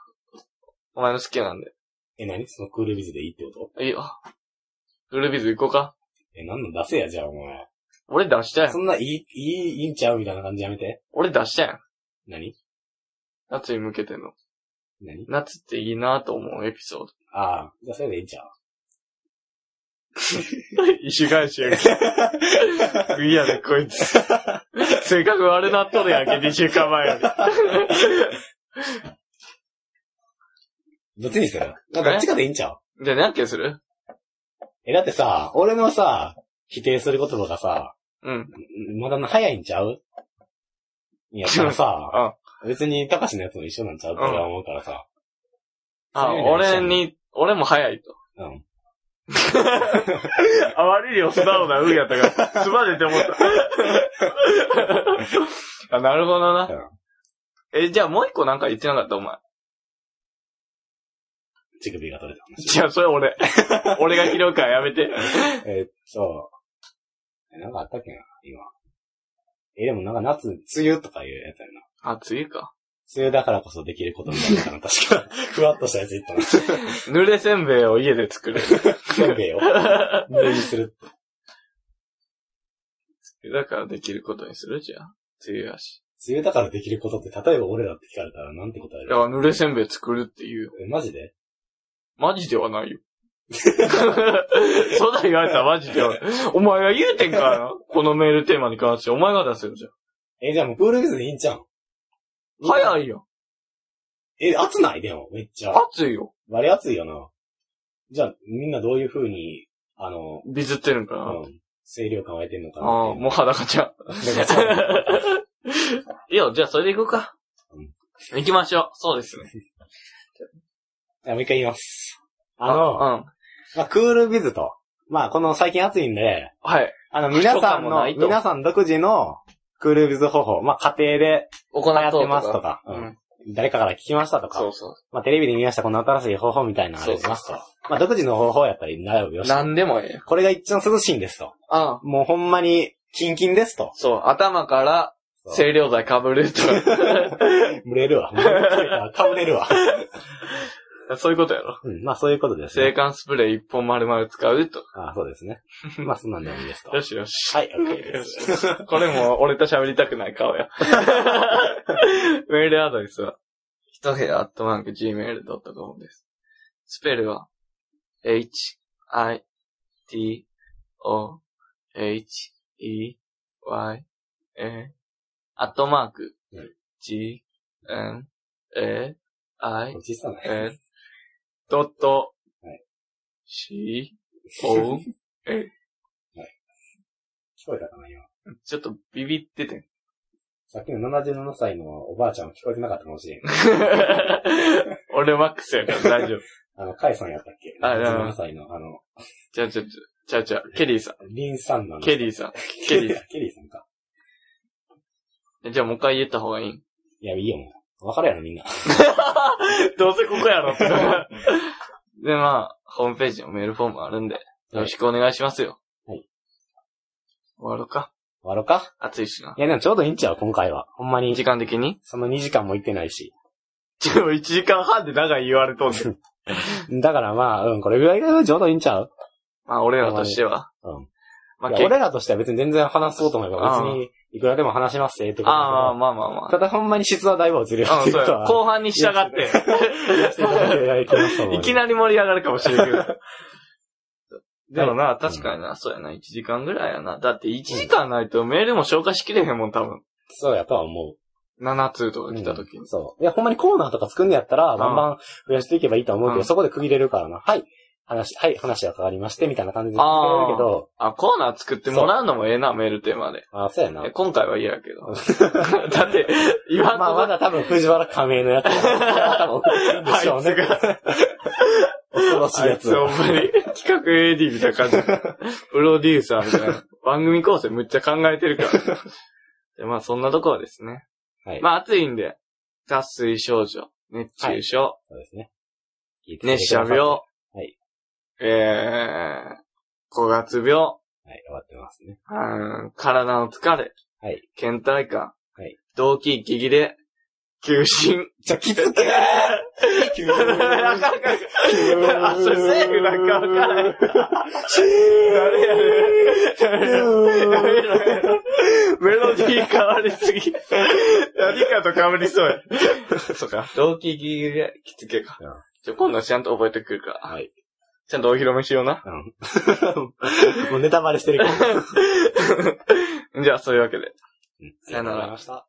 Speaker 1: お前の好きなんで。
Speaker 2: え、何そのクールビズでいいってこと
Speaker 1: いいよ。フルビズ行こうか。
Speaker 2: え、なんの出せや、じゃあ、お前。
Speaker 1: 俺出したやん。
Speaker 2: そんないい、いい、いいんちゃうみたいな感じやめて。
Speaker 1: 俺出したやん。
Speaker 2: 何
Speaker 1: 夏に向けての。
Speaker 2: 何
Speaker 1: 夏っていいなと思うエピソード。
Speaker 2: ああ、じゃあそれでいいんちゃう
Speaker 1: 石返しやんけ。いやね、こい
Speaker 2: (laughs)
Speaker 1: つ。性格悪なっとるやんけ、2週間前より
Speaker 2: どっちにするなんかどっちかでいいんちゃう
Speaker 1: じゃあ何件する
Speaker 2: え、だってさ、俺のさ、否定する言葉がさ、
Speaker 1: うん。
Speaker 2: まだ早いんちゃうい
Speaker 1: (laughs)
Speaker 2: や、からさ、別に、高しのやつも一緒なんちゃうって俺は思うからさ。
Speaker 1: あ、
Speaker 2: そういうのにした
Speaker 1: 俺
Speaker 2: いね
Speaker 1: に、俺も早いと。
Speaker 2: うん。
Speaker 1: (laughs) あまりにも素直な運やったから、すまねて思った。あ、 (laughs) なるほどな。え、じゃあもう一個なんか言ってなかったお前。
Speaker 2: 乳首が取れた話。
Speaker 1: じゃあそれ俺。俺が拾うからやめ
Speaker 2: (laughs)
Speaker 1: て。
Speaker 2: えーっと、えなんかあったっけな、今。え、でもなんか夏、梅雨とかいうやつやな。
Speaker 1: あ、次か。
Speaker 2: 梅雨だからこそできることみたいな
Speaker 1: (laughs)
Speaker 2: のかな、確か。ふわっとしたやつ言ったな。
Speaker 1: 濡れせんべいを家で作る。
Speaker 2: せんべいを。無理する。
Speaker 1: だからできることにするじゃん。梅雨やし。
Speaker 2: 梅雨だからできることって、例えば俺らって聞かれたらなんて答え
Speaker 1: だか
Speaker 2: る
Speaker 1: ら濡れせんべい作るっていう。
Speaker 2: えマジで
Speaker 1: マジではないよ。そうだ言われたらマジではない。お前が言うてんからな。このメールテーマに関してお前が出せるじゃん。
Speaker 2: え、じゃあもうプールビズでいいんちゃう
Speaker 1: 早いよ。
Speaker 2: え、暑ないでも、めっちゃ。
Speaker 1: 暑いよ。
Speaker 2: 割り暑いよな。じゃあ、みんなどういう風に、あの、
Speaker 1: ビズってるんかな。
Speaker 2: うん清涼感を得てんのかな
Speaker 1: ああ、
Speaker 2: っていう
Speaker 1: もう裸ちゃん。
Speaker 2: (laughs) だからそう
Speaker 1: (laughs) いいよ、じゃあそれで行こうか
Speaker 2: うん。
Speaker 1: 行きましょう。そうですね。
Speaker 2: じゃあもう一回言います。あの、
Speaker 1: うん。
Speaker 2: まあ、クールビズと。まあ、この最近暑いんで、
Speaker 1: はい。
Speaker 2: あの、皆
Speaker 1: 許
Speaker 2: さ
Speaker 1: 可
Speaker 2: ん
Speaker 1: も
Speaker 2: の
Speaker 1: な、いと
Speaker 2: 皆さん独自のクールビズ方法、まあ、家庭で
Speaker 1: 行
Speaker 2: や
Speaker 1: っ
Speaker 2: っ
Speaker 1: とう
Speaker 2: てますと。か、
Speaker 1: う
Speaker 2: うん
Speaker 1: ん。
Speaker 2: 誰かから聞きましたと
Speaker 1: そ
Speaker 2: か
Speaker 1: う、そ
Speaker 2: まあ、テレビで見ましたこの新しい方法みたいなのありますと。まあ、独自の方法やったり、悩むよ
Speaker 1: う。
Speaker 2: し。
Speaker 1: なんでもええよ。
Speaker 2: これが一番涼しいんですと。
Speaker 1: ああ。
Speaker 2: もうほんまに、キンキンですと。
Speaker 1: そう、頭から
Speaker 2: そう
Speaker 1: 清涼剤かぶると
Speaker 2: 蒸れるわ。かぶ
Speaker 1: (laughs)
Speaker 2: れる
Speaker 1: か。
Speaker 2: わ。
Speaker 1: (laughs) そういうことやろ。
Speaker 2: うん、まあそういうことです
Speaker 1: 制
Speaker 2: ね。
Speaker 1: 汗スプレー一本丸々使うと。
Speaker 2: あそうですね。まあそんなんでもいいですと。
Speaker 1: よしよし。
Speaker 2: はい、OK です。
Speaker 1: これも俺と喋りたくない顔 (laughs) や。メールアドレスは、ひとへやアットマーク gmail.com です。スペルは、h, i, t, o, h, e, y, a, アットマーク
Speaker 2: うん、
Speaker 1: g, n, a, i,
Speaker 2: 小さな。
Speaker 1: n, ドット
Speaker 2: は、
Speaker 1: c,
Speaker 2: (laughs)
Speaker 1: o,
Speaker 2: 聞こえたかな、今。
Speaker 1: ちょっとビビってて。 (laughs)
Speaker 2: さっきの77歳のおばあちゃんは聞こえてなかったかもしれん。
Speaker 1: 俺マックスやから大丈夫。
Speaker 2: あの、カイさんやったっけ
Speaker 1: ああ
Speaker 2: 17歳の、あの、
Speaker 1: ちゃうちゃうちゃうちゃう、ケリーさ
Speaker 2: リンさんなん
Speaker 1: ん。
Speaker 2: で
Speaker 1: ケリーさん。ケリーさ
Speaker 2: ケリーさんか。
Speaker 1: ん。じゃあもう一回言った方がい (laughs) い。
Speaker 2: いや、いいよ、もう。わかるやろ、みんな。
Speaker 1: どうせここやろって。 (laughs) で、まあ、ホームページのメールフォームあるんで、よろしくお願いしますよ。
Speaker 2: はい。
Speaker 1: 終わろうか。
Speaker 2: 終わろうか
Speaker 1: 暑いしな。
Speaker 2: いや、でもちょうどいいんちゃう、今回は。ほんまに
Speaker 1: 時、間的に
Speaker 2: その2時間も行ってないし。
Speaker 1: ちょ、1時間半で長い言われとんね
Speaker 2: (laughs)
Speaker 1: ん。
Speaker 2: だからまあ、うん、これぐらいがちょうどいいんちゃう
Speaker 1: まあ、俺らとしては。
Speaker 2: うん。
Speaker 1: まあ、
Speaker 2: いや
Speaker 1: 結構
Speaker 2: 俺らとしては別に全然話そうと思えば別に、いくらでも話しますって、と
Speaker 1: ああ、
Speaker 2: か。
Speaker 1: まあまあま
Speaker 2: ただほんまに質はだいぶずれる
Speaker 1: あ。
Speaker 2: っ
Speaker 1: う
Speaker 2: て
Speaker 1: ん、
Speaker 2: い
Speaker 1: そう
Speaker 2: うこと
Speaker 1: や。
Speaker 2: (laughs) は。
Speaker 1: 後半に従って。いきなり盛り上がるかもしれんけど。
Speaker 2: (laughs)
Speaker 1: でもな、確かにな、そうやな、1時間ぐらいやな。だって1時間ないとメールも消化しきれへんもん、多分。
Speaker 2: そうやとは思
Speaker 1: 7通とか
Speaker 2: う。
Speaker 1: 来た時
Speaker 2: う
Speaker 1: に
Speaker 2: ん。そう。いや、ほんまにコーナーとか作んねやったら、
Speaker 1: ん
Speaker 2: バンバン増やしていけばいいと思うけ
Speaker 1: う
Speaker 2: ど、
Speaker 1: ん
Speaker 2: そこで区切れるからな。はい。話、はい、話が変わりまして、みたいな感じで作れるけど、
Speaker 1: あ、コーナー作ってもらうのもええな、メールテーマで。
Speaker 2: ああ、そうやな。
Speaker 1: え今回は嫌やけ
Speaker 2: (laughs)
Speaker 1: ど。だって、今
Speaker 2: まあ、
Speaker 1: (laughs)
Speaker 2: まだ多分藤原亀井のやつが、多分送ってるんでしょうね。恐ろしい
Speaker 1: あ
Speaker 2: や
Speaker 1: い
Speaker 2: つ
Speaker 1: つほんまに、企画 AD みたいな感じ。
Speaker 2: (laughs)
Speaker 1: プロデューサーみたいな。番組構成むっちゃ考えてるから。でまあそんなところですね。
Speaker 2: はい。
Speaker 1: まあ暑いんで、脱水症状、熱中症、
Speaker 2: そうですね。
Speaker 1: 熱射病、
Speaker 2: はい
Speaker 1: えー、五月病、
Speaker 2: はい、終わってますね。
Speaker 1: うん体の疲れ、
Speaker 2: はい
Speaker 1: 倦怠感、
Speaker 2: はい
Speaker 1: 動悸、息切れ、休診。
Speaker 2: じゃ、きつけ (laughs)
Speaker 1: (laughs)
Speaker 2: 急
Speaker 1: あかんあかんあかんあ、それ (laughs) セーフなんかわからない。誰やねんやめろやめろメロディー変わりすぎ。何かと変わりそうや。そうか。動機ギリギリきつけか
Speaker 2: うん。
Speaker 1: じゃ、今度はちゃんと覚えてくるから。(laughs)
Speaker 2: (laughs) はい。
Speaker 1: ちゃんとお披露目しような。
Speaker 2: もうネタバレしてるから。
Speaker 1: じゃあ、そういうわけで。
Speaker 2: うん
Speaker 1: さよなら
Speaker 2: ありがとうございました。